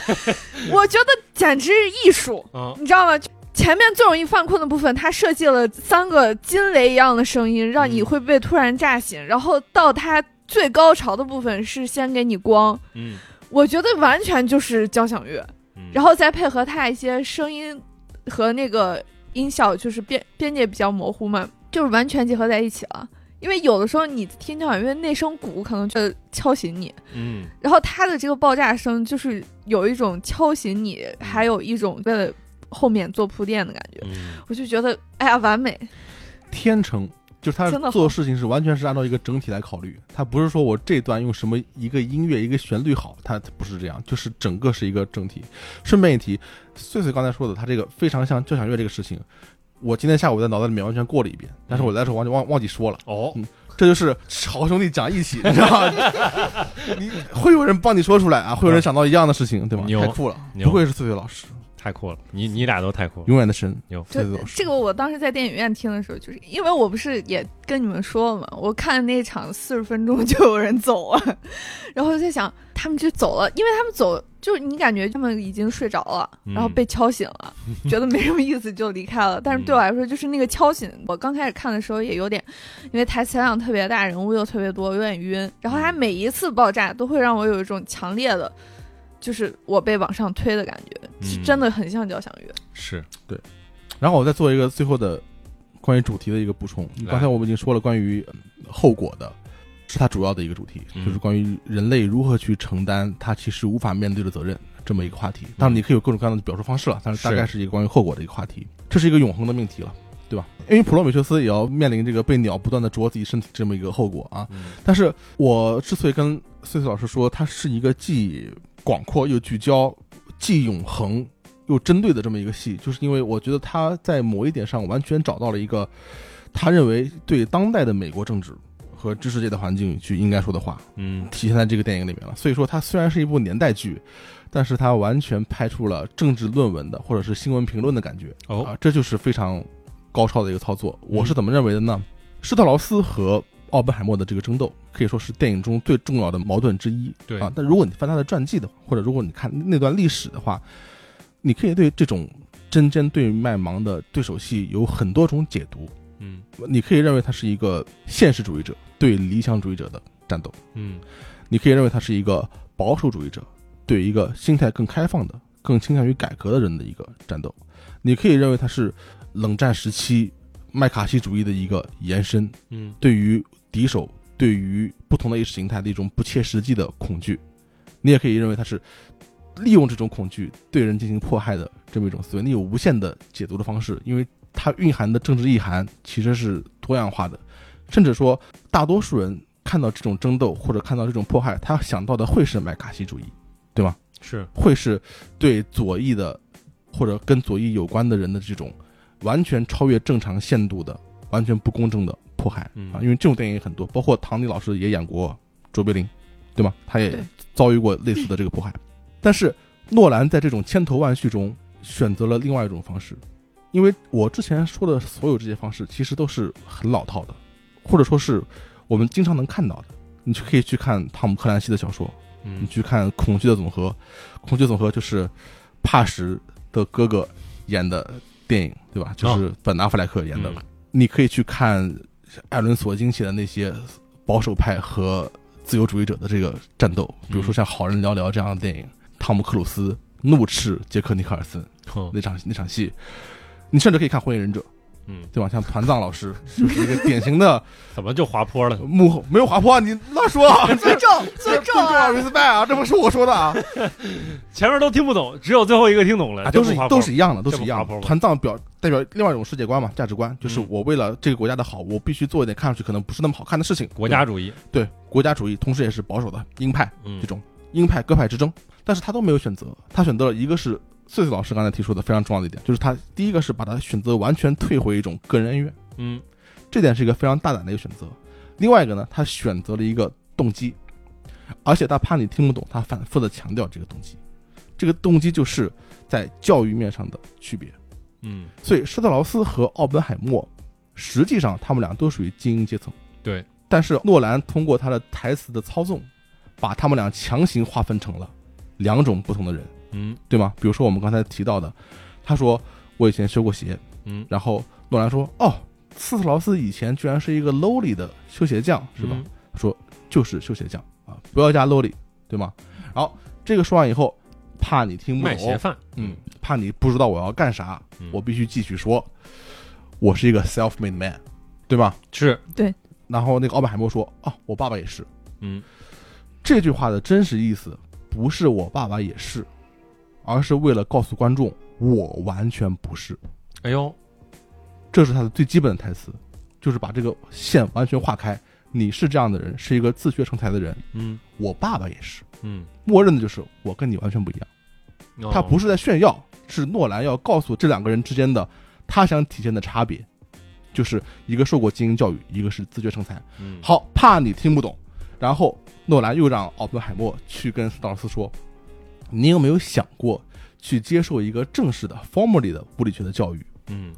[SPEAKER 3] 我觉得简直是艺术。
[SPEAKER 1] 嗯
[SPEAKER 3] 你知道吗？就前面最容易犯困的部分，他设计了三个惊雷一样的声音，让你会被突然炸醒。然后到他最高潮的部分是先给你光，
[SPEAKER 1] 嗯，
[SPEAKER 3] 我觉得完全就是交响乐，
[SPEAKER 1] 嗯
[SPEAKER 3] 然后再配合他一些声音和那个音效，就是边边界比较模糊嘛，就是完全结合在一起了。因为有的时候你听交响乐那声鼓可能就敲醒你，
[SPEAKER 1] 嗯，
[SPEAKER 3] 然后它的这个爆炸声就是有一种敲醒你，还有一种为了后面做铺垫的感觉。
[SPEAKER 1] 嗯
[SPEAKER 3] 我就觉得，哎呀，完美！
[SPEAKER 2] 天成，就是他
[SPEAKER 3] 真的好
[SPEAKER 2] 做事情是完全是按照一个整体来考虑，他不是说我这段用什么一个音乐一个旋律好，他不是这样，就是整个是一个整体。顺便一提，穗穗刚才说的，他这个非常像交响乐这个事情，我今天下午在脑袋里面完全过了一遍，但
[SPEAKER 3] 嗯
[SPEAKER 2] 是我来的时候忘记忘忘记说了。
[SPEAKER 1] 哦，
[SPEAKER 2] 这就是好兄弟讲义气，你知道吗？你会有人帮你说出来啊，会有人想到一样的事情，对吧？
[SPEAKER 1] 牛
[SPEAKER 2] 太酷了，
[SPEAKER 1] 牛
[SPEAKER 2] 不愧是翠翠老师，
[SPEAKER 1] 太酷了，你你俩都太酷了，
[SPEAKER 2] 永远的神，
[SPEAKER 1] 牛
[SPEAKER 2] 翠
[SPEAKER 3] 这
[SPEAKER 2] 翠老师。
[SPEAKER 3] 这个我当时在电影院听的时候，就是因为我不是也跟你们说了嘛，我看那场四十分钟就有人走了， 然后我就在想他们就走了，因为他们走就是你感觉他们已经睡着了，
[SPEAKER 1] 嗯
[SPEAKER 3] 然后被敲醒了，觉得没什么意思就离开了。但是对我来说，就是那个敲醒，我刚开始看的时候也有点，因为台词量特别大，人物又特别多，有点晕。然后它每一次爆炸都会让我有一种强烈的，就是我被往上推的感觉，是
[SPEAKER 1] 嗯
[SPEAKER 3] 真的很像交响乐。
[SPEAKER 1] 是
[SPEAKER 2] 然后我再做一个最后的关于主题的一个补充。
[SPEAKER 1] 来
[SPEAKER 2] 刚才我们已经说了关于呃后果的，是它主要的一个主题，
[SPEAKER 1] 嗯
[SPEAKER 2] 就是关于人类如何去承担他其实无法面对的责任这么一个话
[SPEAKER 1] 嗯
[SPEAKER 2] 题。当然，你可以有各种各样的表述方式了，但是大
[SPEAKER 1] 是
[SPEAKER 2] 概是一个关于后果的一个话题。这是一个永恒的命题了，对吧？因为普罗米修斯也要面临这个被鸟不断的啄自己身体这么一个后果啊。
[SPEAKER 1] 嗯
[SPEAKER 2] 但是我之所以跟穗穗老师说，它是一个既广阔又聚焦、既永恒又针对的这么一个戏，就是因为我觉得他在某一点上完全找到了一个他认为对当代的美国政治和知识界的环境去应该说的话，
[SPEAKER 1] 嗯
[SPEAKER 2] 体现在这个电影里面了。所以说，它虽然是一部年代剧，但是它完全拍出了政治论文的或者是新闻评论的感觉。
[SPEAKER 1] 哦嗯
[SPEAKER 2] 啊，这就是非常高超的一个操作。我是怎么认为的呢？施特劳斯和奥本海默的这个争斗，可以说是电影中最重要的矛盾之一。
[SPEAKER 1] 对
[SPEAKER 2] 啊，但如果你翻他的传记的话，或者如果你看那段历史的话，你可以对这种针尖对麦芒的对手戏有很多种解读。
[SPEAKER 1] 嗯
[SPEAKER 2] 你可以认为它是一个现实主义者对理想主义者的战斗，
[SPEAKER 1] 嗯
[SPEAKER 2] 你可以认为它是一个保守主义者对一个心态更开放的、更倾向于改革的人的一个战斗，你可以认为它是冷战时期麦卡锡主义的一个延伸，
[SPEAKER 1] 嗯
[SPEAKER 2] 对于敌手、对于不同的意识形态的一种不切实际的恐惧，你也可以认为它是利用这种恐惧对人进行迫害的这么一种思维，你有无限的解读的方式，因为它蕴含的政治意涵其实是多样化的，甚至说大多数人看到这种争斗或者看到这种迫害，他想到的会是麦卡锡主义，
[SPEAKER 1] 是
[SPEAKER 2] 会是对左翼的或者跟左翼有关的人的这种完全超越正常限度的、完全不公正的迫害、
[SPEAKER 1] 嗯
[SPEAKER 2] 啊！因为这种电影也很多，包括唐尼老师也演过卓别林，对吗？他也
[SPEAKER 3] 对
[SPEAKER 2] 遭遇过类似的这个迫害。但是诺兰在这种千头万绪中选择了另外一种方式，因为我之前说的所有这些方式其实都是很老套的，或者说是我们经常能看到的。你就可以去看汤姆克兰西的小说，你
[SPEAKER 1] 嗯
[SPEAKER 2] 去看《恐惧的总和》，《恐惧的总和》就是帕什的哥哥演的电影，对吧？就是本·阿弗莱克演的。
[SPEAKER 1] 哦嗯
[SPEAKER 2] 你可以去看艾伦·索金写的那些保守派和自由主义者的这个战斗，
[SPEAKER 1] 嗯
[SPEAKER 2] 比如说像《好人寥寥》这样的电影，汤姆·克鲁斯怒斥杰克·尼克尔森
[SPEAKER 1] 哼
[SPEAKER 2] 那场那场戏。你甚至可以看《火影忍者》，
[SPEAKER 1] 嗯，
[SPEAKER 2] 对吧？像团藏老师 就是一个典型的
[SPEAKER 1] 怎么就滑坡了？
[SPEAKER 2] 幕后没有划破啊，你乱说 啊！
[SPEAKER 3] 尊重，尊 重啊！
[SPEAKER 2] ，respect 啊，这不是我说的啊。
[SPEAKER 1] 前面都听不懂，只有最后一个听懂了，
[SPEAKER 2] 啊，都
[SPEAKER 1] 这
[SPEAKER 2] 是
[SPEAKER 1] 不滑坡
[SPEAKER 2] 都是一样的，都
[SPEAKER 1] 这
[SPEAKER 2] 是
[SPEAKER 1] 不
[SPEAKER 2] 一样
[SPEAKER 1] 滑坡
[SPEAKER 2] 的。
[SPEAKER 1] 吗
[SPEAKER 2] 团藏表代表另外一种世界观嘛，价值观，就是
[SPEAKER 1] 嗯
[SPEAKER 2] 我为了这个国家的好，我必须做一点看上去可能不是那么好看的事情。
[SPEAKER 1] 国家主义，
[SPEAKER 2] 对对国家主义，同时也是保守的鹰派
[SPEAKER 1] 嗯
[SPEAKER 2] 这种鹰派鸽派之争，但是他都没有选择，他选择了一个是穗穗老师刚才提出的非常重要的一点，就是他第一个是把他选择完全退回一种个人恩怨，
[SPEAKER 1] 嗯
[SPEAKER 2] 这点是一个非常大胆的一个选择。另外一个呢，他选择了一个动机，而且他怕你听不懂，他反复的强调这个动机，这个动机就是在教育面上的区别。
[SPEAKER 1] 嗯
[SPEAKER 2] 所以施特劳斯和奥本海默，实际上他们俩都属于精英阶层。
[SPEAKER 1] 对，
[SPEAKER 2] 但是诺兰通过他的台词的操纵，把他们俩强行划分成了两种不同的人，
[SPEAKER 1] 嗯
[SPEAKER 2] 对吗？比如说我们刚才提到的，他说我以前修过鞋，
[SPEAKER 1] 嗯，
[SPEAKER 2] 然后诺兰说哦，斯特劳斯以前居然是一个 lowly 的修鞋匠，是吧？
[SPEAKER 1] 嗯？
[SPEAKER 2] 就是修鞋匠啊，不要加 lowly，对吗？然后这个说完以后，怕你听不
[SPEAKER 1] 卖
[SPEAKER 2] 懂
[SPEAKER 1] 鞋，贩，
[SPEAKER 2] 嗯，怕你不知道我要干啥，
[SPEAKER 1] 嗯
[SPEAKER 2] 我必须继续说，我是一个 self-made man，对吧？
[SPEAKER 1] 是，
[SPEAKER 2] 然后那个奥本海默说：“哦，我爸爸也是。
[SPEAKER 1] 嗯”
[SPEAKER 2] 这句话的真实意思不是我爸爸也是，而是为了告诉观众我完全不是。
[SPEAKER 1] 哎呦，
[SPEAKER 2] 这是他的最基本的台词，就是把这个线完全划开。你是这样的人，是一个自学成才的人，
[SPEAKER 1] 嗯
[SPEAKER 2] 我爸爸也是。
[SPEAKER 1] 嗯，
[SPEAKER 2] 默认的就是我跟你完全不一样。
[SPEAKER 1] 哦
[SPEAKER 2] 他不是在炫耀，是诺兰要告诉这两个人之间的他想体现的差别，就是一个受过精英教育，一个是自学成才。
[SPEAKER 1] 嗯
[SPEAKER 2] 好，怕你听不懂。然后诺兰又让奥本海默去跟斯道尔斯说：“你有没有想过去接受一个正式的 formally 的物理学的教育
[SPEAKER 1] 嗯，？”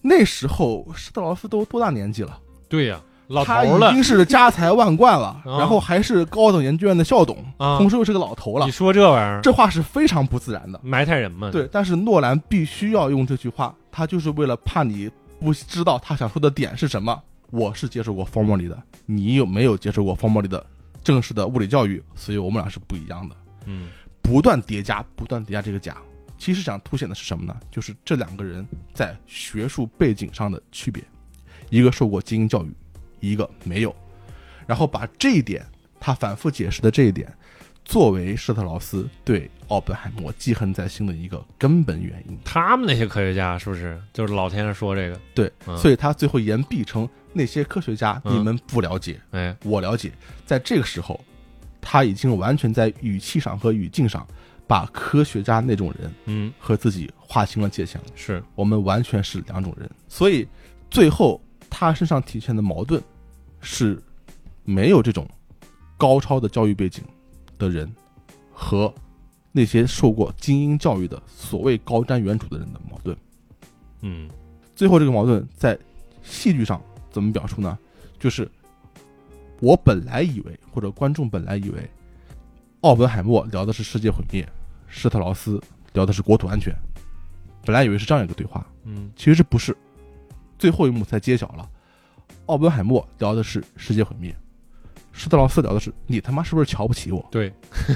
[SPEAKER 2] 那时候施特劳斯都多大年纪了？
[SPEAKER 1] 对呀，老头
[SPEAKER 2] 他
[SPEAKER 1] 儿
[SPEAKER 2] 已
[SPEAKER 1] 了
[SPEAKER 2] 经是家财万贯了，
[SPEAKER 1] 啊
[SPEAKER 2] 然后还是高等研究院的校董，
[SPEAKER 1] 啊
[SPEAKER 2] 同，时又是个老头了
[SPEAKER 1] 你。说这玩意儿，
[SPEAKER 2] 这话是非常不自然的。
[SPEAKER 1] 埋汰人嘛？
[SPEAKER 2] 对，，但是诺兰必须要用这句话，他就是为了怕你不知道他想说的点是什么。我是接受过 formally 的，你有没有接受过 formally 的正式的物理教育？所以我们俩是不一样的。
[SPEAKER 1] 嗯
[SPEAKER 2] 不断叠加，不断叠加这个假，其实想凸显的是什么呢？就是这两个人在学术背景上的区别，一个受过精英教育，一个没有。然后把这一点，他反复解释的这一点，作为施特劳斯对奥本海默记恨在心的一个根本原因。
[SPEAKER 1] 他们那些科学家是不是就是老天上说这个？
[SPEAKER 2] 对，
[SPEAKER 1] 嗯
[SPEAKER 2] 所以他最后言必称那些科学家
[SPEAKER 1] 嗯
[SPEAKER 2] 你们不了解，
[SPEAKER 1] 哎，
[SPEAKER 2] 我了解。在这个时候，他已经完全在语气上和语境上，把科学家那种人
[SPEAKER 1] 嗯，
[SPEAKER 2] 和自己划清了界限了。
[SPEAKER 1] 是，
[SPEAKER 2] 我们完全是两种人，所以最后他身上体现的矛盾是没有这种高超的教育背景的人和那些受过精英教育的所谓高瞻远瞩的人的矛盾。
[SPEAKER 1] 嗯
[SPEAKER 2] 最后这个矛盾在戏剧上怎么表述呢？就是我本来以为，或者观众本来以为，奥本海默聊的是世界毁灭，施特劳斯聊的是国土安全，本来以为是这样一个对话，
[SPEAKER 1] 嗯
[SPEAKER 2] 其实不是。最后一幕才揭晓了，奥本海默聊的是世界毁灭，施特劳斯聊的是你他妈是不是瞧不起我，
[SPEAKER 1] 对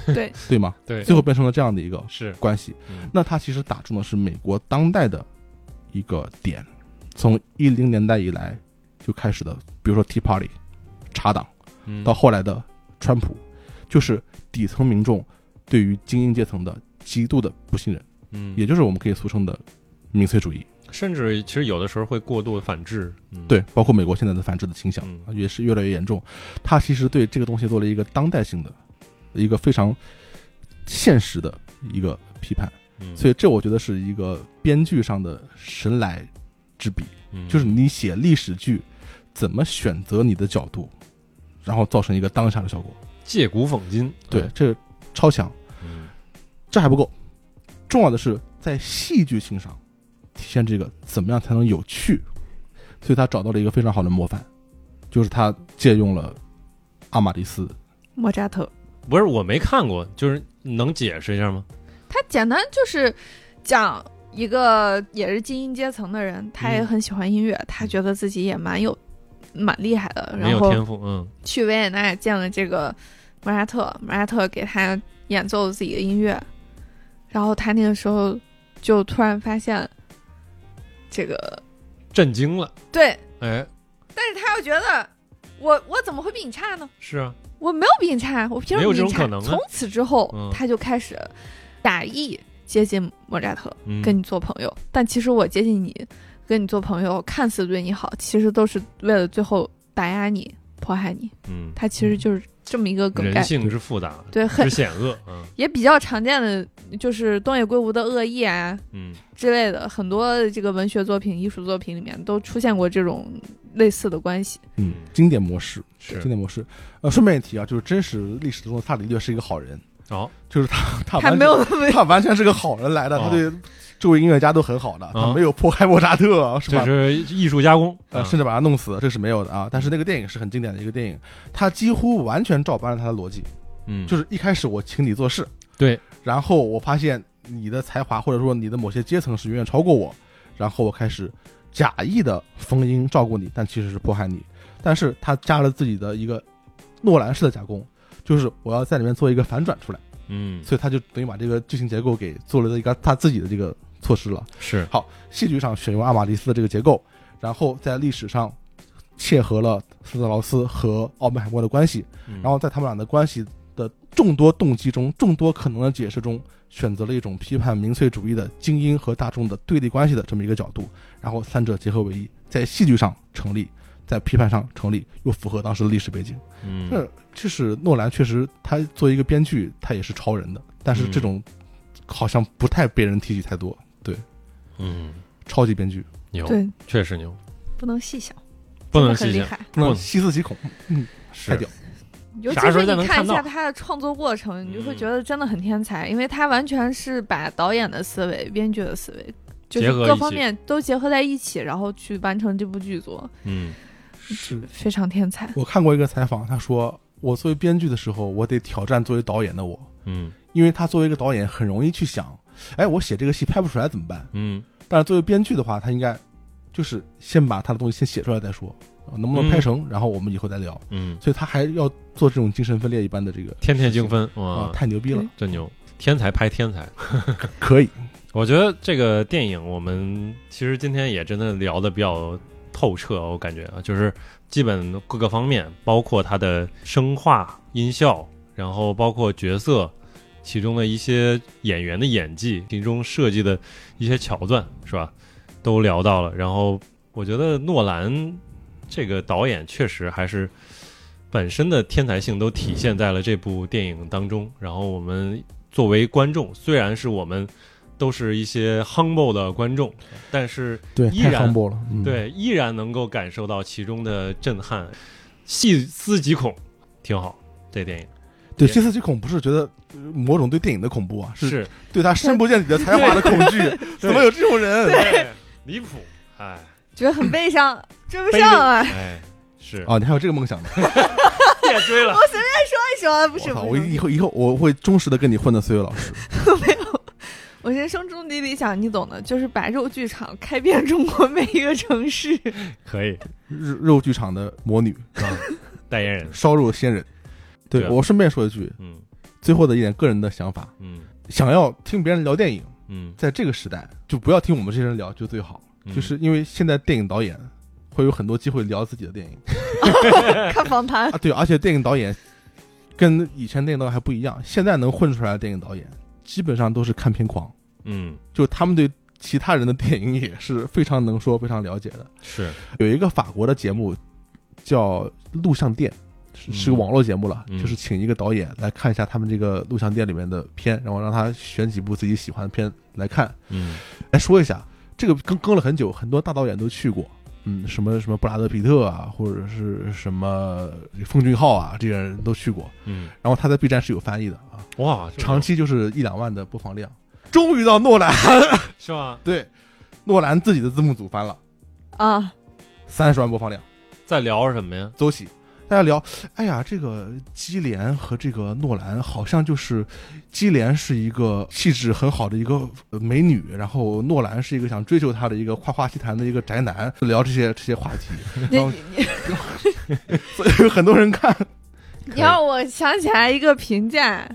[SPEAKER 3] 对，
[SPEAKER 2] 对吗？
[SPEAKER 1] 对，
[SPEAKER 2] 最后变成了这样的一个
[SPEAKER 1] 是，
[SPEAKER 2] 关系。
[SPEAKER 1] 嗯
[SPEAKER 2] 那它其实打中的是美国当代的一个点，从一零年代以来就开始的，比如说 Tea Party、茶党，
[SPEAKER 1] 嗯
[SPEAKER 2] 到后来的川普，就是底层民众对于精英阶层的极度的不信任，
[SPEAKER 1] 嗯
[SPEAKER 2] 也就是我们可以俗称的民粹主义。
[SPEAKER 1] 甚至其实有的时候会过度反制，嗯
[SPEAKER 2] 对，包括美国现在的反制的倾向
[SPEAKER 1] 嗯
[SPEAKER 2] 也是越来越严重。他其实对这个东西做了一个当代性的、一个非常现实的一个批判。
[SPEAKER 1] 嗯
[SPEAKER 2] 所以这我觉得是一个编剧上的神来之笔，
[SPEAKER 1] 嗯
[SPEAKER 2] 就是你写历史剧怎么选择你的角度，然后造成一个当下的效果。
[SPEAKER 1] 借古讽今，
[SPEAKER 2] 对，这超强。
[SPEAKER 1] 嗯，
[SPEAKER 2] 这还不够，重要的是在戏剧性上体现这个怎么样才能有趣。所以他找到了一个非常好的模范，就是他借用了阿玛迪斯。
[SPEAKER 4] 莫扎特，
[SPEAKER 1] 不是我没看过，就是能解释一下吗？
[SPEAKER 3] 他简单就是讲一个也是精英阶层的人，他也
[SPEAKER 1] 嗯
[SPEAKER 3] 很喜欢音乐，他觉得自己也蛮有蛮厉害的，
[SPEAKER 1] 没
[SPEAKER 3] 然
[SPEAKER 1] 有
[SPEAKER 3] 后
[SPEAKER 1] 天赋，嗯
[SPEAKER 3] 去维也纳见了这个莫扎特，莫扎特给他演奏自己的音乐，然后他那个时候就突然发现这个
[SPEAKER 1] 震惊了，
[SPEAKER 3] 对，
[SPEAKER 1] 哎，
[SPEAKER 3] 但是他又觉得我我怎么会比你差呢？
[SPEAKER 1] 是啊，
[SPEAKER 3] 我没有比你差，我凭
[SPEAKER 1] 没
[SPEAKER 3] 什
[SPEAKER 1] 有
[SPEAKER 3] 么
[SPEAKER 1] 这种
[SPEAKER 3] 比你差？
[SPEAKER 1] 可能啊
[SPEAKER 3] 从此之后，
[SPEAKER 1] 嗯
[SPEAKER 3] 他就开始打意接近莫扎特，
[SPEAKER 1] 嗯，
[SPEAKER 3] 跟你做朋友。但其实我接近你，跟你做朋友，看似对你好，其实都是为了最后打压你、迫害你。
[SPEAKER 1] 嗯，
[SPEAKER 3] 他其实就是这么一个梗
[SPEAKER 1] 人
[SPEAKER 3] 概，
[SPEAKER 1] 性之复杂，
[SPEAKER 3] 对，
[SPEAKER 1] 之
[SPEAKER 3] 很
[SPEAKER 1] 险恶， 嗯
[SPEAKER 3] 也比较常见的就是东野圭吾的恶意啊
[SPEAKER 1] 嗯
[SPEAKER 3] 之类的，很多这个文学作品、艺术作品里面都出现过这种类似的关系。
[SPEAKER 2] 嗯，经典模式，经
[SPEAKER 1] 是，
[SPEAKER 2] 典模式。呃，顺便一提啊，就是真实历史中的萨里略是一个好人，
[SPEAKER 1] 好，
[SPEAKER 2] 就是他他
[SPEAKER 3] 还
[SPEAKER 2] 完
[SPEAKER 3] 没
[SPEAKER 2] 全
[SPEAKER 3] 有那么
[SPEAKER 2] 他完全是个好人来的，
[SPEAKER 1] 哦
[SPEAKER 2] 他对周围音乐家都很好的，
[SPEAKER 1] 哦
[SPEAKER 2] 他没有迫害莫扎特啊，是
[SPEAKER 1] 这
[SPEAKER 2] 吧？
[SPEAKER 1] 是艺术加工，
[SPEAKER 2] 呃，
[SPEAKER 1] 嗯
[SPEAKER 2] 甚至把他弄死，这是没有的啊。但是那个电影是很经典的一个电影，他几乎完全照搬了他的逻辑，
[SPEAKER 1] 嗯，
[SPEAKER 2] 就是一开始我请你做事，
[SPEAKER 1] 对，
[SPEAKER 2] 然后我发现你的才华或者说你的某些阶层是远远超过我，然后我开始假意的逢迎照顾你，但其实是迫害你。但是他加了自己的一个诺兰式的加工，就是我要在里面做一个反转出来。
[SPEAKER 1] 嗯
[SPEAKER 2] 所以他就等于把这个剧情结构给做了一个他自己的这个
[SPEAKER 3] 嗯
[SPEAKER 2] 措施了。
[SPEAKER 1] 是，
[SPEAKER 2] 戏剧上选用阿玛迪斯的这个结构，然后在历史上切合了斯特劳斯和奥本海默的关系，
[SPEAKER 1] 嗯
[SPEAKER 2] 然后在他们俩的关系的众多动机中、众多可能的解释中，选择了一种批判民粹主义的精英和大众的对立关系的这么一个角度，然后三者结合为一，在戏剧上成立，在批判上成立，又符合当时的历史背景。
[SPEAKER 1] 嗯
[SPEAKER 2] 这其实诺兰确实，他作为一个编剧，他也是超人的，但是
[SPEAKER 1] 嗯
[SPEAKER 2] 这种好像不太被人提起太多。
[SPEAKER 1] 嗯
[SPEAKER 2] 超级编剧，
[SPEAKER 1] 牛，
[SPEAKER 3] 对，
[SPEAKER 1] 确实牛，
[SPEAKER 3] 不能细想，
[SPEAKER 1] 不能
[SPEAKER 3] 很
[SPEAKER 1] 细
[SPEAKER 3] 厉
[SPEAKER 1] 想，
[SPEAKER 3] 害。
[SPEAKER 2] 不能
[SPEAKER 1] 嗯
[SPEAKER 2] 细思极恐，嗯，
[SPEAKER 1] 是
[SPEAKER 2] 太屌。
[SPEAKER 3] 尤其
[SPEAKER 1] 啥时候
[SPEAKER 3] 是
[SPEAKER 1] 再
[SPEAKER 3] 你
[SPEAKER 1] 能
[SPEAKER 3] 看
[SPEAKER 1] 看
[SPEAKER 3] 一
[SPEAKER 1] 到
[SPEAKER 3] 下他的创作过程，你就会
[SPEAKER 1] 嗯
[SPEAKER 3] 觉得真的很天才，因为他完全是把导演的思维、编剧的思维，就
[SPEAKER 1] 结
[SPEAKER 3] 是
[SPEAKER 1] 合
[SPEAKER 3] 各
[SPEAKER 1] 一
[SPEAKER 3] 方
[SPEAKER 1] 起
[SPEAKER 3] 面都结合在一起，然后去完成这部剧作，
[SPEAKER 1] 嗯
[SPEAKER 2] 是
[SPEAKER 3] 非常天才。
[SPEAKER 2] 我看过一个采访，他说我作为编剧的时候，我得挑战作为导演的我，
[SPEAKER 1] 嗯
[SPEAKER 2] 因为他作为一个导演很容易去想，哎，我写这个戏拍不出来怎么办？
[SPEAKER 1] 嗯
[SPEAKER 2] 但是作为编剧的话，他应该就是先把他的东西先写出来再说，呃能不能拍成，然后我们以后再聊。
[SPEAKER 1] 嗯，
[SPEAKER 2] 所以他还要做这种精神分裂一般的这个
[SPEAKER 1] 天天精分
[SPEAKER 2] 啊
[SPEAKER 1] 哇，，
[SPEAKER 2] 太牛逼了，
[SPEAKER 1] 真牛，天才拍天才。
[SPEAKER 2] 可以，
[SPEAKER 1] 我觉得这个电影，我们其实今天也真的聊的比较透彻，我感觉啊，就是基本各个方面，包括它的声画、音效，然后包括角色，其中的一些演员的演技，其中设计的一些桥段，是吧？都聊到了。然后我觉得诺兰这个导演确实还是本身的天才性都体现在了这部电影当中。然后我们作为观众，虽然是我们都是一些 humble 的观众，但是
[SPEAKER 2] 对
[SPEAKER 1] 依然
[SPEAKER 2] 太 humble 了，嗯，
[SPEAKER 1] 对依然能够感受到其中的震撼，细思极恐，挺好。这电影
[SPEAKER 2] 对，
[SPEAKER 1] 也
[SPEAKER 2] 细思极恐不是觉得呃某种对电影的恐怖啊，是
[SPEAKER 1] 是
[SPEAKER 2] 对他深不见底的才华的恐惧，怎么有这种人？
[SPEAKER 1] 对离谱， 哎
[SPEAKER 3] 觉得很悲 伤，追不
[SPEAKER 1] 悲
[SPEAKER 3] 上啊！
[SPEAKER 1] 哎是
[SPEAKER 2] 啊，你还有这个梦想呢？
[SPEAKER 1] 别追了，
[SPEAKER 3] 为什么不
[SPEAKER 2] 我
[SPEAKER 3] 是
[SPEAKER 2] 操！
[SPEAKER 3] 不
[SPEAKER 2] 我
[SPEAKER 3] 是
[SPEAKER 2] 以？后以后我会忠实的跟你混的，岁月老师。
[SPEAKER 3] 我人生中的理想，你懂的，就是把肉剧场开遍中国每一个城市。
[SPEAKER 1] 可以
[SPEAKER 2] 肉肉剧场的魔女，
[SPEAKER 1] 代言人，
[SPEAKER 2] 烧肉仙人。对
[SPEAKER 1] 对啊
[SPEAKER 2] 我顺便说一句，
[SPEAKER 1] 嗯
[SPEAKER 2] 最后的一点个人的想法，
[SPEAKER 1] 嗯
[SPEAKER 2] 想要听别人聊电影，
[SPEAKER 1] 嗯，
[SPEAKER 2] 在这个时代就不要听我们这些人聊就最好，
[SPEAKER 1] 嗯
[SPEAKER 2] 就是因为现在电影导演会有很多机会聊自己的电影
[SPEAKER 3] 看访谈，
[SPEAKER 2] 啊，对，而且电影导演跟以前电影导演还不一样，现在能混出来的电影导演基本上都是看片狂，
[SPEAKER 1] 嗯
[SPEAKER 2] 就他们对其他人的电影也是非常能说、非常了解的。
[SPEAKER 1] 是
[SPEAKER 2] 有一个法国的节目叫《录像店》，是
[SPEAKER 1] 嗯
[SPEAKER 2] 是个网络节目了，
[SPEAKER 1] 嗯
[SPEAKER 2] 就是请一个导演来看一下他们这个录像店里面的片，然后让他选几部自己喜欢的片来看，
[SPEAKER 1] 嗯
[SPEAKER 2] 来说一下。这个更更了很久，很多大导演都去过，嗯，什么什么布拉德皮特啊，或者是什么奉俊昊啊，这些人都去过。
[SPEAKER 1] 嗯
[SPEAKER 2] 然后他在 B 站是有翻译的啊，
[SPEAKER 1] 哇，
[SPEAKER 2] 长期就是一两万的播放量。终于到诺兰，
[SPEAKER 1] 是吧？
[SPEAKER 2] 对，诺兰自己的字幕组翻了
[SPEAKER 3] 啊，
[SPEAKER 2] 三十万播放量。
[SPEAKER 1] 在聊什么呀？
[SPEAKER 2] 走起，大家聊。哎呀，这个基连和这个诺兰好像就是，基连是一个气质很好的一个呃美女，然后诺兰是一个想追求她的一个夸夸其谈的一个宅男，聊这些这些话题，
[SPEAKER 3] 你
[SPEAKER 2] 然后
[SPEAKER 3] 你你
[SPEAKER 2] 所以 有很多人看。
[SPEAKER 3] 你让我想起来一个评价，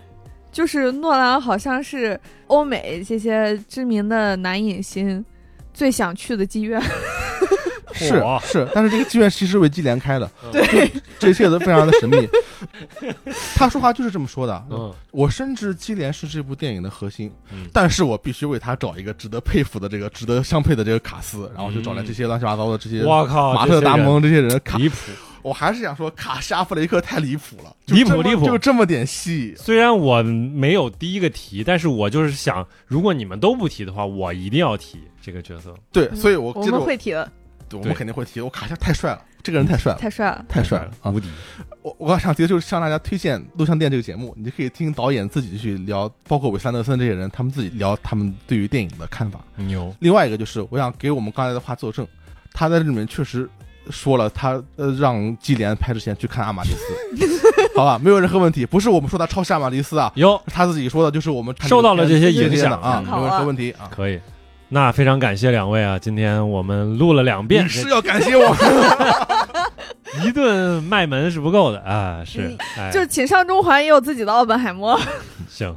[SPEAKER 3] 就是诺兰好像是欧美这些知名的男影星最想去的妓院。
[SPEAKER 1] 哦
[SPEAKER 2] 是
[SPEAKER 1] 火
[SPEAKER 2] 是，但是这个妓院其实为基连开的，
[SPEAKER 1] 对，
[SPEAKER 2] 这一切都非常的 神秘。他说话就是这么说的。
[SPEAKER 1] 嗯
[SPEAKER 2] 我深知基连是这部电影的核心，
[SPEAKER 1] 嗯
[SPEAKER 2] 但是我必须为他找一个值得佩服的这个值得相配的这个卡斯，然后就找来这些乱七八糟的这些
[SPEAKER 1] 我靠，
[SPEAKER 2] 马特达蒙这些人
[SPEAKER 1] 嗯这些人
[SPEAKER 2] 卡，
[SPEAKER 1] 离谱，
[SPEAKER 2] 我还是想说卡西阿弗雷克太离谱了，就
[SPEAKER 1] 离谱
[SPEAKER 2] 这么
[SPEAKER 1] 离谱
[SPEAKER 2] 就这么点戏。
[SPEAKER 1] 虽然我没有第一个提，但是我就是想，如果你们都不提的话，我一定要提这个角色。
[SPEAKER 2] 对，所以我
[SPEAKER 3] 嗯我
[SPEAKER 2] 接着
[SPEAKER 3] 们
[SPEAKER 2] 我
[SPEAKER 3] 会提的，
[SPEAKER 1] 啊
[SPEAKER 2] 对我
[SPEAKER 1] 对
[SPEAKER 2] 们肯定会提，我卡西亚太帅了，这个人太帅了。
[SPEAKER 3] 太帅了。
[SPEAKER 2] 太帅了啊！
[SPEAKER 1] 无敌！
[SPEAKER 2] 我我想提的就是向大家推荐《录像店》这个节目，你就可以听导演自己去聊，包括韦斯安德森这些人，他们自己聊他们对于电影的看法。
[SPEAKER 1] 牛，
[SPEAKER 2] 另外一个就是，我想给我们刚才的话作证，他在这里面确实说了他，呃让基连拍之前去看阿玛迪斯，好吧，没有任何问题，不是我们说他抄袭阿玛迪斯啊，
[SPEAKER 1] 哟，
[SPEAKER 2] 他自己说的，就是我们看
[SPEAKER 1] 受到了
[SPEAKER 2] 片
[SPEAKER 1] 这些
[SPEAKER 2] 子
[SPEAKER 1] 影响
[SPEAKER 2] 的啊，
[SPEAKER 1] 嗯
[SPEAKER 2] 没有任何问题啊。
[SPEAKER 1] 可以。那非常感谢两位啊！今天我们录了两遍
[SPEAKER 2] 你，是要感谢我，
[SPEAKER 1] 一顿卖萌是不够的啊！是
[SPEAKER 3] 嗯，
[SPEAKER 1] 哎，
[SPEAKER 3] 就请上中环也有自己的奥本海默。
[SPEAKER 1] 行。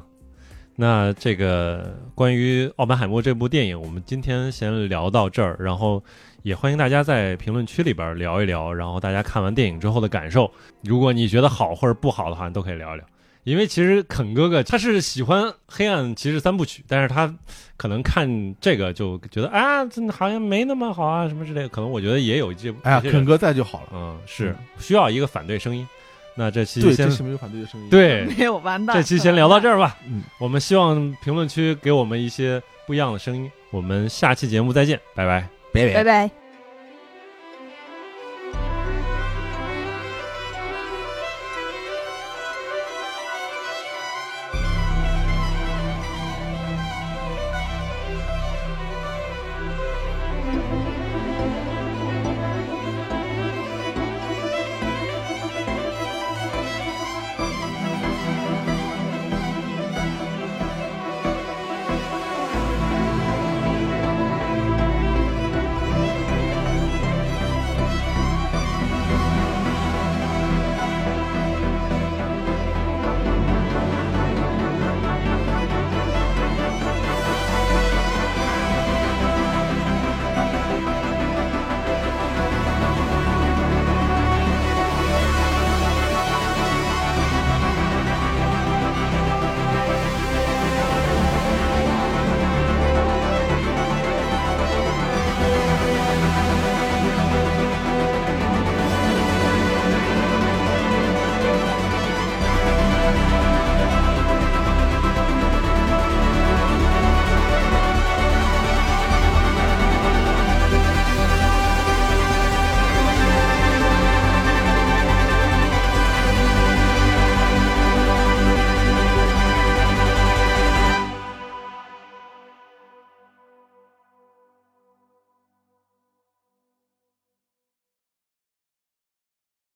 [SPEAKER 1] 那这个关于《奥本海默》这部电影，我们今天先聊到这儿，然后也欢迎大家在评论区里边聊一聊，然后大家看完电影之后的感受，如果你觉得好或者不好的话，你都可以聊一聊。因为其实肯哥哥他是喜欢《黑暗骑士》三部曲，但是他可能看这个就觉得啊，这好像没那么好啊，什么之类的。可能我觉得也有这，
[SPEAKER 2] 哎呀，
[SPEAKER 1] 有些
[SPEAKER 2] 肯
[SPEAKER 1] 人
[SPEAKER 2] 哥在就好了。
[SPEAKER 1] 嗯，是需要一个反对声音。那这期
[SPEAKER 2] 对，
[SPEAKER 1] 先
[SPEAKER 2] 这是没有反对的声音。，
[SPEAKER 1] 对
[SPEAKER 4] 没有完蛋。
[SPEAKER 1] 这期先聊到这儿吧。
[SPEAKER 2] 嗯，
[SPEAKER 1] 我们希望评论区给我们一些不一样的声音。我们下期节目再见，拜拜。
[SPEAKER 3] 哎
[SPEAKER 2] 别别
[SPEAKER 3] 拜拜。